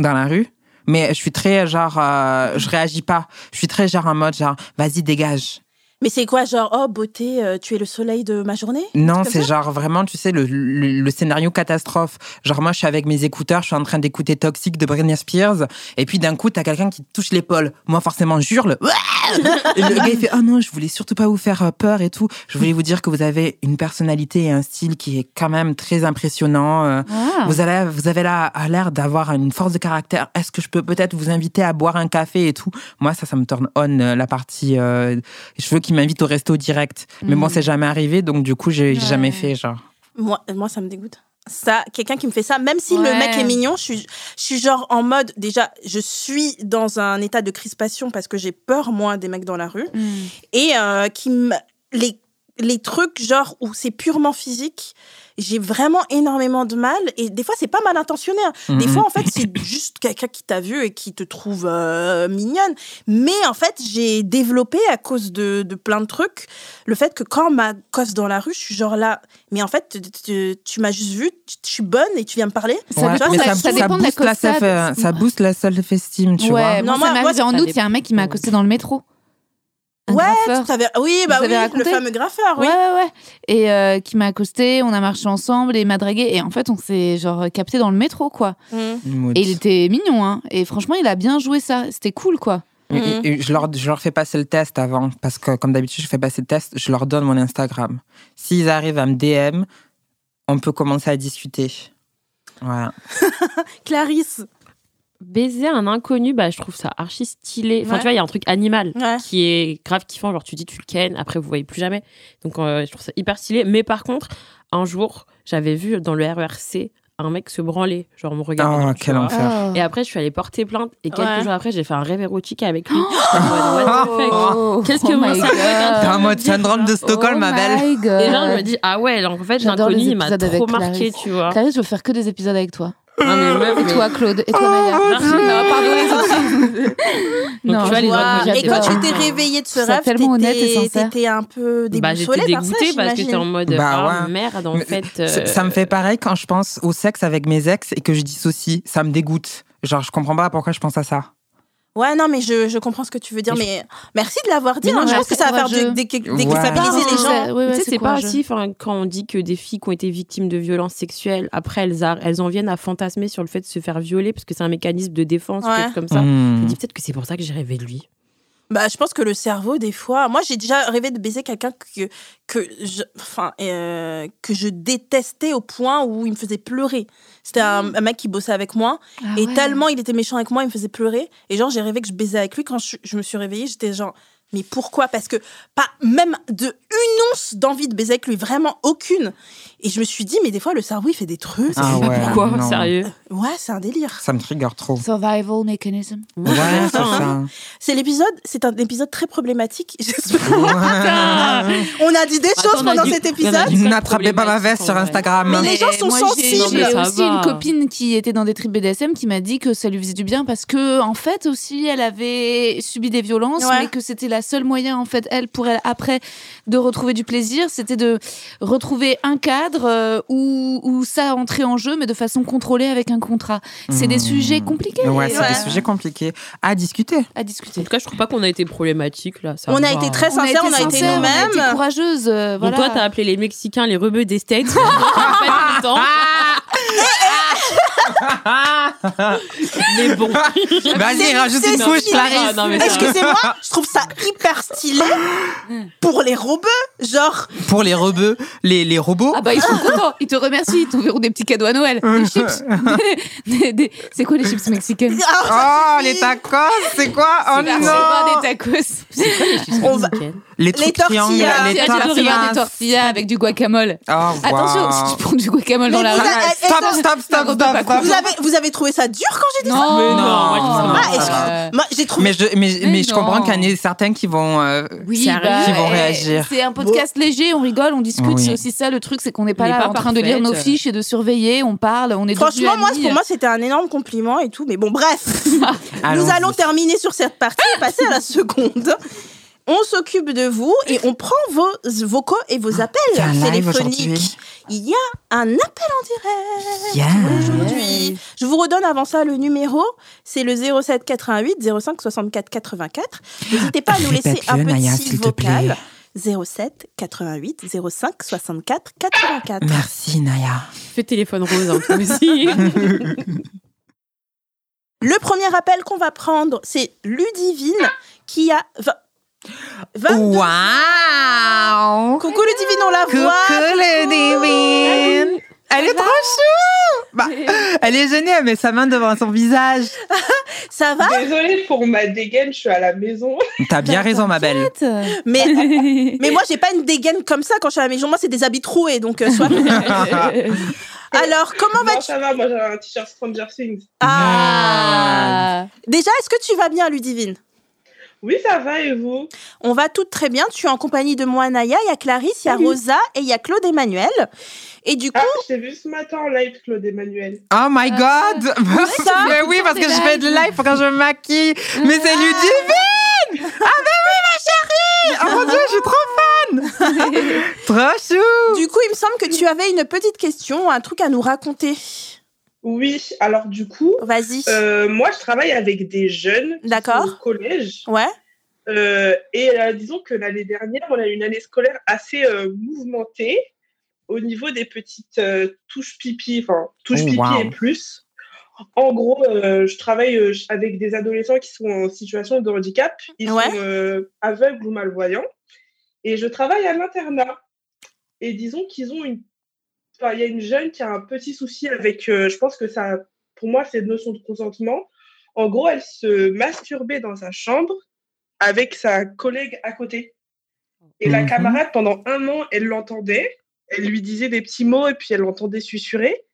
D: dans la rue. Mais je suis très genre, euh, je réagis pas. Je suis très genre en mode genre, vas-y, dégage.
A: Mais c'est quoi, genre, oh beauté, euh, tu es le soleil de ma journée
D: Non,
A: comme
D: c'est genre vraiment, tu sais, le, le, le scénario catastrophe. Genre, moi, je suis avec mes écouteurs, je suis en train d'écouter Toxic de Britney Spears, et puis d'un coup, t'as quelqu'un qui te touche l'épaule. Moi, forcément, j'hurle. Ouah Et le gars, il fait, oh non, je voulais surtout pas vous faire euh, peur et tout. Je voulais vous dire que vous avez une personnalité et un style qui est quand même très impressionnant. Euh,
C: Ah.
D: Vous avez, vous avez là, à l'air d'avoir une force de caractère. Est-ce que je peux peut-être vous inviter à boire un café et tout Moi, ça, ça me turn on, euh, la partie. euh, je veux qu'il m'invite au resto direct. Mais bon,
C: Mhm.
D: c'est jamais arrivé, donc du coup, j'ai j'ai jamais
C: Ouais.
D: fait, genre.
A: Moi, moi, ça me dégoûte. Ça, quelqu'un qui me fait ça, même si le
C: Ouais.
A: mec est mignon, je suis, je suis genre en mode, déjà, je suis dans un état de crispation parce que j'ai peur, moi, des mecs dans la rue.
C: Mm.
A: Et euh, qui me. Les, les trucs, genre, où c'est purement physique, j'ai vraiment énormément de mal. Et des fois, c'est pas mal intentionné. hein. Des
D: Mhm.
A: fois, en fait, c'est juste quelqu'un qui t'a vu et qui te trouve euh, mignonne. Mais en fait, j'ai développé à cause de, de plein de trucs le fait que quand on m'accoste dans la rue, je suis genre là. Mais en fait, tu, tu- tu m'as juste vu, tu- je suis bonne et tu viens me parler.
C: Ça
D: Ouais,
C: dépend
D: mais
C: de la-
D: ça,
C: ça
D: ça
C: dépend de la
D: booste la
C: costade.
D: self, euh, ça booste la self-esteem, tu
C: ouais,
D: vois.
A: Non,
C: moi,
A: moi-
C: ça m'est
A: moi,
C: arrivé en
E: ça
C: août, il y a un mec qui m'a accosté dans le métro. Un
A: ouais,
C: graffeur.
A: tu t'avais- Oui, bah
C: Ah. Vous
A: oui,
C: avez
A: le
C: raconté
A: fameux graffeur, oui.
C: Ouais, ouais, ouais. Et euh, qui m'a accosté, on a marché ensemble et il m'a dragué. Et en fait, on s'est genre capté dans le métro, quoi.
A: Mhm.
D: Une
C: Et il était mignon, hein. Et franchement, il a bien joué ça. C'était cool, quoi.
D: Et-
C: Mm.
D: et- Mm. et je, leur, je leur fais passer le test avant, parce que comme d'habitude, je fais passer le test, je leur donne mon Instagram. S'ils arrivent à me DM, on peut commencer à discuter. Voilà.
A: Clarisse.
E: Baiser un inconnu, bah, je trouve ça archi stylé. Enfin,
A: Ouais.
E: tu vois, il y a un truc animal
A: Ouais.
E: qui est grave kiffant. Genre, tu dis, tu le ken, après, vous voyez plus jamais. Donc, euh, je trouve ça hyper stylé. Mais par contre, un jour, j'avais vu dans le RERC un mec se branler, genre me regarder.
D: Oh,
E: tu
D: quel
E: vois.
D: enfer.
C: Oh.
E: Et après, je suis allée porter plainte. Et quelques
A: Ouais.
E: jours après, j'ai fait un rêve érotique avec lui. J'étais en mode, what the fuck
C: Oh.
E: Qu'est-ce que
C: Oh
E: mon
C: my
E: cerveau est en
C: God.
D: T'es en mode syndrome de Stockholm,
C: Oh
D: ma belle.
C: my God.
E: Et là, je me dis, ah ouais, en fait,
C: J'adore
E: l'inconnu,
C: les
E: il m'a
C: épisodes
E: trop
C: avec
E: marqué,
C: Clarisse.
E: tu vois.
C: Clarisse, je veux faire que des épisodes avec toi.
E: Non, mais meuf,
C: Et
E: mais-
C: toi, Claude. Et
A: Oh,
C: toi, Maya.
E: merci.
C: Non, pardon les autres.
A: Ah,
E: Donc, tu vois, les bah,
A: Waouh.
E: inconnu,
A: Et quand tu
E: j'adore.
A: t'es réveillée de ce
C: Je trouve ça
A: rêve,
C: tellement honnête et
A: t'étais-
C: sincère.
A: t'étais un peu
E: Bah, j'étais
A: déboussolée par ça,
E: dégoûtée parce que
A: j'imagine.
E: t'es en mode
D: Bah
E: ah,
D: ouais.
E: merde en
D: Mais
E: fait.
D: Ça,
E: euh,
D: ça me fait pareil quand je pense au sexe avec mes ex et que je dissocie. Ça me dégoûte. Genre, je comprends pas pourquoi je pense à ça.
A: Ouais, non, mais je, je comprends ce que tu veux dire,
E: Mais
A: mais merci de l'avoir dit.
C: Mais
A: hein,
C: non,
A: je
C: mais
A: pense que
C: c'est
A: ça va faire
C: courageux.
A: dé- dé-
D: Ouais.
A: déculpabiliser
E: Pardon,
A: les gens.
C: Ouais, ouais,
E: tu sais,
C: c'est
E: c'est pas
C: courageux.
E: aussi enfin, quand on dit que des filles qui ont été victimes de violences sexuelles, après elles, a- elles en viennent à fantasmer sur le fait de se faire violer parce que c'est un mécanisme de défense ou
A: Ouais.
E: quelque chose comme ça. Je me
D: Hmm.
E: dis peut-être que c'est pour ça que j'ai rêvé de lui.
A: Bah, je pense que le cerveau, des fois, moi, j'ai déjà rêvé de baiser quelqu'un que que je, enfin, euh, que je détestais au point où il me faisait pleurer. C'était un,
E: Mmh.
A: un mec qui bossait avec moi
E: Ah
C: Ah
A: et tellement il était méchant avec moi, il me faisait pleurer. Et genre, j'ai rêvé que je baisais avec lui. Quand je, je me suis réveillée, j'étais genre, mais pourquoi Parce que pas même de une once d'envie de baiser avec lui, vraiment aucune. Et je me suis dit, mais des fois, le cerveau, il fait des trucs.
D: Ah
E: Je sais pas
D: ouais,
E: pourquoi,
D: non.
E: sérieux
A: Ouais, c'est un délire.
D: Ça me trigger trop.
C: Survival mechanism.
D: Ouais, c'est
E: j'adore,
D: ça.
C: hein.
A: C'est l'épisode, c'est un épisode très problématique. J'espère.
E: Ah.
D: Ouais.
A: On a dit des
E: Attends,
A: choses
E: on a
A: pendant
E: dit-
A: cet
E: on a
A: épisode.
E: dit- Pas de
D: N'attrapez pas ma veste sur
E: problématique,
D: Instagram.
A: Mais les gens sont
C: moi, j'ai-
A: sensibles.
C: J'ai
E: Ça
C: aussi
E: va.
C: une copine qui était dans des tripes BDSM qui m'a dit que ça lui faisait du bien parce que, en fait, aussi, elle avait subi des violences,
A: Ouais.
C: mais que c'était la seule moyen, en fait, elle, pour elle, après, de retrouver du plaisir, c'était de retrouver un cadre euh, où, où ça entrait en jeu, mais de façon contrôlée avec un contrat. C'est des
D: Mmh.
C: sujets compliqués euh,
D: Ouais, c'est
A: Ouais.
D: des sujets compliqués à discuter.
C: à
E: En
C: discuter.
E: tout cas, je trouve pas qu'on a été problématique là. ça
A: On a
E: va.
D: hein.
A: été très sincères, on a été
C: sincères, On a été
A: nous-mêmes.
C: courageuses. euh,
E: Donc
C: voilà.
E: toi, t'as appelé les Mexicains les rebeux des States. Ils sont pas contents. mais bon.
D: Vas-y, rajoute
A: c'est
D: une couche,
A: stylé.
E: Clarisse. Non, mais ça-
A: Excusez-moi, je trouve ça hyper stylé pour les robeux. Genre,
D: Pour les rebeux, les, les robots.
C: Ah bah ils sont contents, ils te remercient, ils t'enverront des petits cadeaux à Noël, des chips. Des- des- C'est quoi les chips mexicaines
A: ah,
D: Oh, les tacos, c'est quoi Oh
C: Ils
D: non
C: recevoir des tacos.
A: on va-
D: Les trucs
A: Les tortillas.
D: triangles, les
C: J'ai adoré voir des
D: tortillas.
C: tortillas avec du guacamole.
D: Oh, wow.
C: Attention, si tu prends du guacamole dans
A: Mais
C: la
A: vous
C: rue.
A: avez-
D: Stop,
A: Attends,
D: stop, stop,
C: ça
D: stop,
C: retombe pas
D: stop.
A: vous avez, vous avez trouvé ça dur quand j'ai dit ça
E: Mais non, moi, je
D: trouve ça
A: Ah, est-ce que-
C: euh,
A: Moi, j'ai trouvé.
D: Mais je, mais,
C: Mais
D: mais je comprends
C: non.
D: qu'il y en ait certains qui vont. euh,
C: Oui,
E: Ça arrive.
D: Ils vont
C: eh,
D: réagir.
C: C'est un podcast léger, on rigole, on discute.
D: Oui.
C: C'est aussi ça le truc, c'est qu'on n'est pas
E: On n'est
C: là
E: pas
C: en train de lire nos
E: parfaite.
C: fiches et de surveiller. On parle, on est devenus
A: Franchement, moi,
C: amis.
A: pour moi, c'était un énorme compliment et tout. Mais bon, bref. Nous
D: allons-y.
A: allons terminer sur cette partie et passer à la seconde. On s'occupe de vous et on prend vos vocaux et vos appels
D: Ah, Il y a un live
A: téléphoniques.
D: aujourd'hui.
A: Il y a un appel en direct
D: Yeah.
A: aujourd'hui. Je vous redonne avant ça le numéro. C'est le 07 88 05 64 84. N'hésitez pas à nous laisser un
D: Répète-le, Naya,
A: petit
D: s'il te plaît.
A: vocal. 07 88 05 64 84.
D: Merci, Naya.
E: Fais téléphone rose, hein, toi aussi.
A: Le premier appel qu'on va prendre, c'est Ludivine qui a. vingt- 22
D: Waouh
A: Coucou le divin, on la
D: Oh. Coucou
A: voit.
D: le divin Elle est trop chou Bah, Elle est gênée, elle met sa main devant son visage.
A: Ça va
F: Désolée pour ma dégaine, je suis à la maison.
D: T'as bien raison, ma belle.
A: Mais mais moi j'ai pas une dégaine comme ça quand je suis à la maison. Moi c'est des habits troués donc euh, soit.
D: Ah.
A: Alors comment
F: Non,
A: vas-tu
F: Oh, ça va, moi j'avais un t-shirt Stranger Things.
A: Ah.
C: Ah.
A: Déjà est-ce que tu vas bien Ludivine
F: Oui, ça va, et vous
A: On va toutes très bien. Tu es en compagnie de moi Naya, il y a Clarisse, il y a Rosa et il y a Claude Emmanuel. Et du coup
F: Ah, je t'ai vu ce matin en live, Claude Emmanuel.
D: Oh my god
A: ça,
D: Mais oui, parce que je fais de live quand je me maquille. Mais c'est Ludivine Ah ben oui, ben ma chérie Oh mon dieu, je suis trop fan Trop chou
A: du coup il me semble que tu avais une petite question, un truc à nous raconter.
F: Oui, alors du coup,
A: Vas-y.
F: euh, moi je travaille avec des jeunes qui
A: D'accord.
F: sont au collège.
A: Ouais.
F: Euh, et euh, disons que l'année dernière, on a eu une année scolaire assez euh, mouvementée au niveau des petites euh, touches pipi, enfin touches
D: Oh,
F: pipi
D: wow.
F: et plus. En gros, euh, je travaille euh, ch- avec des adolescents qui sont en situation de handicap. Ils
A: Ouais.
F: sont euh, aveugles ou malvoyants. Et je travaille à l'internat. Et disons qu'ils ont une... Enfin, il y a une jeune qui a un petit souci avec... euh, je pense que ça... Pour moi, c'est une notion de consentement. En gros, elle se masturbait dans sa chambre avec sa collègue à côté. Et la
D: Mhm.
F: camarade, pendant un an, elle l'entendait, elle lui disait des petits mots et puis elle l'entendait susurrer.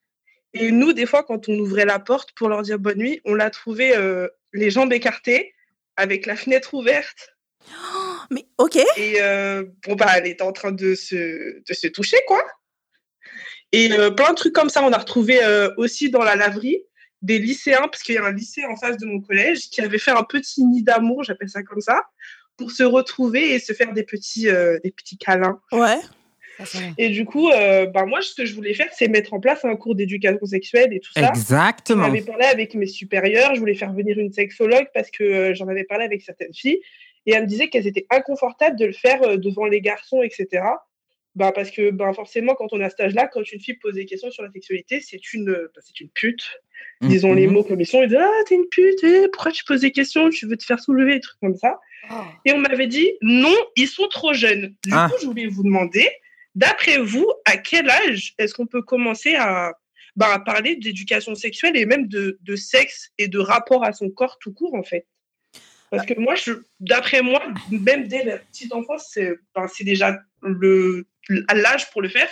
F: Et nous, des fois, quand on ouvrait la porte pour leur dire bonne nuit, on l'a trouvée euh, les jambes écartées, avec la fenêtre ouverte.
A: Mais ok.
F: Et euh, bon, bah, elle était en train de se, de se toucher, quoi. Et euh, plein de trucs comme ça, on a retrouvé euh, aussi dans la laverie des lycéens, parce qu'il y a un lycée en face de mon collège qui avait fait un petit nid d'amour, j'appelle ça comme ça, pour se retrouver et se faire des petits, euh, des petits câlins.
A: Ouais.
F: Et du coup, euh, ben moi, ce que je voulais faire, c'est mettre en place un cours d'éducation sexuelle et tout ça. J'en
D: Exactement.
F: avais parlé avec mes supérieurs, je voulais faire venir une sexologue parce que euh, j'en avais parlé avec certaines filles et elles me disaient qu'elles étaient inconfortables de le faire euh, devant les garçons, etc. Ben, parce que ben, forcément, quand on a cet âge-là, quand une fille pose des questions sur la sexualité, c'est une, euh, ben, c'est une pute. euh, Disons
D: Mm-hmm.
F: les mots comme ils sont. Ils disent Ah, t'es une pute, eh, pourquoi tu poses des questions Tu veux te faire soulever, des trucs comme ça. Et on m'avait dit Non, ils sont trop jeunes. Du
D: Ah.
F: coup, je voulais vous demander, d'après vous, à quel âge est-ce qu'on peut commencer à bah, à parler d'éducation sexuelle et même de, de sexe et de rapport à son corps tout court, en fait. Parce que moi, je, d'après moi, même dès la petite enfance, c'est, ben, c'est déjà le, l'âge pour le faire.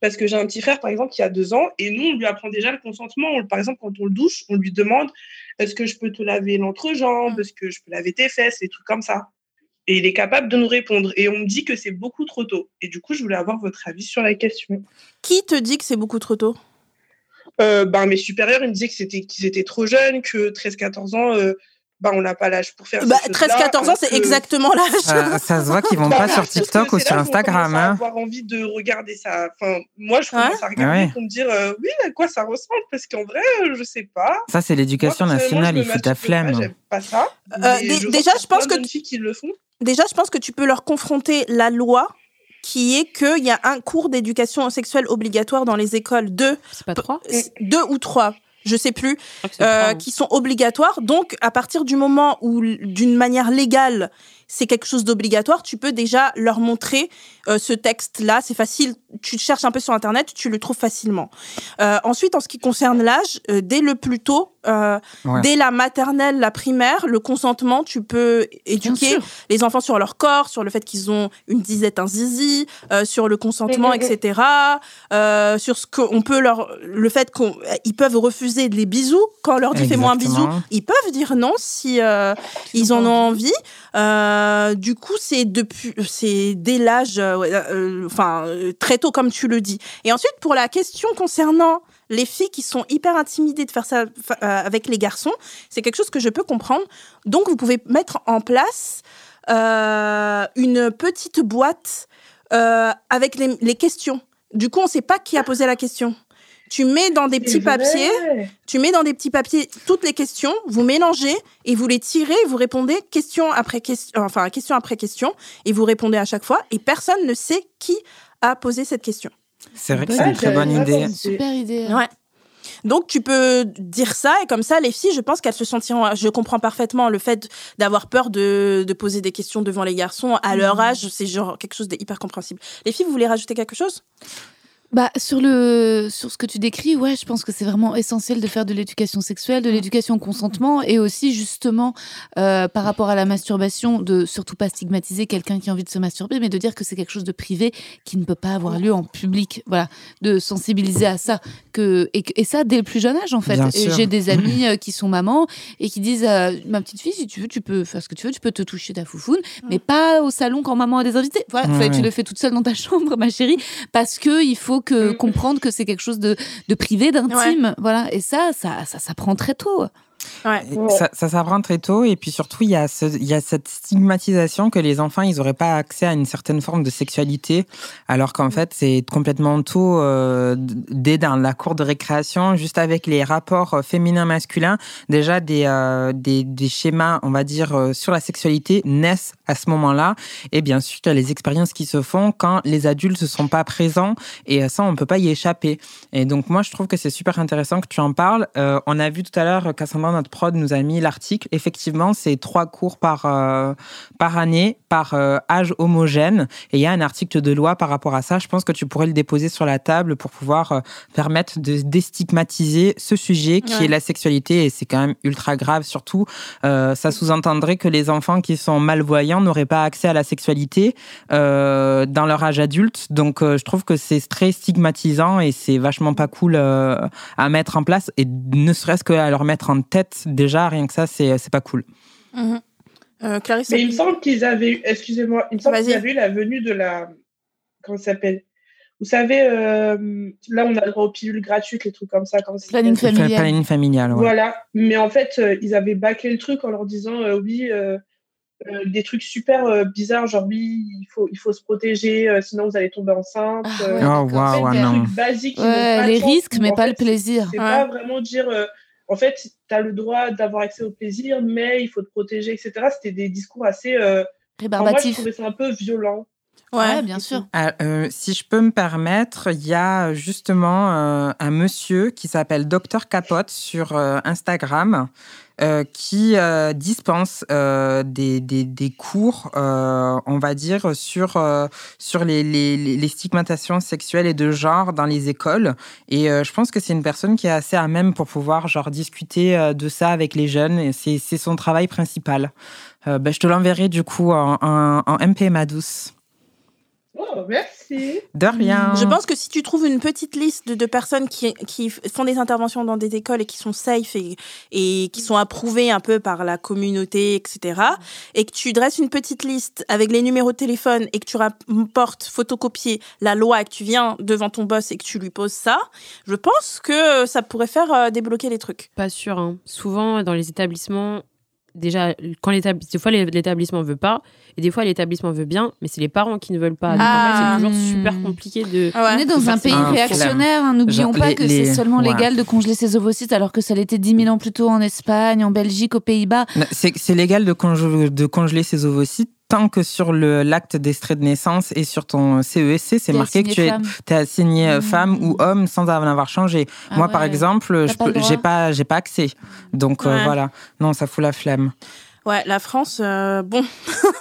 F: Parce que j'ai un petit frère, par exemple, qui a deux ans, et nous, on lui apprend déjà le consentement. On- par exemple, quand on le douche, on lui demande est-ce que je peux te laver
A: Mm.
F: l'entrejambe Est-ce que je peux laver tes fesses Et trucs comme ça. Et il est capable de nous répondre. Et on me dit que c'est beaucoup trop tôt. Et du coup, je voulais avoir votre avis sur la question.
A: Qui te dit que c'est beaucoup trop tôt
F: Euh, ben, mes supérieurs, ils me disaient que c'était- qu'ils étaient trop jeunes, que 13-14 ans, euh, ben, on n'a pas l'âge pour faire
A: Bah,
F: ces choses-là,
A: 13-14 ans, c'est
F: que-
A: exactement l'âge.
D: Ça, Euh, ça se voit qu'ils vont
F: Bah,
D: pas
F: je
D: sur
F: pense que
D: TikTok ou
F: c'est
D: sur
F: là qu'on
D: Instagram.
F: commence à
D: hein.
F: avoir envie de regarder ça. Enfin, moi, je commence à regarder
D: Ouais.
F: pour me dire euh, oui, à quoi ça ressemble, parce qu'en vrai, euh, je sais pas.
D: Ça, c'est
F: Moi,
D: l'éducation
F: personnellement,
D: nationale,
F: je me
D: il faut de la
F: masturbe pas,
D: flemme.
F: J'aime pas ça.
A: Euh,
F: mais
A: dé-
F: vois
A: déjà,
F: qu'il y a
A: je pense
F: plein
A: que
F: de filles qui le font.
A: Déjà, je pense que tu peux leur confronter la loi qui est qu'il y a un cours d'éducation sexuelle obligatoire dans les écoles, deux,
E: C'est pas trois
F: Mm.
A: deux ou trois, je sais plus,
E: Je crois que c'est
A: euh,
E: trois, hein.
A: qui sont obligatoires. Donc, à partir du moment où, l- d'une manière légale, c'est quelque chose d'obligatoire, tu peux déjà leur montrer euh, ce texte-là. C'est facile. Tu le cherches un peu sur Internet, tu le trouves facilement. Euh, ensuite, en ce qui concerne l'âge, euh, dès le plus tôt, euh,
D: Ouais.
A: dès la maternelle, la primaire, le consentement, tu peux
C: Bien
A: éduquer
C: sûr.
A: les enfants sur leur corps, sur le fait qu'ils ont une disette, un zizi, euh, sur le consentement,
F: Mhm.
A: etc. euh, sur ce qu'on peut leur, le fait qu'on, ils peuvent refuser les bisous quand on leur dit fais-moi un bisou,
D: Exactement.
A: ils peuvent dire non si euh, ils en ont envie. Euh, du coup, c'est depuis, c'est dès l'âge, euh, ouais, euh, enfin euh, très tôt comme tu le dis. Et ensuite pour la question concernant les filles qui sont hyper intimidées de faire ça fa- euh, avec les garçons, c'est quelque chose que je peux comprendre. Donc vous pouvez mettre en place euh, une petite boîte euh, avec les, les questions. Du coup, on ne sait pas qui a posé la question. Tu mets dans des petits
F: C'est vrai.
A: papiers tu mets dans des petits papiers toutes les questions, vous mélangez et vous les tirez, et vous répondez question après question, enfin question après question, et vous répondez à chaque fois, et personne ne sait qui a posé cette question.
D: C'est vrai que
C: Bonne
D: c'est une très
F: idée.
D: bonne idée.
C: C'est une super idée.
A: Ouais. Donc tu peux dire ça et comme ça les filles, je pense qu'elles se sentiront. Je comprends parfaitement le fait d'avoir peur de, de poser des questions devant les garçons à
F: Mhm.
A: leur âge. C'est genre quelque chose d'hyper compréhensible. Les filles, vous voulez rajouter quelque chose
C: Bah, sur, le, sur ce que tu décris, ouais, je pense que c'est vraiment essentiel de faire de l'éducation sexuelle,
D: Mm.
C: de l'éducation au consentement et aussi justement euh, par rapport à la masturbation, de surtout pas stigmatiser quelqu'un qui a envie de se masturber, mais de dire que c'est quelque chose de privé qui ne peut pas
D: Mm.
C: avoir lieu en public. Voilà, de sensibiliser à ça. Que, et, que- et ça dès le plus jeune âge en fait.
D: Bien
C: Et
D: sûr. Mm.
C: J'ai des amis euh, qui sont mamans et qui disent euh, Ma petite fille, si tu veux, tu peux faire ce que tu veux, tu peux te toucher ta foufoune, mais pas au salon quand maman a des invités. Voilà,
D: Mm. Ouais,
C: tu
D: ouais.
C: le fais toute seule dans ta chambre, ma chérie parce que il faut
F: Mm.
C: que comprendre que c'est quelque chose de, de privé, d'intime, voilà. Et ça, ça, ça s'apprend très tôt.
A: Ouais.
F: Ouais.
D: Ça, ça s'apprend très tôt et puis surtout il y, a ce- il y a cette stigmatisation que les enfants ils n'auraient pas accès à une certaine forme de sexualité alors qu'en fait c'est complètement tôt euh, d- dès dans la cour de récréation juste avec les rapports euh, féminins masculins déjà des, euh, des, des schémas on va dire euh, sur la sexualité naissent à ce moment-là et bien sûr il y a les expériences qui se font quand les adultes ne sont pas présents et euh, ça on peut pas y échapper et donc, moi, je trouve que c'est super intéressant que tu en parles. Euh, on a vu tout à l'heure, Cassandra, notre prod, nous a mis l'article. Effectivement, c'est trois cours par, euh, par année, par euh, âge homogène. Et il y a un article de loi par rapport à ça. Je pense que tu pourrais le déposer sur la table pour pouvoir euh, permettre de déstigmatiser ce sujet qui
A: Ouais.
D: est la sexualité. Et c'est quand même ultra grave. Surtout, euh, ça sous-entendrait que les enfants qui sont malvoyants n'auraient pas accès à la sexualité euh, dans leur âge adulte. Donc, euh, je trouve que c'est très stigmatisant et c'est vachement pas cool euh, à mettre en place. Et ne serait-ce qu'à leur mettre en tête, déjà, rien que ça, c'est c'est pas cool.
A: Euh, Clarisse,
F: Mhm. Mais il me semble qu'ils avaient eu, excusez-moi, il me semble
A: Vas-y.
F: qu'ils avaient eu la venue de la. Comment ça s'appelle Vous savez, euh, là, on a le droit aux pilules gratuites, les trucs comme ça. Quand c'est-
C: Planning
D: Le
C: Familial.
D: Planning familial, ouais.
F: Voilà. Mais en fait, euh, ils avaient bâclé le truc en leur disant euh, oui, euh, euh, des trucs super euh, bizarres, genre oui, il faut, il faut se protéger, euh, sinon vous allez tomber enceinte.
C: Ah,
F: euh,
C: ouais,
D: Oh,
C: d'accord.
F: en fait,
D: waouh, ouais,
F: des
D: non.
F: trucs basiques. qui
C: Ouais,
F: n'ont pas de
C: les
F: sens.
C: risques, mais
F: En
C: pas
F: fait,
C: le plaisir.
F: C'est
A: Ouais.
F: pas vraiment dire. euh, en fait, tu as le droit d'avoir accès au plaisir, mais il faut te protéger, etc. C'était des discours assez. euh, enfin, moi, je
C: Rébarbatif.
F: trouvais ça un peu violent.
C: Ouais,
A: ouais.
C: bien sûr.
D: Ah, euh, si je peux me permettre, il y a justement euh, un monsieur qui s'appelle Docteur Capote sur euh, Instagram euh, qui euh, dispense euh, des, des, des cours, euh, on va dire, sur, euh, sur les, les, les les stigmatisations sexuelles et de genre dans les écoles. Et euh, je pense que c'est une personne qui est assez à même pour pouvoir genre, discuter euh, de ça avec les jeunes. Et c'est c'est son travail principal. Euh, ben, je te l'enverrai du coup en, en, en MP, ma douce.
F: Oh, merci.
D: De rien.
A: Je pense que si tu trouves une petite liste de, de personnes qui, qui f- font des interventions dans des écoles et qui sont safe et, et qui sont approuvées un peu par la communauté, etc., et que tu dresses une petite liste avec les numéros de téléphone et que tu rapportes photocopier la loi et que tu viens devant ton boss et que tu lui poses ça, je pense que ça pourrait faire euh, débloquer les trucs.
E: Pas sûr. hein. Souvent, dans les établissements, déjà, quand l'établissement, des fois l'é- l'établissement veut pas, et des fois l'établissement veut bien, mais c'est les parents qui ne veulent pas. Donc,
A: Ah.
E: en fait, c'est toujours super
C: Hmm.
E: compliqué de.
C: On est dans un
E: forcément
C: pays
E: un problème.
C: réactionnaire. hein, N'oublions
D: Genre,
C: pas
D: les-
C: que
D: les-
C: c'est seulement
D: ouais.
C: légal de congeler ses ovocytes alors que ça l'était 10 000 ans plus tôt en Espagne, en Belgique, aux Pays-Bas.
D: Non, Bah, C'est c'est légal de, conge- de congeler ses ovocytes tant que sur le- l'acte d'extrait de naissance et sur ton CESC, c'est
C: T'es
D: marqué que
C: assigné
D: tu es,
C: femme. Mmh.
D: t'es assigné euh, femme ou homme sans en avoir changé.
C: Ah
D: Moi, par
C: ouais.
D: exemple, je
C: pas
D: peux-
C: le droit.
D: j'ai pas, j'ai pas accès. Donc euh,
A: Ouais.
D: voilà. Non, ça fout la flemme.
A: Ouais, la France, euh, bon.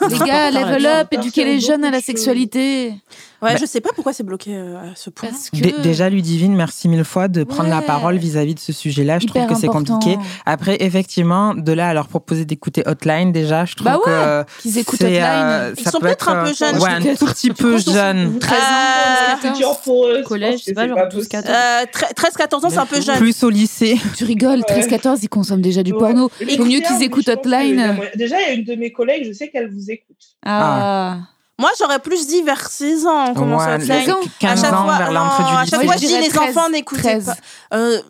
C: Les gars, level up,
F: Parce
C: éduquer
F: qu'il y a
C: les jeunes à
F: beaucoup
C: la
F: de choses.
C: sexualité.
A: Ouais,
D: Bah-
A: je sais pas pourquoi c'est bloqué euh, à ce point.
C: Parce que
D: Dé- Déjà, Ludivine, merci mille fois de prendre la
C: Ouais.
D: parole vis-à-vis de ce sujet-là. Je trouve
C: hyper
D: que c'est
C: important
D: compliqué. Après, effectivement, de là à leur proposer d'écouter Hotline, déjà, je trouve
C: Bah ouais,
D: que euh,
C: qu'ils écoutent
D: c'est,
C: Hotline.
D: euh,
A: Ils
D: ça
A: sont
D: peut
A: peut-être
D: être,
A: un peu
D: euh,
A: jeunes.
D: Ouais, un tout petit peu jeunes.
C: 13
A: Euh,
C: ans, 14.
F: Dur pour eux. je
E: Collège,
F: pense que
E: c'est pas
F: c'est
E: genre
F: pas
E: 12, 14.
A: Euh, tre- 13-14 ans, c'est un peu jeune.
D: Plus au lycée.
C: Tu rigoles, 13-14, ils consomment déjà Ah, du
F: Ouais.
C: porno.
F: Mais
C: Il vaut mieux
F: clair,
C: qu'ils
F: mais
C: écoutent
F: je pense que
C: Hotline.
F: il y a moyen- Déjà, il y a une de mes collègues, je sais qu'elle vous écoute.
C: Ah.
A: Moi, j'aurais plus dit vers 16 ans, on commence
D: Ouais,
A: à
D: les
A: faire.
C: 16 ans.
A: À
D: 15
A: chaque
D: ans
A: fois-
D: vers
A: non, à
D: l'entrée
A: chaque
D: du
A: fois,
D: lycée.
A: je dis les enfants, n'écoutez pas.
C: 13.
A: Euh,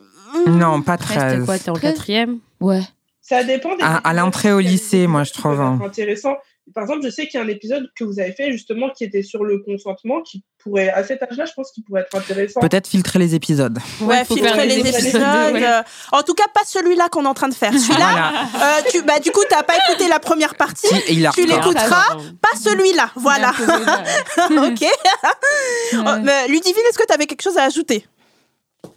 A: mm,
D: Non, pas
C: Reste
D: 13.
E: Quoi, t'es en
C: Treize.
E: quatrième
C: Ouais.
F: Ça dépend des.
D: À- à l'entrée au
F: Il y a des
D: lycée,
F: épisodes
D: moi, je
F: qui peuvent
D: trouve. hein.
F: être Intéressant. Par exemple, je sais qu'il y a un épisode que vous avez fait justement qui était sur le consentement, qui pourrait, à cet âge-là, je pense qu'il pourrait être intéressant.
D: Peut-être filtrer les épisodes.
A: Ouais,
E: faut
A: filtrer
E: faire
A: les,
E: les
A: épisodes.
E: épisodes, ouais.
A: euh, En tout cas, pas celui-là qu'on est en train de faire. Celui-là,
D: Voilà.
A: euh, tu, bah, du coup, t'as pas écouté la première partie.
D: Si, et il a
A: Tu
D: retard.
A: l'écouteras. Pas celui-là. Voilà. ok. Euh,
C: Ouais.
A: Oh, mais Ludivine, est-ce que t'avais quelque chose à ajouter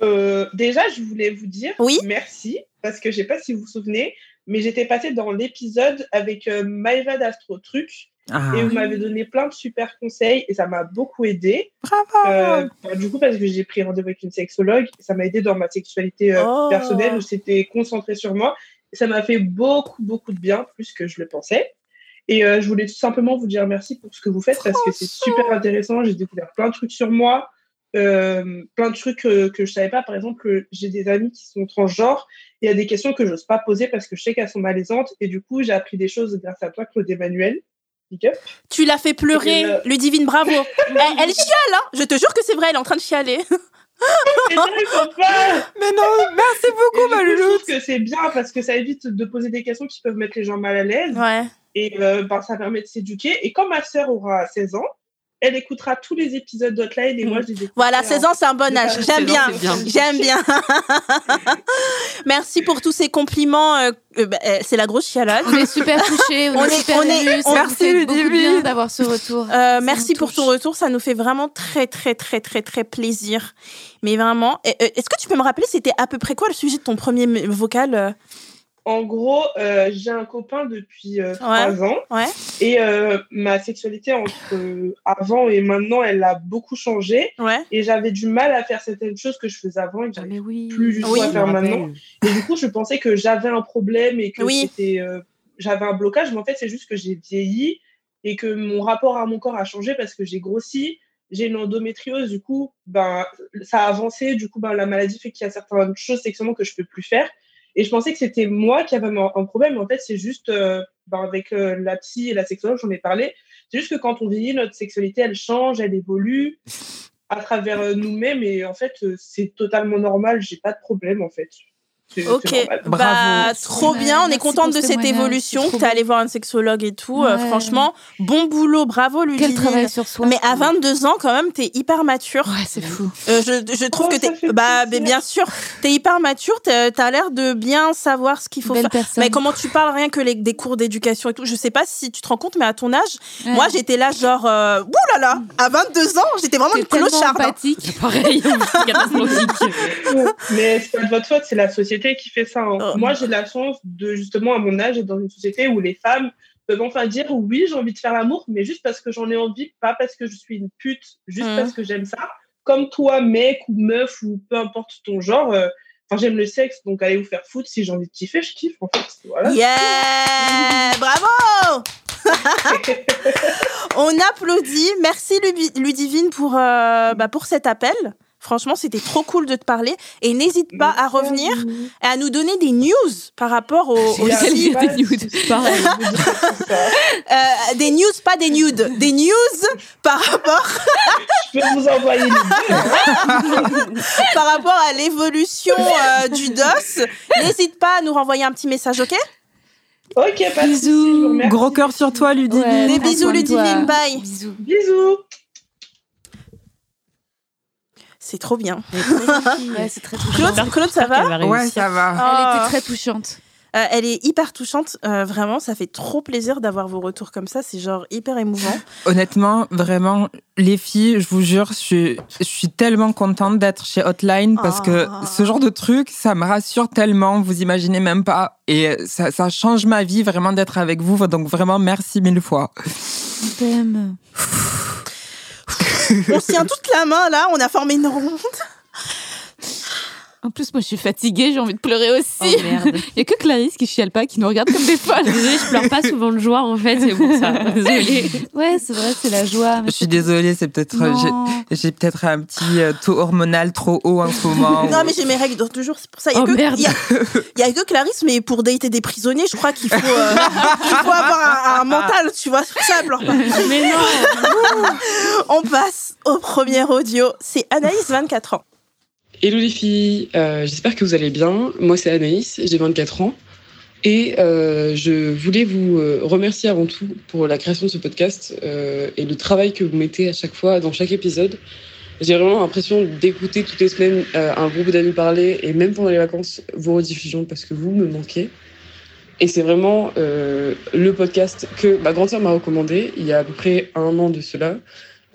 F: Euh, déjà, je voulais vous dire
A: Oui.
F: merci, parce que je sais pas si vous vous souvenez, mais j'étais passée dans l'épisode avec euh, Maëva d'Astro Truc
D: Ah,
F: et vous m'avez donné plein de super conseils et ça m'a beaucoup aidé.
D: bravo.
F: Euh, bah, du coup, parce que j'ai pris rendez-vous avec une sexologue, ça m'a aidé dans ma sexualité euh,
A: Oh.
F: personnelle où c'était concentré sur moi. Ça m'a fait beaucoup, beaucoup de bien, plus que je le pensais. Et euh, je voulais tout simplement vous dire merci pour ce que vous faites parce que c'est super intéressant. J'ai découvert plein de trucs sur moi, euh, plein de trucs euh, que je savais pas. Par exemple, euh, j'ai des amis qui sont transgenres. et Il y a des questions que j'ose pas poser parce que je sais qu'elles sont malaisantes. Et du coup, j'ai appris des choses grâce à toi, Claude Emmanuel. Big up.
A: Tu l'as fait pleurer,
F: Et le-
A: Ludivine, bravo. elle, elle chiale, hein. Je te jure que c'est vrai, elle est en train de chialer.
F: C'est vrai, papa
D: Mais non, merci
F: Et du
D: beaucoup,
F: coup,
D: ma
F: je
D: louloute.
F: trouve que c'est bien parce que ça évite de poser des questions qui peuvent mettre les gens mal à l'aise.
A: Ouais.
F: Et euh, ben, ça permet de s'éduquer. Et quand ma sœur aura 16 ans, elle écoutera tous les épisodes d'Outline et
A: Mm.
F: moi, je les écouterai
A: Voilà,
F: en-
A: 16 ans, c'est un bon âge. J'aime bien.
E: c'est bien.
A: J'aime bien. Merci pour tous ces compliments. euh, euh, bah, euh, c'est la grosse chialade.
C: On est super touchés, on,
A: On
C: est
A: est-
C: super
A: on est-
C: émus,
A: on-
C: ça nous
D: Merci,
C: fait
D: le
C: beaucoup de
D: début.
C: bien d'avoir ce retour.
A: Euh,
C: Ça
A: merci
C: nous
A: pour
C: touche.
A: ton retour, ça nous fait vraiment très très très très très plaisir. Mais vraiment, et, euh, est-ce que tu peux me rappeler c'était à peu près quoi le sujet de ton premier m- vocal euh
F: En gros, euh, j'ai un copain depuis euh, trois ans.
A: ouais.
F: Et euh, ma sexualité entre euh, avant et maintenant, elle a beaucoup changé.
A: Ouais.
F: Et j'avais du mal à faire certaines choses que je faisais avant et que
E: Ah,
F: j'avais
E: mais oui.
F: plus du tout
A: Oui.
F: à
E: Je me
F: faire
E: rappelle.
F: maintenant. Et du coup, je pensais que j'avais un problème et que
A: Oui.
F: c'était, euh, j'avais un blocage. Mais en fait, c'est juste que j'ai vieilli et que mon rapport à mon corps a changé parce que j'ai grossi. J'ai une endométriose, du coup, ben, ça a avancé. Du coup, ben, la maladie fait qu'il y a certaines choses sexuellement que je peux plus faire. Et je pensais que c'était moi qui avais un un problème. En fait, c'est juste, euh, ben, avec euh, la psy et la sexologue, j'en ai parlé. C'est juste que quand on vieillit, notre sexualité, elle change, elle évolue à travers euh, nous-mêmes. Et en fait, euh, c'est totalement normal. J'ai pas de problème, en fait. C'est- c'est
A: Ok,
F: normal.
D: Bravo.
A: bah trop
C: Ouais,
A: bien, on est
C: merci
A: contente
C: pour
A: de
C: ce
A: cette
C: témoignage,
A: évolution.
C: c'est trop
A: T'es
C: beau.
A: allé voir un sexologue et tout. euh,
C: Ouais.
A: franchement, bon boulot, bravo
C: Quel travail
A: Ludivine.
C: sur soi.
A: Mais à 22 ans quand même, t'es hyper mature.
C: Ouais, c'est fou.
A: Euh, je, je trouve
F: Oh,
A: que
F: ça
A: t'es
F: fait
A: bah mais
F: plaisir.
A: bien sûr, t'es hyper mature, t'es- t'as l'air de bien savoir ce qu'il faut
C: Belle
A: faire.
C: personne.
A: Mais comment tu parles rien que les, des cours d'éducation et tout, je sais pas si tu te rends compte, mais à ton âge, moi j'étais là genre, euh, ouh là là, à 22 ans, j'étais vraiment
C: T'es
A: une
C: tellement
A: clocharde. hein.
C: empathique.
E: Pareil, c'est catastrophique.
F: Mais c'est pas de votre faute, c'est la société qui fait ça. hein.
A: Oh.
F: Moi, j'ai la chance de justement à mon âge être dans une société où les femmes peuvent enfin dire oui, j'ai envie de faire l'amour, mais juste parce que j'en ai envie, pas parce que je suis une pute, juste
A: Mhm.
F: parce que j'aime ça. Comme toi, mec ou meuf ou peu importe ton genre. euh, Enfin, j'aime le sexe, donc allez vous faire foutre. Si j'ai envie de kiffer, je kiffe, en fait. Voilà.
A: hein. Yeah Bravo On applaudit. Merci Lubi- Ludivine pour, euh, bah, pour cet appel. Franchement, c'était trop cool de te parler. Et n'hésite pas à revenir et à nous donner des news par rapport aux...
F: Il y a
C: aussi,
F: pas de
C: des nudes.
F: soucis,
E: Pareil.
F: je vous dis pas tout ça.
A: euh, des news, pas des nudes. Des news par rapport,
F: Je peux vous envoyer les deux.
A: par rapport à l'évolution euh, du DOS. N'hésite pas à nous renvoyer un petit message, ok
C: Ah,
F: Ok, pas de soucis, je
C: Bisous.
F: vous remercie.
D: Gros cœur sur toi, Ludivine.
C: Ouais,
A: Des
C: prends
A: bisous
C: soin de toi.
A: Ludivine, bye
C: Bisous.
F: Bisous.
A: C'est trop bien.
C: Ouais, c'est très touchant.
A: Claude, Claude ça va
D: Ouais, ça va.
A: Oh.
C: Elle était très touchante.
A: Euh, elle est hyper touchante, euh, vraiment, ça fait trop plaisir d'avoir vos retours comme ça, c'est genre hyper émouvant.
D: Honnêtement, vraiment, les filles, je vous jure, je suis, je suis tellement contente d'être chez Hotline parce que
A: Ah.
D: ce genre de truc, ça me rassure tellement, vous imaginez même pas. Et ça, ça change ma vie vraiment d'être avec vous. Donc vraiment, merci mille fois.
C: On t'aime.
A: On se tient toute la main là, on a formé une ronde.
C: En plus, moi, je suis fatiguée, j'ai envie de pleurer
E: Oh
C: aussi.
E: merde.
C: Il y a que Clarisse qui chiale pas, qui nous regarde comme des folles.
E: Désolée, je pleure pas souvent de joie en fait, c'est pour ça. Désolée.
C: Ouais, c'est vrai, c'est la joie. mais
D: Je suis
C: c'est-
D: désolée, c'est peut-être j'ai-
C: Non.
D: j'ai peut-être un petit euh, taux hormonal trop haut en ce
C: Oh.
D: moment.
A: Non mais j'ai mes règles dans deux jours, c'est pour ça. Il y a
E: Oh,
A: que-
E: merde.
A: il y a- il y a que Clarisse, mais pour dater des prisonniers, je crois qu'il faut, euh, qu'il faut avoir un, un mental, tu vois, sur ça. pleure pas.
E: Mais non
A: On passe au premier audio, c'est Anaïs, 24 ans.
G: Hello les filles, Euh, j'espère que vous allez bien. Moi c'est Anaïs, j'ai 24 ans et euh, je voulais vous euh, remercier avant tout pour la création de ce podcast euh, et le travail que vous mettez à chaque fois dans chaque épisode. J'ai vraiment l'impression d'écouter toutes les semaines euh, un groupe d'amis parler et même pendant les vacances vos rediffusions parce que vous me manquez. Et c'est vraiment euh, le podcast que ma grande sœur m'a recommandé il y a à peu près un an de cela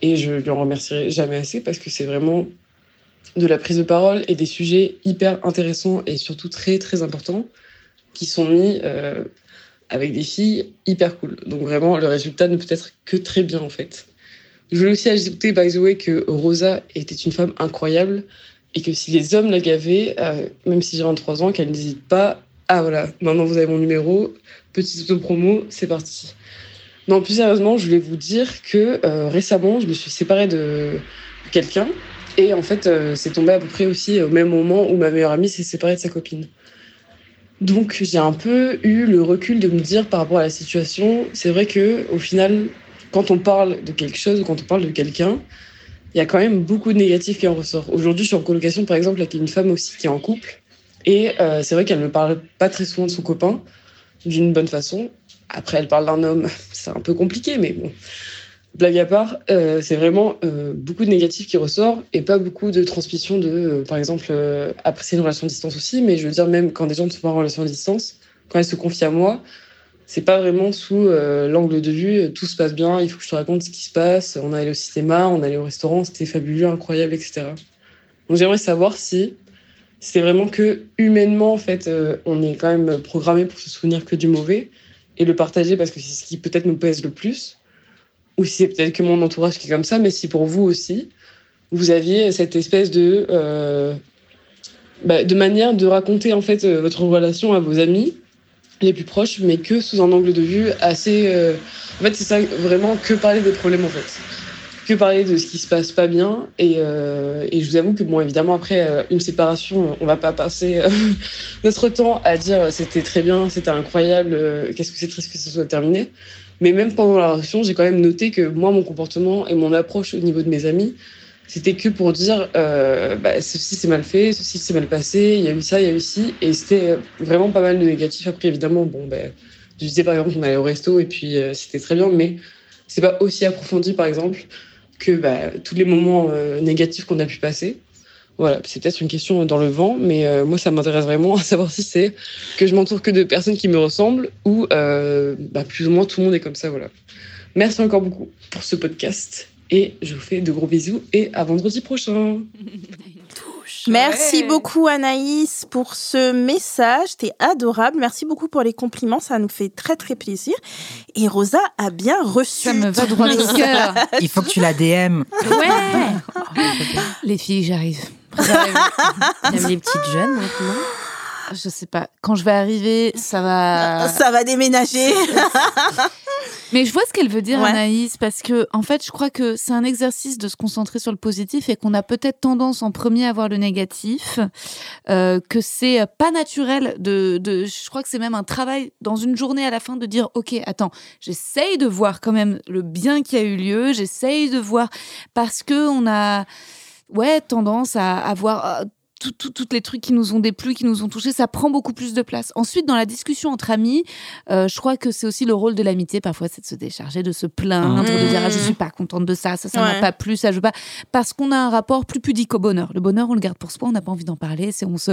G: et je lui en remercierai jamais assez parce que c'est vraiment de la prise de parole et des sujets hyper intéressants et surtout très très importants qui sont mis euh, avec des filles hyper cool. Donc vraiment, le résultat ne peut être que très bien en fait. Je voulais aussi ajouter, by the way, que Rosa était une femme incroyable et que si les hommes la gavaient, euh, même si j'ai 23 ans, qu'elle n'hésite pas. Ah voilà, maintenant vous avez mon numéro, petite auto-promo, c'est parti. Non, plus sérieusement, je voulais vous dire que euh, récemment, je me suis séparée de quelqu'un et en fait, euh, c'est tombé à peu près aussi au même moment où ma meilleure amie s'est séparée de sa copine. Donc, j'ai un peu eu le recul de me dire par rapport à la situation, c'est vrai que au final, quand on parle de quelque chose, quand on parle de quelqu'un, il y a quand même beaucoup de négatifs qui en ressort. Aujourd'hui, je suis en colocation, par exemple, avec une femme aussi qui est en couple. Et euh, c'est vrai qu'elle ne parle pas très souvent de son copain d'une bonne façon. Après, elle parle d'un homme. C'est un peu compliqué, mais bon. Blague à part, euh, c'est vraiment euh, beaucoup de négatifs qui ressort et pas beaucoup de transmission de, euh, par exemple, euh, apprécier une relation à distance aussi. Mais je veux dire, même quand des gens ne sont pas en relation à distance, quand elles se confient à moi, c'est pas vraiment sous euh, l'angle de vue euh, tout se passe bien, il faut que je te raconte ce qui se passe, on est allé au cinéma, on est allé au restaurant, c'était fabuleux, incroyable, etc. Donc j'aimerais savoir si c'est vraiment que humainement, en fait, euh, on est quand même programmé pour se souvenir que du mauvais et le partager parce que c'est ce qui peut-être nous pèse le plus, ou si c'est peut-être que mon entourage qui est comme ça, mais si pour vous aussi, vous aviez cette espèce de, euh, bah, de manière de raconter en fait euh, votre relation à vos amis les plus proches, mais que sous un angle de vue assez. euh, En fait, c'est ça vraiment que parler des problèmes en fait, que parler de ce qui se passe pas bien. Et, euh, et je vous avoue que bon, évidemment après euh, une séparation, on va pas passer euh, notre temps à dire euh, c'était très bien, c'était incroyable, euh, qu'est-ce que c'est triste que ça soit terminé. Mais même pendant la relation, j'ai quand même noté que moi, mon comportement et mon approche au niveau de mes amis, c'était que pour dire euh, bah, ceci c'est mal fait, ceci c'est mal passé, il y a eu ça, il y a eu ci, et c'était euh, vraiment pas mal de négatif. Après, évidemment, bon, ben, je disais par exemple qu'on allait au resto et puis euh, c'était très bien, mais c'est pas aussi approfondi par exemple que bah, tous les moments euh, négatifs qu'on a pu passer. Voilà, c'est peut-être une question dans le vent, mais euh, moi ça m'intéresse vraiment à savoir si c'est que je m'entoure que de personnes qui me ressemblent ou euh, bah, plus ou moins tout le monde est comme ça, voilà. Merci encore beaucoup pour ce podcast et je vous fais de gros bisous et à vendredi prochain.
A: Merci beaucoup Anaïs pour ce message, t'es adorable. Merci beaucoup pour les compliments, ça nous fait très très plaisir. Et Rosa a bien reçu.
C: Ça me va droit
A: ton
C: au cœur.
D: Il faut que tu la DM.
C: Ouais. Les filles, j'arrive.
E: Même les petites jeunes maintenant.
C: Ah, Je sais pas. Quand je vais arriver, ça va.
A: Ça va déménager.
C: Mais je vois ce qu'elle veut dire,
A: Ouais.
C: Anaïs, parce que en fait, je crois que c'est un exercice de se concentrer sur le positif et qu'on a peut-être tendance en premier à voir le négatif, euh, que c'est pas naturel de, de. Je crois que c'est même un travail dans une journée à la fin de dire, ok, attends, j'essaye de voir quand même le bien qui a eu lieu, j'essaye de voir parce que on a, ouais, tendance à avoir. euh, tout- tout- toutes les trucs qui nous ont déplu, qui nous ont touchés, ça prend beaucoup plus de place. Ensuite, dans la discussion entre amis, euh, je crois que c'est aussi le rôle de l'amitié parfois, c'est de se décharger, de se plaindre, de
A: Mmh.
C: dire ah, je suis pas contente de ça, ça ça m'a
A: Ouais.
C: pas plu, ça je veux pas, parce qu'on a un rapport plus pudique au bonheur. Le bonheur, on le garde pour soi, on n'a pas envie d'en parler, c'est on se,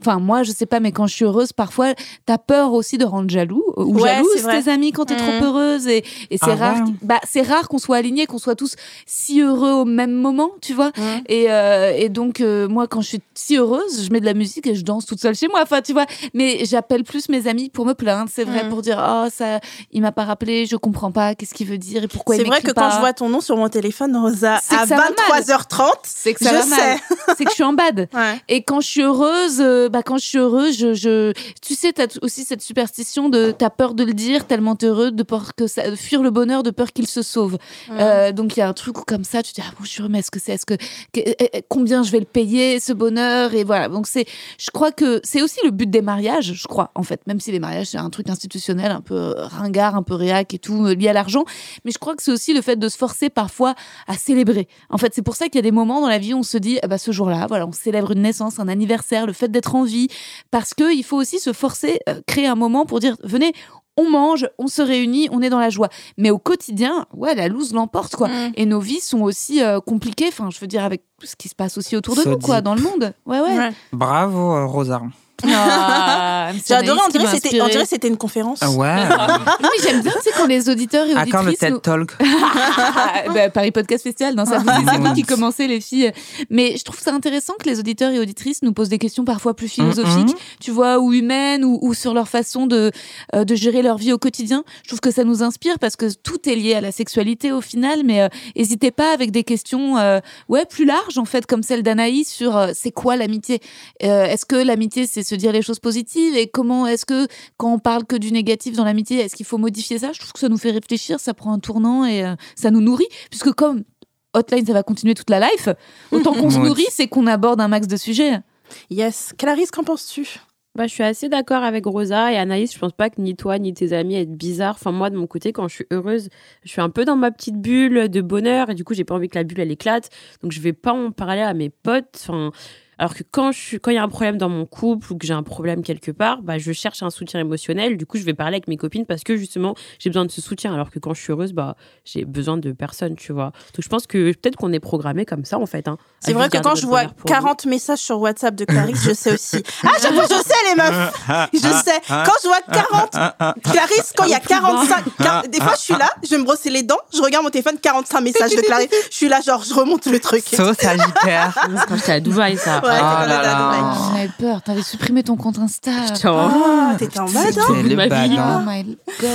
C: enfin moi je sais pas, mais quand je suis heureuse, parfois t'as peur aussi de rendre jaloux euh, ou
A: Ouais, c'est
C: jalouse
A: vrai.
C: tes amis quand t'es
A: Mmh.
C: trop heureuse et, et c'est
D: Ah
C: rare,
D: ouais.
C: bah c'est rare qu'on soit alignés, qu'on soit tous si heureux au même moment, tu vois.
A: Mmh.
C: Et, euh, et donc, euh, moi, quand je suis si heureuse, je mets de la musique et je danse toute seule chez moi. Enfin, tu vois, mais j'appelle plus mes amis pour me plaindre, c'est vrai,
A: Mm.
C: pour dire Oh, ça, il m'a pas rappelé, je comprends pas, qu'est-ce qu'il veut dire et pourquoi il
A: C'est vrai
C: m'écrit
A: que
C: pas.
A: quand je vois ton nom sur mon téléphone, Rosa,
C: C'est que
A: à
C: ça va mal.
A: 23h30,
C: c'est que
A: je
C: ça va mal.
A: sais.
C: c'est que je suis en bad.
A: Ouais.
C: Et quand je suis heureuse, euh, bah quand je suis heureuse, je, je- tu sais, t'as t- aussi cette superstition de t'as peur de le dire tellement t'es heureux, de peur que ça, de fuir le bonheur, de peur qu'il se sauve. Euh, donc il y a un truc où, comme ça, tu te dis ah bon je suis heureuse, mais est-ce que c'est, est-ce que, que- eh, eh, combien je vais le payer ce bonheur et voilà. Donc c'est, je crois que c'est aussi le but des mariages, je crois en fait, même si les mariages c'est un truc institutionnel, un peu euh, ringard, un peu réac et tout euh, lié à l'argent, mais je crois que c'est aussi le fait de se forcer parfois à célébrer. En fait, c'est pour ça qu'il y a des moments dans la vie où on se dit, ah bah, ce jour-là, voilà, on célèbre une naissance, un anniversaire, le fait d'être en vie, parce que il faut aussi se forcer, euh, créer un moment pour dire, venez, on mange, on se réunit, on est dans la joie. Mais au quotidien, ouais, la loose l'emporte, quoi. Et nos vies sont aussi euh, compliquées, enfin, je veux dire, avec tout ce qui se passe aussi autour de
D: Ça
C: nous, quoi,
D: dit.
C: dans le monde. Ouais, ouais.
A: Ouais.
D: Bravo, euh, Rosa.
C: Ah, c'est
A: J'ai adoré,
C: Anaïs
A: on
C: qui
A: dirait
C: m'a
A: que c'était- on
C: inspirée.
A: dirait que c'était une conférence.
D: Ah ouais.
C: Non, mais j'aime bien, c'est quand les auditeurs et
D: à quand le
C: auditrices.
D: TED
C: nous-
D: Talk
C: Bah, Paris Podcast Festival, non, ça vous dit, c'est vous qui commencez, les filles. Mais je trouve ça intéressant que les auditeurs et auditrices nous posent des questions parfois plus philosophiques, tu vois, ou humaines, ou, ou sur leur façon de, euh, de gérer leur vie au quotidien. Je trouve que ça nous inspire parce que tout est lié à la sexualité au final, mais euh, n'hésitez pas avec des questions euh, ouais, plus larges, en fait, comme celle d'Anaïs sur euh, c'est quoi l'amitié Euh, Est-ce que l'amitié, c'est se dire les choses positives Et comment est-ce que, quand on parle que du négatif dans l'amitié, est-ce qu'il faut modifier ça Je trouve que ça nous fait réfléchir, ça prend un tournant et euh, ça nous nourrit, puisque comme. Hotline, ça va continuer toute la life. Autant qu'on se
D: Ouais.
C: nourrit, c'est qu'on aborde un max de sujets.
A: Yes. Clarisse, qu'en penses-tu
E: Bah, je suis assez d'accord avec Rosa et Anaïs. Je pense pas que ni toi ni tes amis être bizarres. Enfin, moi, de mon côté, quand je suis heureuse, je suis un peu dans ma petite bulle de bonheur et du coup, j'ai pas envie que la bulle elle éclate. Donc, je vais pas en parler à mes potes. Enfin, alors que quand je suis, quand il y a un problème dans mon couple ou que j'ai un problème quelque part, bah, je cherche un soutien émotionnel. Du coup, je vais parler avec mes copines parce que justement, j'ai besoin de ce soutien. Alors que quand je suis heureuse, bah, j'ai besoin de personne, tu vois. Donc, je pense que peut-être qu'on est programmé comme ça en fait. hein, à
A: C'est vrai
E: juste
A: que
E: garder
A: quand
E: notre
A: je vois
E: bonheur pour nous.
A: 40 messages sur WhatsApp de Clarisse, je sais aussi. Ah, à chaque fois, je sais, les meufs Je sais. Quand je vois 40, Clarisse, quand il y a 45, quar- des fois, je suis là, je vais me brosser les dents, je regarde mon téléphone, 45 messages de Clarisse. Je suis là, genre, je remonte le truc.
D: Saut Sagittaire. Oh
E: Quand j'étais à Dubaï, ça.
A: Ouais,
E: Ah,
A: quand on
D: là
A: était à
D: là.
A: Dubaï.
D: Ah.
C: J'avais peur, t'avais supprimé ton compte Insta.
E: putain.
A: Ah, t'étais en mode, hein
D: C'était le
E: Ma vie.
D: ballon.
C: Oh my god.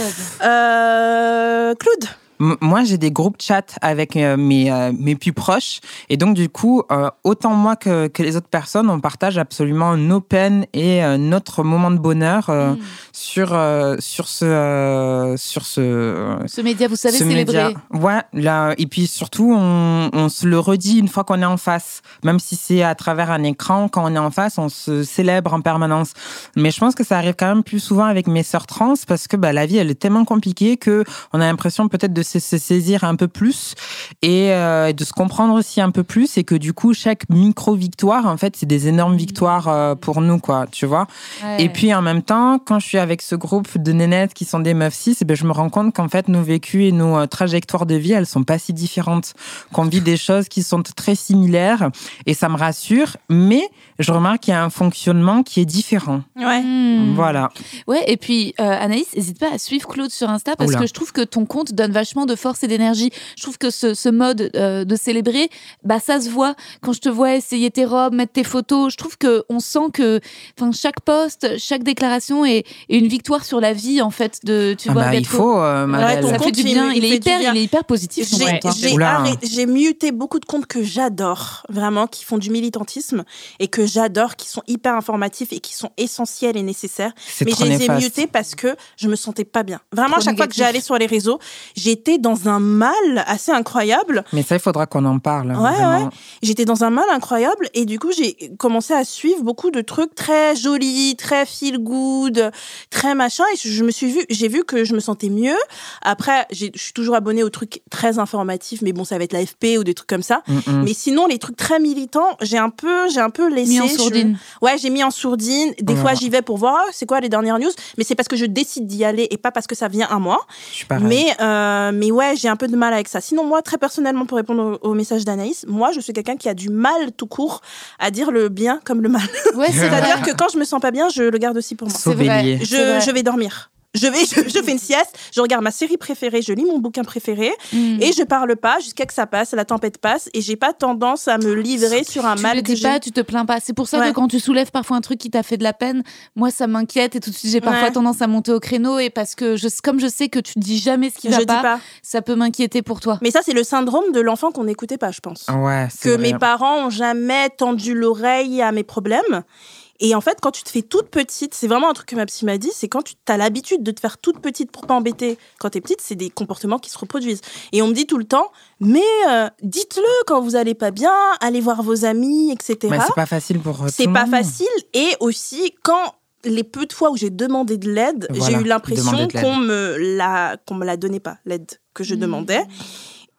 A: Euh, Claude
D: M- Moi, j'ai des groupes chat avec euh, mes, euh, mes plus proches. Et donc, du coup, euh, autant moi que, que les autres personnes, on partage absolument nos peines et euh, notre moment de bonheur euh,
C: Mm.
D: sur, euh, sur ce. euh, sur ce euh,
C: Ce média, vous savez
D: ce
C: célébrer.
D: média. Ouais, là, et puis surtout, on, on se le redit une fois qu'on est en face. Même si c'est à travers un écran, quand on est en face, on se célèbre en permanence. Mais je pense que ça arrive quand même plus souvent avec mes sœurs trans parce que bah, la vie, elle est tellement compliquée que on a l'impression peut-être de se, se saisir un peu plus et euh, de se comprendre aussi un peu plus et que du coup, chaque micro-victoire, en fait, c'est des
C: Mmh.
D: énormes victoires euh, pour nous, quoi, tu vois.
C: Ouais.
D: Et puis en même temps, quand je suis avec ce groupe de nénettes qui sont des meufs cis, eh ben, je me rends compte qu'en fait, nos vécus et nos euh, trajectoires de vie, elles sont pas si différentes. Qu'on vit des choses qui sont très similaires et ça me rassure, mais je remarque qu'il y a un fonctionnement qui est différent.
A: Ouais.
C: Mm.
D: Voilà.
C: Ouais, et puis euh, Anaïs, n'hésite pas à suivre Claude sur Insta parce
D: Oula.
C: que je trouve que ton compte donne vachement de force et d'énergie. Je trouve que ce, ce mode euh, de célébrer, bah ça se voit quand je te vois essayer tes robes, mettre tes photos. Je trouve que on sent que, enfin chaque poste, chaque déclaration est, est une victoire sur la vie en fait de tu
D: Ah
C: vois.
D: bah, il
C: d'être-
D: faut, euh, ma
A: Ouais,
D: belle.
A: ton
C: Ça fait
A: compte,
C: du
A: il-
C: bien.
A: il
C: Il, est
A: fait du
C: hyper,
A: bien.
C: il est hyper positif. ton
A: J'ai
C: compte, hein.
A: j'ai
D: Oula.
A: arrêté- j'ai muté beaucoup de comptes que j'adore, vraiment, qui font du militantisme et que j'adore, qui sont hyper informatifs et qui sont essentiels et nécessaires.
D: C'est
A: Mais je
D: trop
A: les ai
D: néfaste.
A: mutés parce que je me sentais pas bien. Vraiment, à
C: Trop
A: chaque fois que
C: négatif.
A: j'allais sur les réseaux, j'étais dans un mal assez incroyable.
D: Mais ça, il faudra qu'on en parle.
A: Ouais,
D: vraiment.
A: J'étais dans un mal incroyable et du coup, j'ai commencé à suivre beaucoup de trucs très jolis, très feel good, très machin. Et je me suis vu, j'ai vu que je me sentais mieux. Après, j'ai- je suis toujours abonnée aux trucs très informatifs, mais bon, ça va être l'AFP ou des trucs comme ça.
D: Mm, mm.
A: Mais sinon, les trucs très militants, j'ai un peu, j'ai un peu laissé.
C: Mis en
A: je-
C: sourdine.
A: Ouais, j'ai mis en sourdine. Des
D: Voilà.
A: fois, j'y vais pour voir oh, c'est quoi les dernières news, mais c'est parce que je décide d'y aller et pas parce que ça vient à moi.
D: Je suis pareil.
A: Mais, euh, mais ouais, j'ai un peu de mal avec ça. Sinon, moi, très personnellement, pour répondre au, au message d'Anaïs, moi, je suis quelqu'un qui a du mal tout court à dire le bien comme le mal.
C: Ouais, c'est vrai.
A: C'est-à-dire que quand je me sens pas bien, je le garde aussi pour moi.
D: Saut
C: c'est vrai.
D: bélier.
C: C'est
A: Je,
C: vrai.
A: je vais dormir. Je vais, je, je fais une sieste, je regarde ma série préférée, je lis mon bouquin préféré
C: Mm.
A: et je parle pas jusqu'à que ça passe, la tempête passe et j'ai pas tendance à me livrer sur un
C: tu
A: mal
C: le
A: que
C: dis
A: j'ai.
C: pas, tu te plains pas. C'est pour ça
A: Ouais.
C: que quand tu soulèves parfois un truc qui t'a fait de la peine, moi ça m'inquiète et tout de suite j'ai parfois
A: Ouais.
C: tendance à monter au créneau et parce que je, comme je sais que tu dis jamais ce qui
A: je
C: va
A: dis
C: pas,
A: pas.
C: ça peut m'inquiéter pour toi.
A: Mais ça, c'est le syndrome de l'enfant qu'on n'écoutait pas, je pense.
D: Ah Ouais, c'est
A: que
D: vrai.
A: mes parents ont jamais tendu l'oreille à mes problèmes. Et en fait, quand tu te fais toute petite, c'est vraiment un truc que ma psy m'a dit, c'est quand tu as l'habitude de te faire toute petite pour pas embêter quand t'es petite, c'est des comportements qui se reproduisent. Et on me dit tout le temps, mais euh, dites-le quand vous allez pas bien, allez voir vos amis, etc.
D: Mais c'est pas facile pour euh, tout
A: C'est
D: le
A: pas
D: monde.
A: facile. Et aussi, quand les peu de fois où j'ai demandé de l'aide,
D: Voilà,
A: j'ai eu l'impression
D: demander de l'aide.
A: qu'on me la qu'on me la donnait pas l'aide que je
C: Mm.
A: demandais.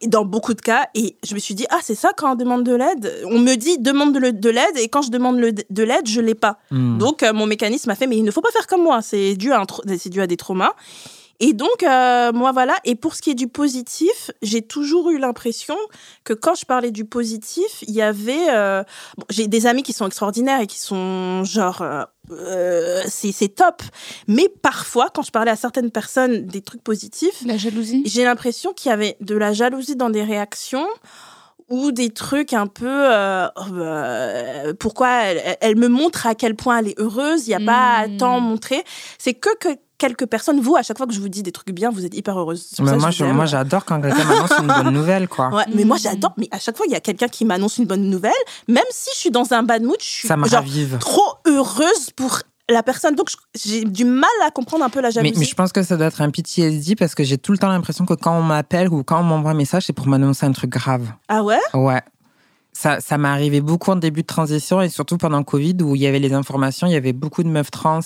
A: Et Dans beaucoup de cas, et je me suis dit ah c'est ça quand on demande de l'aide, on me dit demande de le- de l'aide et quand je demande le- de l'aide je l'ai pas.
D: Mm.
A: Donc euh, mon mécanisme a fait mais il ne faut pas faire comme moi, c'est dû à un trau- c'est dû à des traumas. Et donc, euh, moi, voilà. Et pour ce qui est du positif, j'ai toujours eu l'impression que quand je parlais du positif, il y avait. euh, bon, j'ai des amis qui sont extraordinaires et qui sont genre. euh, euh, c'est c'est top. Mais parfois, quand je parlais à certaines personnes des trucs positifs,
C: La jalousie
A: j'ai l'impression qu'il y avait de la jalousie dans des réactions ou des trucs un peu euh, Oh, bah, euh, pourquoi elle, elle- elle me montre à quel point elle est heureuse il n'y a pas à
C: Mm.
A: tant montrer c'est que, que quelques personnes vous à chaque fois que je vous dis des trucs bien vous êtes hyper heureuse C'est pour
D: Mais
A: ça que
D: moi,
A: je hein.
D: je-
A: vous aime.
D: moi, j'adore quand quelqu'un m'annonce une bonne nouvelle, quoi.
A: Ouais, mais moi
C: Mm.
A: j'adore mais à chaque fois il y a quelqu'un qui m'annonce une bonne nouvelle même si je suis dans un bad mood je suis
D: Ça me
A: genre
D: ravive.
A: trop heureuse pour la personne donc je- j'ai du mal à comprendre un peu la
D: Mais,
A: jalousie
D: mais je pense que ça doit être un PTSD parce que j'ai tout le temps l'impression que quand on m'appelle ou quand on m'envoie un message, c'est pour m'annoncer un truc grave.
A: ah ouais
D: Ouais. Ça, ça m'est arrivé beaucoup en début de transition et surtout pendant le Covid où il y avait les informations, il y avait beaucoup de meufs trans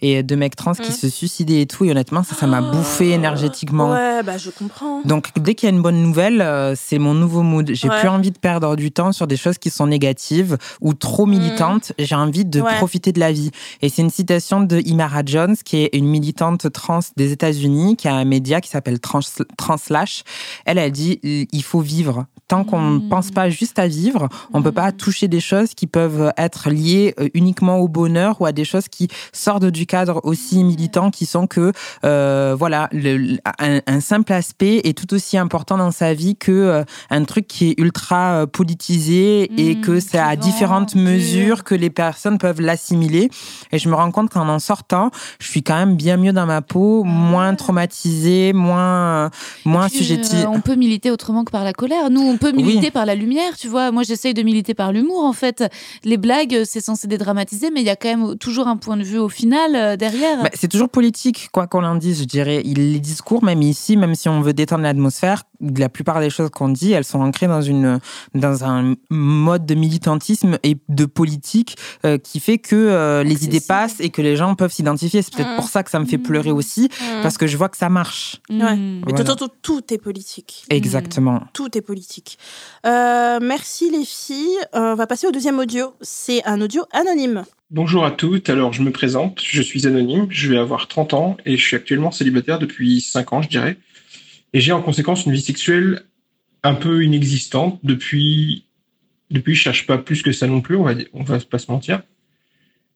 D: et de mecs trans qui
A: Mhm.
D: se suicidaient et tout. Et honnêtement, ça, ça m'a bouffé énergétiquement.
A: Ah. ouais bah je comprends
D: Donc, dès qu'il y a une bonne nouvelle, euh, c'est mon nouveau mood. J'ai
A: Ouais.
D: plus envie de perdre du temps sur des choses qui sont négatives ou trop militantes. J'ai envie de
A: Mm. Ouais.
D: profiter de la vie. Et c'est une citation de Imara Jones, qui est une militante trans des États-Unis, qui a un média qui s'appelle Trans Translash. Elle a dit il faut vivre. Tant qu'on ne
C: Mm.
D: pense pas juste à vivre, on ne
A: Mm.
D: peut pas toucher des choses qui peuvent être liées euh, uniquement au bonheur ou à des choses qui sortent du cadre aussi militant qui sont que euh, voilà, le- le- un, un simple aspect est tout aussi important dans sa vie que euh, un truc qui est ultra euh, politisé et
C: Mmh,
D: que c'est à
C: clivant,
D: différentes
C: dur.
D: mesures que les personnes peuvent l'assimiler. Et je me rends compte qu'en en sortant, je suis quand même bien mieux dans ma peau,
C: Ah
D: moins traumatisée, moins, euh, moins
C: Puis,
D: assujettie.
C: euh, on peut militer autrement que par la colère. Nous, on peut militer
D: Oui.
C: par la lumière, tu vois. Moi, j'essaye de militer par l'humour, en fait. Les blagues, euh, c'est censé dédramatiser, mais il y a quand même toujours un point de vue au final euh,
A: Ah.
C: derrière.
D: Bah, c'est toujours politique, quoi qu'on en dise, je dirais. Il- Les discours, même ici, même si on veut détendre l'atmosphère, la plupart des choses qu'on dit, elles sont ancrées dans, une, dans un mode de militantisme et de politique euh, qui fait que euh, les
C: Accessible.
D: idées passent et que les gens peuvent s'identifier. C'est peut-être
A: Mm.
D: pour ça que ça me fait
C: Mm.
D: pleurer aussi,
A: Hmm.
D: parce que je vois que ça marche.
A: Ouais.
C: Mmh.
A: Mmh. mais
D: Voilà.
A: tout, Mmh. tout, tout, tout est politique
D: Exactement.
A: tout est politique. Euh, merci les filles. Euh, on va passer au deuxième audio. C'est un audio anonyme.
H: Bonjour à toutes, alors je me présente, je suis anonyme, je vais avoir 30 ans et je suis actuellement célibataire depuis 5 ans, je dirais. Et j'ai en conséquence une vie sexuelle un peu inexistante depuis. Depuis, je cherche pas plus que ça non plus, on va, on va pas se mentir.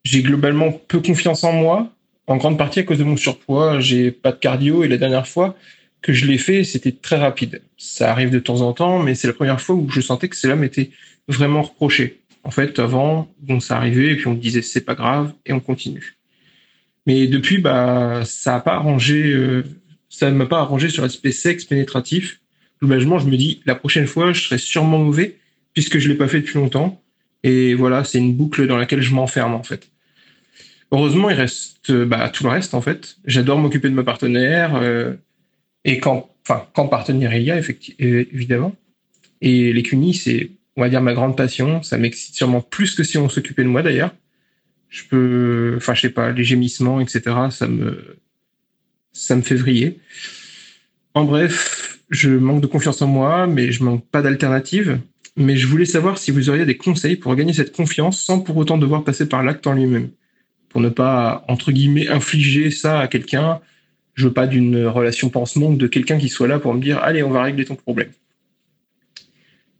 H: J'ai globalement peu confiance en moi, en grande partie à cause de mon surpoids, j'ai pas de cardio et la dernière fois que je l'ai fait, c'était très rapide. Ça arrive de temps en temps, mais c'est la première fois où je sentais que cela m'était vraiment reproché. En fait, avant, bon, ça arrivait, et puis on disait c'est pas grave, et on continue. Mais depuis, bah, ça a pas arrangé, euh, ça ne m'a pas arrangé sur l'aspect sexe pénétratif. Globalement, je me dis, la prochaine fois, je serai sûrement mauvais, puisque je l'ai pas fait depuis longtemps. Et voilà, c'est une boucle dans laquelle je m'enferme, en fait. Heureusement, il reste, euh, bah, tout le reste, en fait. J'adore m'occuper de ma partenaire, euh, et quand, enfin, quand partenaire il y a, effecti- euh, évidemment. Et les cunis, c'est, on va dire, ma grande passion. Ça m'excite sûrement plus que si on s'occupait de moi, d'ailleurs. Je peux, enfin, je sais pas, les gémissements, etc., ça me, ça me fait vriller. En bref, je manque de confiance en moi, mais je manque pas d'alternative. Mais je voulais savoir si vous auriez des conseils pour gagner cette confiance sans pour autant devoir passer par l'acte en lui-même. Pour ne pas, entre guillemets, infliger ça à quelqu'un. Je veux pas d'une relation pense-monde de quelqu'un qui soit là pour me dire, allez, on va régler ton problème.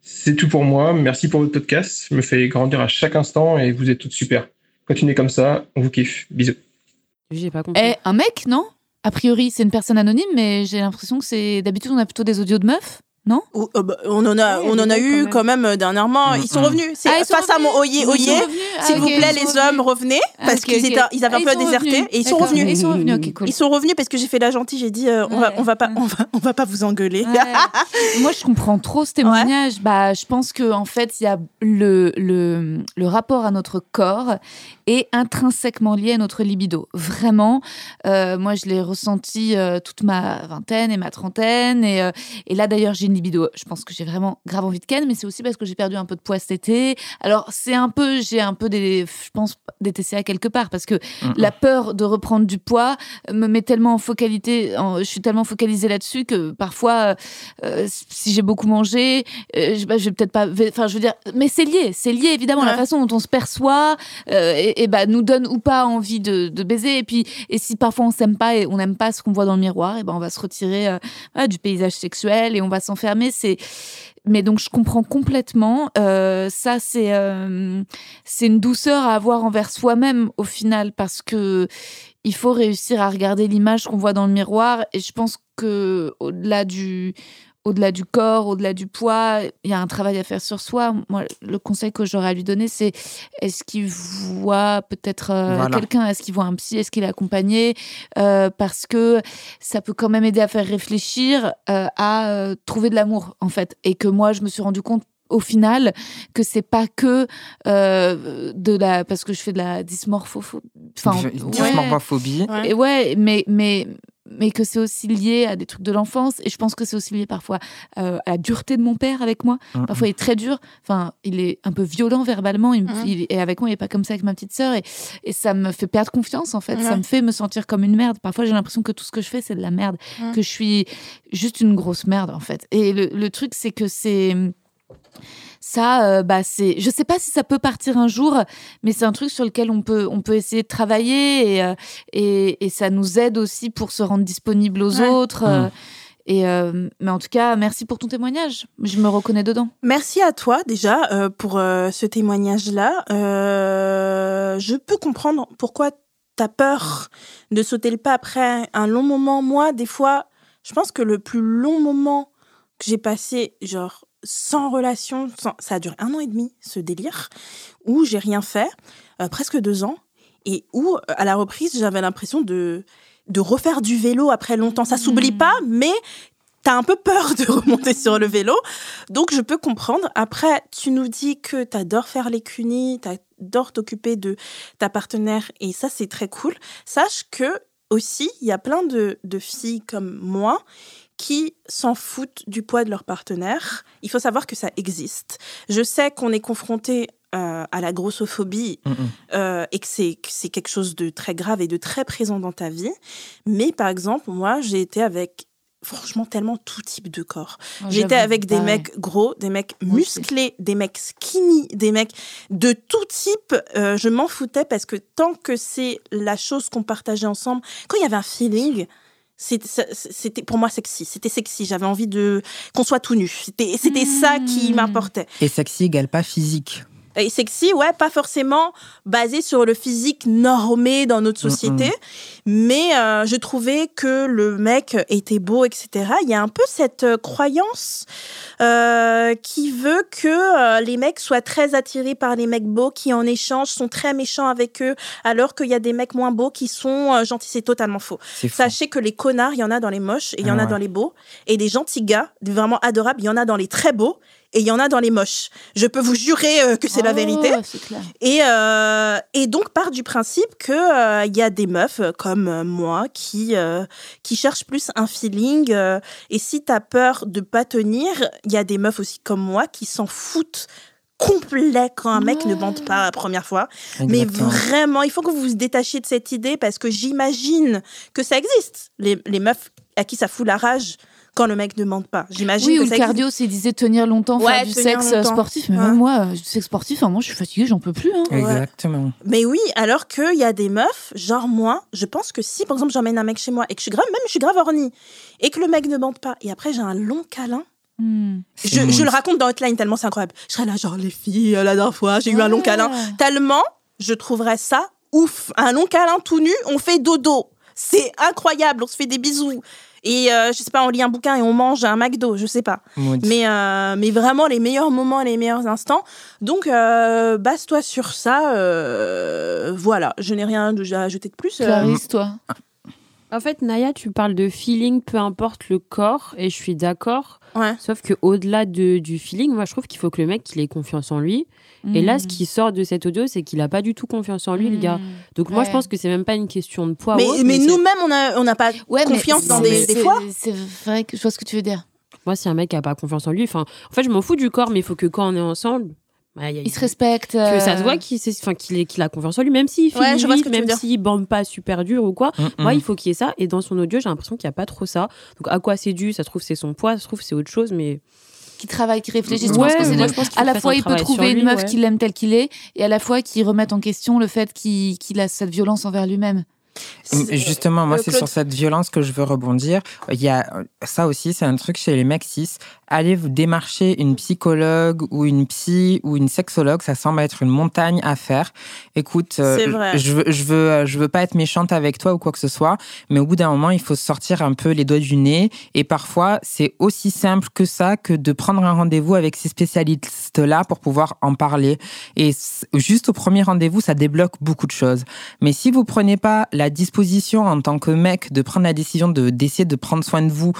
H: C'est tout pour moi. Merci pour votre podcast. Je me fais grandir à chaque instant et vous êtes toutes super. Continuez comme ça. On vous kiffe. Bisous.
E: J'ai pas compris.
C: Eh, un mec, non A priori, c'est une personne anonyme, mais j'ai l'impression que c'est. D'habitude, on a plutôt des audios de meufs, non
A: Ou- euh, bah, on en a,
E: Ouais,
A: on en a
E: des
A: eu
E: deux, quand
A: quand même, euh, dernièrement.
D: Mm,
A: Ils sont
D: mm.
A: revenus. C'est
C: Ah, ils sont
A: face à mon
C: Ils
A: oyé
C: sont
A: oyé.
C: revenus Ah,
A: S'il
C: ok,
A: vous plaît,
C: ils sont
A: les
C: revenus.
A: hommes, revenez
C: Ah,
A: parce
C: ok,
A: qu'ils
C: ok.
A: étaient- ils avaient
C: Ah,
A: un peu
C: sont
A: déserté
C: revenus.
A: et ils sont
C: D'accord.
A: revenus.
C: Ils sont revenus, ok, cool.
A: Ils sont revenus parce que j'ai fait la gentille. J'ai dit, euh, on, va,
C: Ouais. Mm.
A: on va pas, on va, on va pas vous engueuler.
C: Ouais. Moi, je comprends trop ce témoignage. Bah, je pense que en fait, il y a le, le, le rapport à notre corps est intrinsèquement lié à notre libido. Vraiment, Euh, moi, je l'ai ressenti euh, toute ma vingtaine et ma trentaine. Et, euh, et là, d'ailleurs, j'ai une libido. Je pense que j'ai vraiment grave envie de ken, mais c'est aussi parce que j'ai perdu un peu de poids cet été. Alors, c'est un peu, j'ai un peu des, je pense, des TCA quelque part, parce que
D: Mm.
C: la peur de reprendre du poids me met tellement en focalité, en- je suis tellement focalisée là-dessus que parfois, euh, si j'ai beaucoup mangé, euh, je, bah, je vais peut-être pas, enfin, je veux dire, mais c'est lié, c'est lié évidemment, la
A: Ouais.
C: façon dont on se perçoit, euh, et, et bah, nous donne ou pas envie de, de baiser. Et puis, et si parfois on s'aime pas et on n'aime pas ce qu'on voit dans le miroir, et ben on va se retirer euh, voilà, du paysage sexuel et on va s'enfermer. C'est mais donc je comprends complètement. Euh, ça c'est euh, c'est une douceur à avoir envers soi-même au final parce que il faut réussir à regarder l'image qu'on voit dans le miroir. Et je pense que au-delà du au-delà du corps, au-delà du poids, il y a un travail à faire sur soi. Moi, le conseil que j'aurais à lui donner, c'est est-ce qu'il voit peut-être euh,
D: Voilà.
C: quelqu'un Est-ce qu'il voit un psy Est-ce qu'il est accompagné Euh, Parce que ça peut quand même aider à faire réfléchir euh, à euh, trouver de l'amour, en fait. Et que moi, je me suis rendu compte au final que c'est pas que euh, de la parce que je fais de la dysmorphophobie enfin
D: Enfin,
C: ouais.
D: Dysmorphophobie.
A: Ouais.
C: Et ouais, mais, mais, mais que c'est aussi lié à des trucs de l'enfance. Et je pense que c'est aussi lié parfois euh, à la dureté de mon père avec moi.
D: Mm,
C: Parfois, il est très dur. Enfin, il est un peu violent verbalement. Il, me-
A: Mhm.
C: il- et avec moi, il n'est pas comme ça avec ma petite sœur. Et, et ça me fait perdre confiance, en fait.
A: Ouais.
C: Ça me fait me sentir comme une merde. Parfois, j'ai l'impression que tout ce que je fais, c'est de la merde.
A: Mhm.
C: Que je suis juste une grosse merde, en fait. Et le, le truc, c'est que c'est. Ça, euh, bah, c'est. Je sais pas si ça peut partir un jour, mais c'est un truc sur lequel on peut, on peut essayer de travailler et, euh, et, et ça nous aide aussi pour se rendre disponible aux
A: Ouais.
C: autres. euh,
A: Mm.
C: et, euh, mais en tout cas, merci pour ton témoignage. Je me reconnais dedans.
A: Merci à toi déjà euh, pour euh, ce témoignage-là. Euh, je peux comprendre pourquoi t'as peur de sauter le pas après un long moment. Moi, des fois, je pense que le plus long moment que j'ai passé, genre sans relation, sans- ça a duré un an et demi, ce délire, où j'ai rien fait, euh, presque deux ans, et où, euh, à la reprise, j'avais l'impression de, de refaire du vélo après longtemps. Ça s'oublie
C: Mhm.
A: pas, mais t'as un peu peur de remonter sur le vélo. Donc, je peux comprendre. Après, tu nous dis que t'adores faire les cunis, t'adores t'occuper de ta partenaire, et ça, c'est très cool. Sache que, aussi, il y a plein de, de filles comme moi qui s'en foutent du poids de leur partenaire. Il faut savoir que ça existe. Je sais qu'on est confronté euh, à la grossophobie
D: Mm, mm.
A: euh, et que c'est que c'est quelque chose de très grave et de très présent dans ta vie. Mais par exemple, moi, j'ai été avec franchement tellement tout type de corps.
C: Oh,
A: J'étais avec
E: bah,
A: des mecs gros, des mecs
C: Bah Moi aussi.
A: musclés, des mecs skinny, des mecs de tout type. Euh, je m'en foutais parce que tant que c'est la chose qu'on partageait ensemble, quand il y avait un feeling, c'est- ça- c'était pour moi sexy. C'était sexy. J'avais envie de qu'on soit tout nu. C'était c'était ça qui
C: Mmh.
A: m'importait.
D: Et sexy égale pas physique.
A: Et sexy, ouais, pas forcément basé sur le physique normé dans notre
D: Mm,
A: société, mais euh, je trouvais que le mec était beau, etc. Il y a un peu cette euh, croyance euh, qui veut que euh, les mecs soient très attirés par les mecs beaux qui, en échange, sont très méchants avec eux, alors qu'il y a des mecs moins beaux qui sont euh, gentils. C'est totalement faux.
D: C'est fou.
A: Sachez que les connards, il y en a dans les moches et il y en
D: Ah
A: a
D: ouais.
A: dans les beaux. Et des gentils gars, vraiment adorables, il y en a dans les très beaux et il y en a dans les moches. Je peux vous jurer euh, que c'est
D: Ah.
A: la
E: Ah
A: vérité. Et, euh, et donc, part du principe qu'il y a des meufs euh, comme euh, moi qui, euh, qui cherchent plus un feeling. euh, et si t'as peur de pas tenir, il y a des meufs aussi comme moi qui s'en foutent complet quand un mec ne bande pas la première fois. Mais
D: Exactement.
A: vraiment, il faut que vous vous détachiez de cette idée parce que j'imagine que ça existe. Les, les meufs à qui ça fout la rage quand le mec ne demande pas. J'imagine
C: Oui,
A: que
C: ou le
A: ça existe.
C: cardio, c'est disait tenir longtemps,
A: Ouais,
C: faire du
A: tenir
C: sexe
A: longtemps.
C: sportif. Mais
A: Ouais.
C: même moi, euh, du sexe sportif, hein, moi, je suis fatiguée, j'en peux plus. hein.
D: Exactement.
A: Mais oui, alors qu'il y a des meufs, genre moi, je pense que si, par exemple, j'emmène un mec chez moi et que je suis grave, même je suis grave horny, et que le mec ne bande pas, et après j'ai un long câlin,
C: Hmm.
D: C'est
A: je,
D: mon-
A: je le raconte dans Hotline tellement c'est incroyable. Je serais là, genre les filles, euh, la dernière fois, j'ai eu un long câlin. Tellement, je trouverais ça ouf. Un long câlin tout nu, on fait dodo. C'est incroyable, on se fait des bisous. Et euh, je sais pas, on lit un bouquin et on mange un McDo, je sais pas.
D: maudit.
A: Mais, euh, mais vraiment les meilleurs moments, les meilleurs instants. Donc, euh, base-toi sur ça. euh, voilà, je n'ai rien de- à ajouter de plus. euh.
C: Clarisse, toi.
E: En fait, Naya, tu parles de feeling, peu importe le corps, et je suis d'accord.
A: Ouais.
E: Sauf que au-delà de- du feeling, moi, je trouve qu'il faut que le mec, il ait confiance en lui. Mm. Et
C: Mm.
E: là, ce qui sort de cet audio, c'est qu'il a pas du tout confiance en lui, le gars. Donc moi, je
C: Ouais.
E: pense que c'est même pas une question de poids.
A: mais
E: ou autre,
A: mais
E: c'est-
A: nous-mêmes, on a- on n'a pas
C: Ouais, mais
A: confiance dans
C: c'est-
A: des, des
C: c'est-
A: fois.
C: C'est vrai que je vois ce que tu veux dire.
E: Moi, si un mec a pas confiance en lui, enfin, en fait, je m'en fous du corps, mais il faut que quand on est ensemble, bah, il y a-
C: Il se euh, respecte.
E: que ça se voit qu'il s'est- enfin, qu'il est- qu'il a confiance en lui, même s'il
A: Ouais,
E: finit
A: je vois ce
E: vite,
A: que tu veux
E: même
A: dire.
E: s'il bande pas super dur ou quoi.
D: Mm, mm.
E: Moi, il faut qu'il y ait ça. Et dans son audio, j'ai l'impression qu'il n'y a pas trop ça. Donc, à quoi c'est dû Ça se trouve, c'est son poids, ça se trouve, c'est autre chose, mais.
C: Qui travaille, qui réfléchit. je
E: Mm. Ouais,
C: pense que c'est
E: moi,
C: des-
E: je pense qu'il
C: À
E: faut
C: la
E: faire
C: fois,
E: un
C: il peut
E: travail sur
C: trouver
E: lui,
C: une meuf
E: ouais.
C: qui l'aime tel qu'il est, et à la fois, qui remette en question le fait qu'il qu'il a cette violence envers lui-même.
A: C'est-
D: Justement, moi,
A: Euh,
D: c'est
A: Claude-
D: sur cette violence que je veux rebondir. Il y a ça aussi, c'est un truc chez les mecs cis. Allez vous démarcher une psychologue ou une psy ou une sexologue, ça semble être une montagne à faire. Écoute, euh,
A: C'est vrai.
D: je veux, je veux, euh, je veux pas être méchante avec toi ou quoi que ce soit, mais au bout d'un moment, il faut sortir un peu les doigts du nez. Et parfois, c'est aussi simple que ça que de prendre un rendez-vous avec ces spécialistes-là pour pouvoir en parler. Et c- juste au premier rendez-vous, ça débloque beaucoup de choses. Mais si vous prenez pas la disposition en tant que mec de prendre la décision de d'essayer de prendre soin de vous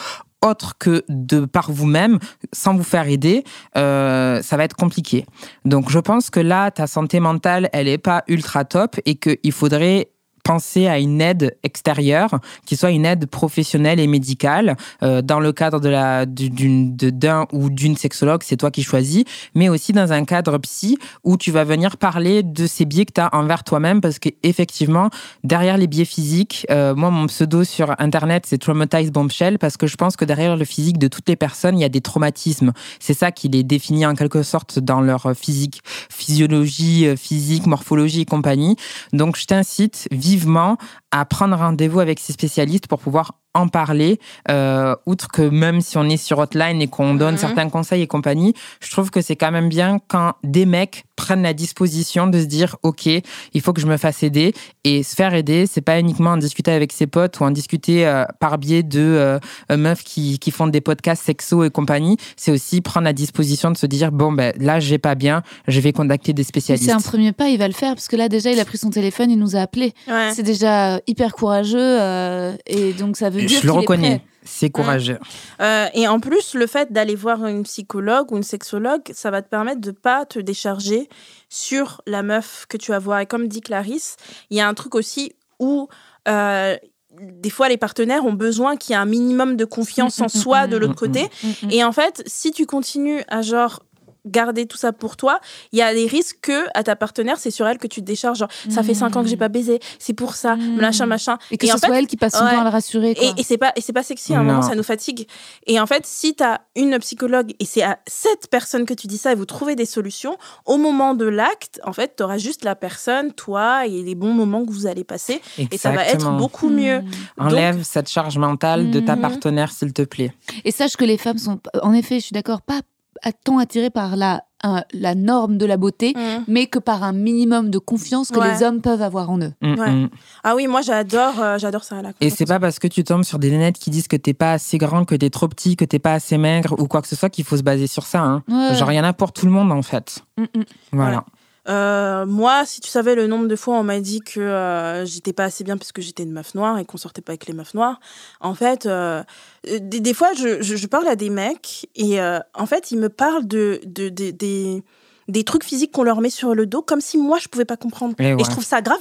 D: autre que de par vous-même, sans vous faire aider, euh, ça va être compliqué. Donc je pense que là, ta santé mentale, elle est pas ultra top et qu'il faudrait penser à une aide extérieure, qui soit une aide professionnelle et médicale, euh, dans le cadre de la du- d'une de- d'un ou d'une sexologue, c'est toi qui choisis, mais aussi dans un cadre psy où tu vas venir parler de ces biais que tu as envers toi-même, parce qu'effectivement, derrière les biais physiques, euh, moi, mon pseudo sur Internet, c'est Traumatized Bombshell, parce que je pense que derrière le physique de toutes les personnes, il y a des traumatismes. C'est ça qui les définit en quelque sorte dans leur physique, physiologie, euh, physique, morphologie et compagnie. Donc, je t'incite vivement à prendre rendez-vous avec ces spécialistes pour pouvoir en parler, euh, outre que même si on est sur hotline et qu'on donne
A: Mhm.
D: certains conseils et compagnie, je trouve que c'est quand même bien quand des mecs prennent la disposition de se dire ok, il faut que je me fasse aider et se faire aider, c'est pas uniquement en discuter avec ses potes ou en discuter euh, par biais de euh, euh, meufs qui, qui font des podcasts sexo et compagnie, c'est aussi prendre la disposition de se dire bon ben là j'ai pas bien, je vais contacter des spécialistes.
C: C'est un premier pas, il va le faire, parce que là, déjà, il a pris son téléphone, il nous a appelé.
A: Ouais.
C: C'est déjà hyper courageux, euh, et donc ça veut
D: Et
C: dire.
D: je le
C: qu'il est
D: reconnais,
C: prêt.
D: c'est courageux.
A: Euh, et en plus, le fait d'aller voir une psychologue ou une sexologue, ça va te permettre de pas te décharger sur la meuf que tu vas voir. Et comme dit Clarisse, il y a un truc aussi où euh, des fois les partenaires ont besoin qu'il y ait un minimum de confiance en soi de l'autre côté.
C: mm,
A: Et en fait, si tu continues à genre garder tout ça pour toi, il y a des risques que à ta partenaire, c'est sur elle que tu te décharges. Genre, ça fait cinq ans que j'ai pas baisé, c'est pour ça,
C: Mm.
A: machin, machin.
C: Et que
A: Et
C: ce
A: en fait-
C: soit elle qui passe son
A: ouais.
C: temps à le rassurer. quoi.
A: Et, et c'est pas et c'est pas sexy. À un moment,
D: Non.
A: ça nous fatigue. Et en fait, si t'as une psychologue et c'est à cette personne que tu dis ça et vous trouvez des solutions au moment de l'acte, en fait, t'auras juste la personne, toi et les bons moments que vous allez passer et ça va être
D: Exactement.
A: beaucoup mieux.
C: Mm.
D: Enlève cette charge mentale de ta
C: Mhm.
D: partenaire, s'il te plaît.
C: Et sache que les femmes sont, en effet, je suis d'accord, pas à- tant attirées par la, un- la norme de la beauté,
A: Donc, mm.
C: mais que par un minimum de confiance que
A: Ouais.
C: les hommes peuvent avoir en eux.
D: Mm,
A: Ouais.
D: mm.
A: Ah oui, moi j'adore euh, j'adore ça. La
D: Et c'est pas parce que tu tombes sur des lunettes qui disent que t'es pas assez grand, que t'es trop petit, que t'es pas assez maigre ou quoi que ce soit qu'il faut se baser sur ça. Hein.
C: Ouais.
D: Genre, il y en a pour tout le monde en fait.
C: Mm, mm.
D: Voilà.
A: Euh, moi, si tu savais le nombre de fois on m'a dit que euh, j'étais pas assez bien parce que j'étais une meuf noire et qu'on sortait pas avec les meufs noires, en fait, euh, euh, des, des fois, je, je- je parle à des mecs et euh, en fait, ils me parlent de, de, de- des, des trucs physiques qu'on leur met sur le dos comme si moi, je pouvais pas comprendre.
D: Et
A: Et,
D: ouais.
A: je trouve ça grave.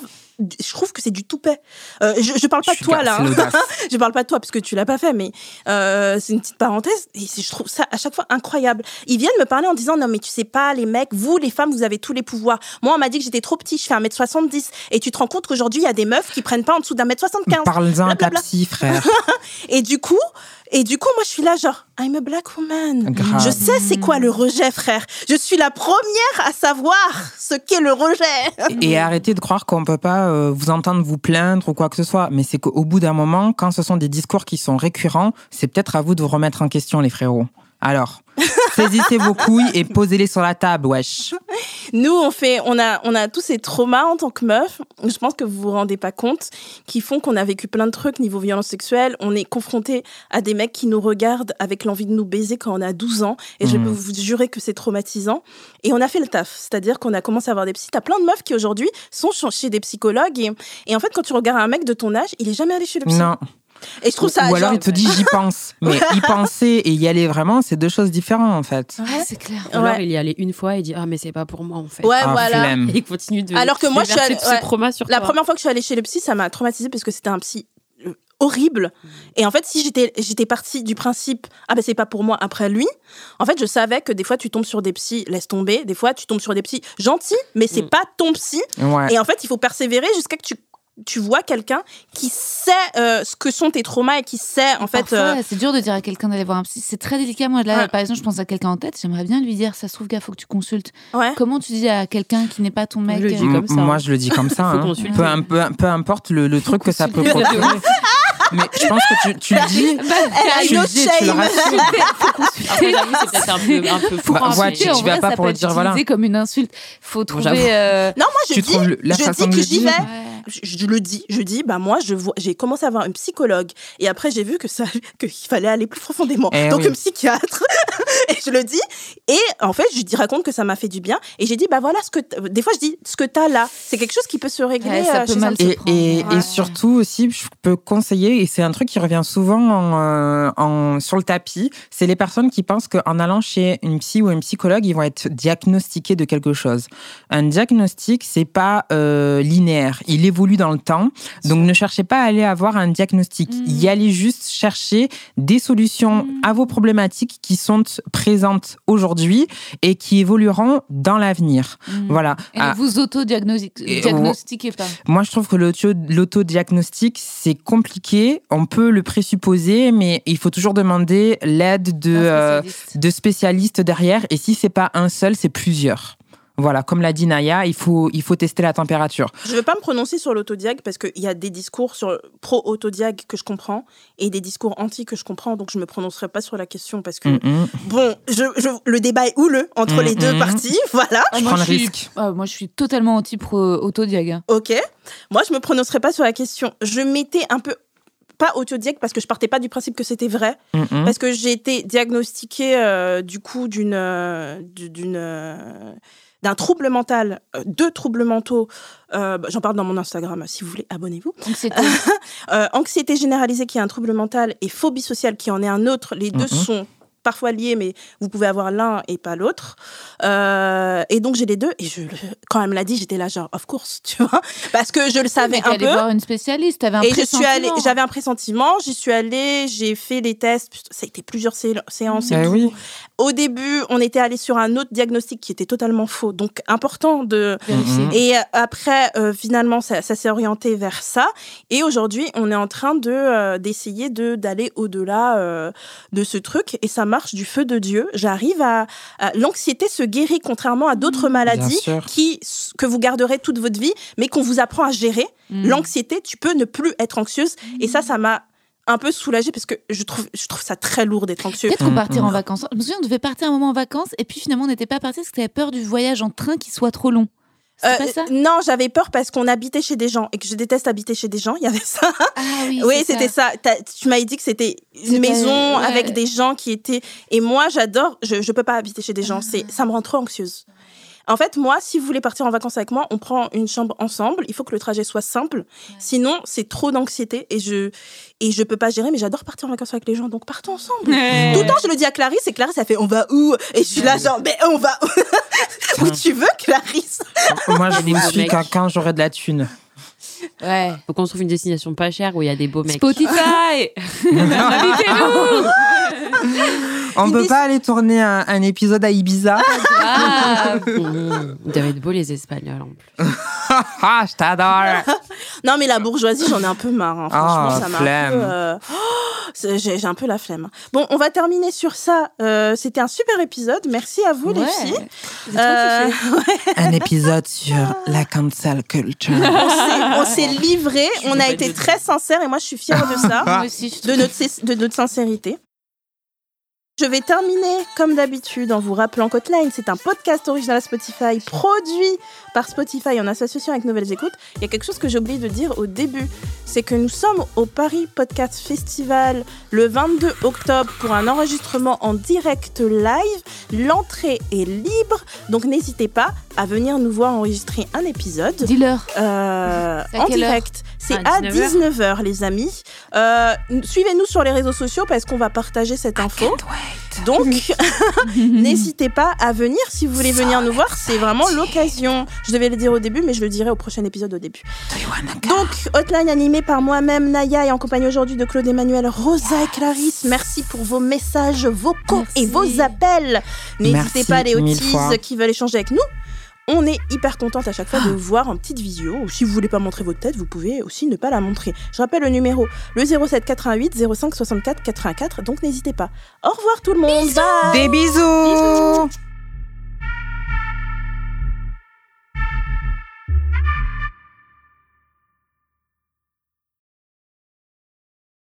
A: Je trouve que c'est du toupet. Euh, je, je parle pas
D: Je
A: de
D: suis
A: toi
D: gar-
A: là.
D: c'est
A: hein.
D: l'audace.
A: je parle pas de toi parce que tu l'as pas fait, mais euh, c'est une petite parenthèse. Et c'est- je trouve ça à chaque fois incroyable. Ils viennent me parler en disant non mais tu sais pas les mecs, vous les femmes vous avez tous les pouvoirs. Moi on m'a dit que j'étais trop petit, je fais 1m70 et tu te rends compte qu'aujourd'hui il y a des meufs qui prennent pas en dessous d'un mètre 75.
D: Parle-en à ta
A: Blablabla.
D: psy, frère.
A: Et du coup, et du coup moi je suis là genre I'm a black woman.
D: Grave.
A: Je sais c'est quoi le rejet frère. Je suis la première à savoir ce qu'est le rejet.
D: Et arrêtez de croire qu'on peut pas euh, vous entendre vous plaindre ou quoi que ce soit. Mais c'est qu'au bout d'un moment, quand ce sont des discours qui sont récurrents, c'est peut-être à vous de vous remettre en question, les frérots. Alors, saisissez vos couilles et posez-les sur la table, wesh.
A: Nous, on fait, on a, on a tous ces traumas en tant que meuf. Je pense que vous vous rendez pas compte, qui font qu'on a vécu plein de trucs niveau violence sexuelle. On est confronté à des mecs qui nous regardent avec l'envie de nous baiser quand on a 12 ans. Et je
D: Mhm.
A: peux vous jurer que c'est traumatisant. Et on a fait le taf. C'est-à-dire qu'on a commencé à avoir des psys. T'as plein de meufs qui aujourd'hui sont ch- chez des psychologues. Et, et en fait, quand tu regardes un mec de ton âge, il est jamais allé chez le psy.
D: Non.
A: Et je trouve ça.
D: ou alors
A: genre-
D: il te dit j'y pense. Mais y penser et y aller vraiment, c'est deux choses différentes en fait.
C: Ouais, c'est clair.
E: Ou Alors,
A: Ouais.
E: il y allait une fois et dit Ah, mais c'est pas pour moi, en fait.
A: Ouais,
D: Ah,
A: voilà.
D: flemme.
E: Et il continue de.
A: Alors que moi, je suis
E: déverser
A: allée-
E: tous ses
A: ouais.
E: traumas sur
A: La
E: toi.
A: première fois que je suis allée chez le psy, ça m'a traumatisée parce que c'était un psy euh, horrible.
D: Mm.
A: Et en fait, si j'étais j'étais partie du principe ah ben c'est pas pour moi après lui, en fait, je savais que des fois tu tombes sur des psys, laisse tomber, des fois tu tombes sur des psys gentils, mais c'est
E: Mm.
A: pas ton psy.
D: Ouais.
A: Et en fait, il faut persévérer jusqu'à que tu tu vois quelqu'un qui sait euh, ce que sont tes traumas et qui sait en fait
C: Parfois,
A: euh,
C: c'est dur de dire à quelqu'un d'aller voir un psy. C'est très délicat. Moi, là,
A: Ouais.
C: par exemple, je pense à quelqu'un en tête. J'aimerais bien lui dire, ça se trouve, gars, faut que tu consultes.
A: ouais
C: Comment tu dis à quelqu'un qui n'est pas ton mec
E: Je le dis.
C: euh,
E: comme ça,
D: M- Moi,
E: hein.
D: je le dis comme ça.
E: Faut
D: hein.
E: consulter.
D: peu, un- peu, peu importe le, le truc que ça peut
C: consulter.
D: procurer. Mais je pense que tu, tu le dis.
A: a
D: Tu
A: no
D: le dis et tu le
A: shame. Ah,
D: rassures.
E: Après, j'avoue, c'est peut-être un peu, un peu fou. hein,
D: Bah, ouais,
E: mais-
D: tu- tu
C: en
D: vas
C: vrai,
D: pas
C: ça
D: pour le
C: peut être
D: dire, voilà.
C: utilisé comme une insulte. Faut
D: j'avoue.
C: trouver. euh,
A: non moi je
D: Tu
A: dis
D: trouves le- la
A: je
D: façon
A: dis
D: de
A: que
D: le
A: j'y vais
D: dire.
C: ouais.
A: je, je le dis, je dis, bah moi, je vois, j'ai commencé à voir une psychologue et après j'ai vu que ça, que- qu'il fallait aller plus profondément,
D: Eh
A: donc
D: oui.
A: un psychiatre. et je le dis. Et en fait, je dis, raconte que ça m'a fait du bien. Et j'ai dit, bah voilà ce que, t- des fois je dis, ce que t'as là, c'est quelque chose qui peut se régler.
C: Ouais, ça
A: euh,
C: peut
A: chez
C: mal
A: un psy.
C: se
D: Et,
C: prendre.
D: et,
C: Ouais.
D: et surtout aussi, je peux conseiller, et c'est un truc qui revient souvent en, euh, en- sur le tapis, c'est les personnes qui pensent qu'en allant chez une psy ou un psychologue, ils vont être diagnostiqués de quelque chose. Un diagnostic, c'est pas euh, linéaire, il évolue dans le temps. Donc ne cherchez pas à aller avoir un diagnostic.
C: Mm.
D: Y allez juste chercher des solutions
A: Mm.
D: à vos problématiques qui sont présentes aujourd'hui et qui évolueront dans l'avenir.
C: Mm.
D: Voilà.
C: Et
D: À-
C: ne vous
D: Et-
C: auto-diagnostiquez pas.
D: moi, je trouve que l'auto- l'autodiagnostic, c'est compliqué. On peut le présupposer, mais il faut toujours demander l'aide de,
C: Un
D: euh,
C: spécialiste.
D: de spécialistes derrière. Et si c'est pas un seul, c'est plusieurs. Voilà, comme l'a dit Naya, il faut, il faut tester la température.
A: Je veux pas me prononcer sur l'autodiag parce qu'il y a des discours sur pro-autodiag que je comprends et des discours anti que je comprends, donc je me prononcerai pas sur la question parce que,
D: Mm-mm.
A: bon, je, je- le débat est houleux entre les
D: Mm,
A: deux
D: mm.
A: parties, voilà.
C: Ah,
D: Je
C: moi,
D: prends le
C: suis-
D: risque.
C: ah, moi, je suis totalement hein. anti-auto-diag.
A: Ok. Moi, je me prononcerai pas sur la question. Je m'étais un peu pas autodiaque parce que je partais pas du principe que c'était vrai
D: Mm-mm.
A: parce que j'ai été diagnostiquée euh, du coup d'une euh, du- d'une euh, d'un trouble mental, euh, deux troubles mentaux. Euh, bah, J'en parle dans mon Instagram si vous voulez, abonnez-vous.
C: Donc, c'est
A: Euh, anxiété généralisée qui est un trouble mental et phobie sociale qui en est un autre. Les deux
D: Mhm.
A: sont parfois liés, mais vous pouvez avoir l'un et pas l'autre. Euh, et donc j'ai les deux. Et je, le- quand elle me l'a dit, j'étais là genre, of course, tu vois, parce que je le savais un
C: allé
A: peu.
C: voir une spécialiste. T'avais un
A: Et je suis allée,
C: pressentiment.
A: j'avais un pressentiment, j'y suis allée, j'ai fait les tests, Putain, ça a été plusieurs sé- séances. et
D: Eh
A: tout.
D: oui.
A: Au début, on était allé sur un autre diagnostic qui était totalement faux, donc important de,
C: Vérifier.
D: Mm-mm.
A: et euh, après, euh, finalement, ça, ça s'est orienté vers ça. Et aujourd'hui, on est en train de euh, d'essayer de d'aller au-delà euh, de ce truc. Et ça marche du feu de Dieu. J'arrive à, à- l'anxiété se guérit contrairement à
C: Mm.
A: d'autres maladies
D: sûr.
A: qui s- que vous garderez toute votre vie, mais qu'on vous apprend à gérer.
C: Mm.
A: L'anxiété, tu peux ne plus être anxieuse. Et ça, ça m'a un peu soulagée parce que je trouve je trouve ça très lourd d'être anxieux.
C: Peut-être qu'on
D: Mm,
C: partir
D: mm.
C: en vacances. Je me souviens, on devait partir un moment en vacances et puis finalement, on n'était pas parti parce que t'avais peur du voyage en train qui soit trop long. C'est
A: Euh,
C: pas ça
A: non, j'avais peur parce qu'on habitait chez des gens et que je déteste habiter chez des gens. Il y avait ça.
C: Ah oui,
A: Oui,
C: c'est
A: c'était ça. T'as- Tu m'avais dit que c'était
C: C'était-
A: une maison
C: ouais.
A: avec des gens qui étaient. Et moi, j'adore. Je, je peux pas habiter chez des gens. C'est,
C: Ah.
A: ça me rend trop anxieuse. En fait, moi, si vous voulez partir en vacances avec moi, on prend une chambre ensemble. Il faut que le trajet soit simple. Sinon, c'est trop d'anxiété et je et je peux pas gérer. Mais j'adore partir en vacances avec les gens, donc partons ensemble.
C: Ouais.
A: Tout le temps, je le dis à Clarisse et Clarisse, elle fait on va où Et je suis là genre mais on va où, Où tu veux, Clarisse
D: Moi, je vous suis
E: mecs.
D: quand, quand j'aurai de la thune.
C: Ouais.
E: Faut qu'on trouve une destination pas chère où il y a des beaux mecs.
C: Spotify
D: On
A: Une
D: peut
A: des-
D: pas aller tourner un, un épisode à Ibiza.
C: Ah,
E: Mmh, Ils doivent être beaux les Espagnols en plus.
D: ah, je t'adore.
A: Non, mais la bourgeoisie, j'en ai un peu marre. hein.
D: Ah,
A: Franchement, ça m'a un peu.
D: flemme.
A: euh, oh, c'est- j'ai j'ai un peu la flemme. Bon, on va terminer sur ça. Euh, C'était un super épisode. Merci à vous, les
C: Ouais.
A: filles.
C: J'ai trop
A: Euh,
C: kiffé.
D: un épisode sur la cancel culture.
A: on s'est- on s'est livré. On
E: suis
A: a
E: pas
A: été
E: dedans.
A: très sincères et moi, je suis fière de ça.
C: Moi aussi, je suis
A: de notre, sé- de notre sincérité. Je vais terminer, comme d'habitude, en vous rappelant qu'Hotline, c'est un podcast original Spotify, produit par Spotify en association avec Nouvelles Écoutes. Il y a quelque chose que j'ai oublié de dire au début, c'est que nous sommes au Paris Podcast Festival le 22 octobre pour un enregistrement en direct live. L'entrée est libre, donc n'hésitez pas à venir nous voir enregistrer un épisode.
C: Dis-leur.
A: Euh,
C: C'est à
A: en
C: quelle heure
A: direct. C'est
E: À
A: à 19h,
E: 19h.
A: les amis. Euh, n- Suivez-nous sur les réseaux sociaux parce qu'on va partager cette info. Donc,
D: Mhm.
A: n'hésitez pas à venir si vous voulez venir nous voir. C'est vraiment l'occasion. Je devais le dire au début, mais je le dirai au prochain épisode au début. Donc, Hotline animée par moi-même, Naya, et en compagnie aujourd'hui de Claude Emmanuel, Rosa et Clarisse. Merci pour vos messages vocaux
C: Merci.
A: et vos appels. N'hésitez
D: Merci
A: pas, les
D: mille
A: autistes
D: fois. Ah.
A: qui veulent échanger avec nous. On est hyper contente à chaque fois de vous voir en petite visio. Ou si vous voulez pas montrer votre tête, vous pouvez aussi ne pas la montrer. Je rappelle le numéro, le 07 88 05 64 84. Donc n'hésitez pas. Au revoir tout le monde. Bye.
D: Des bisous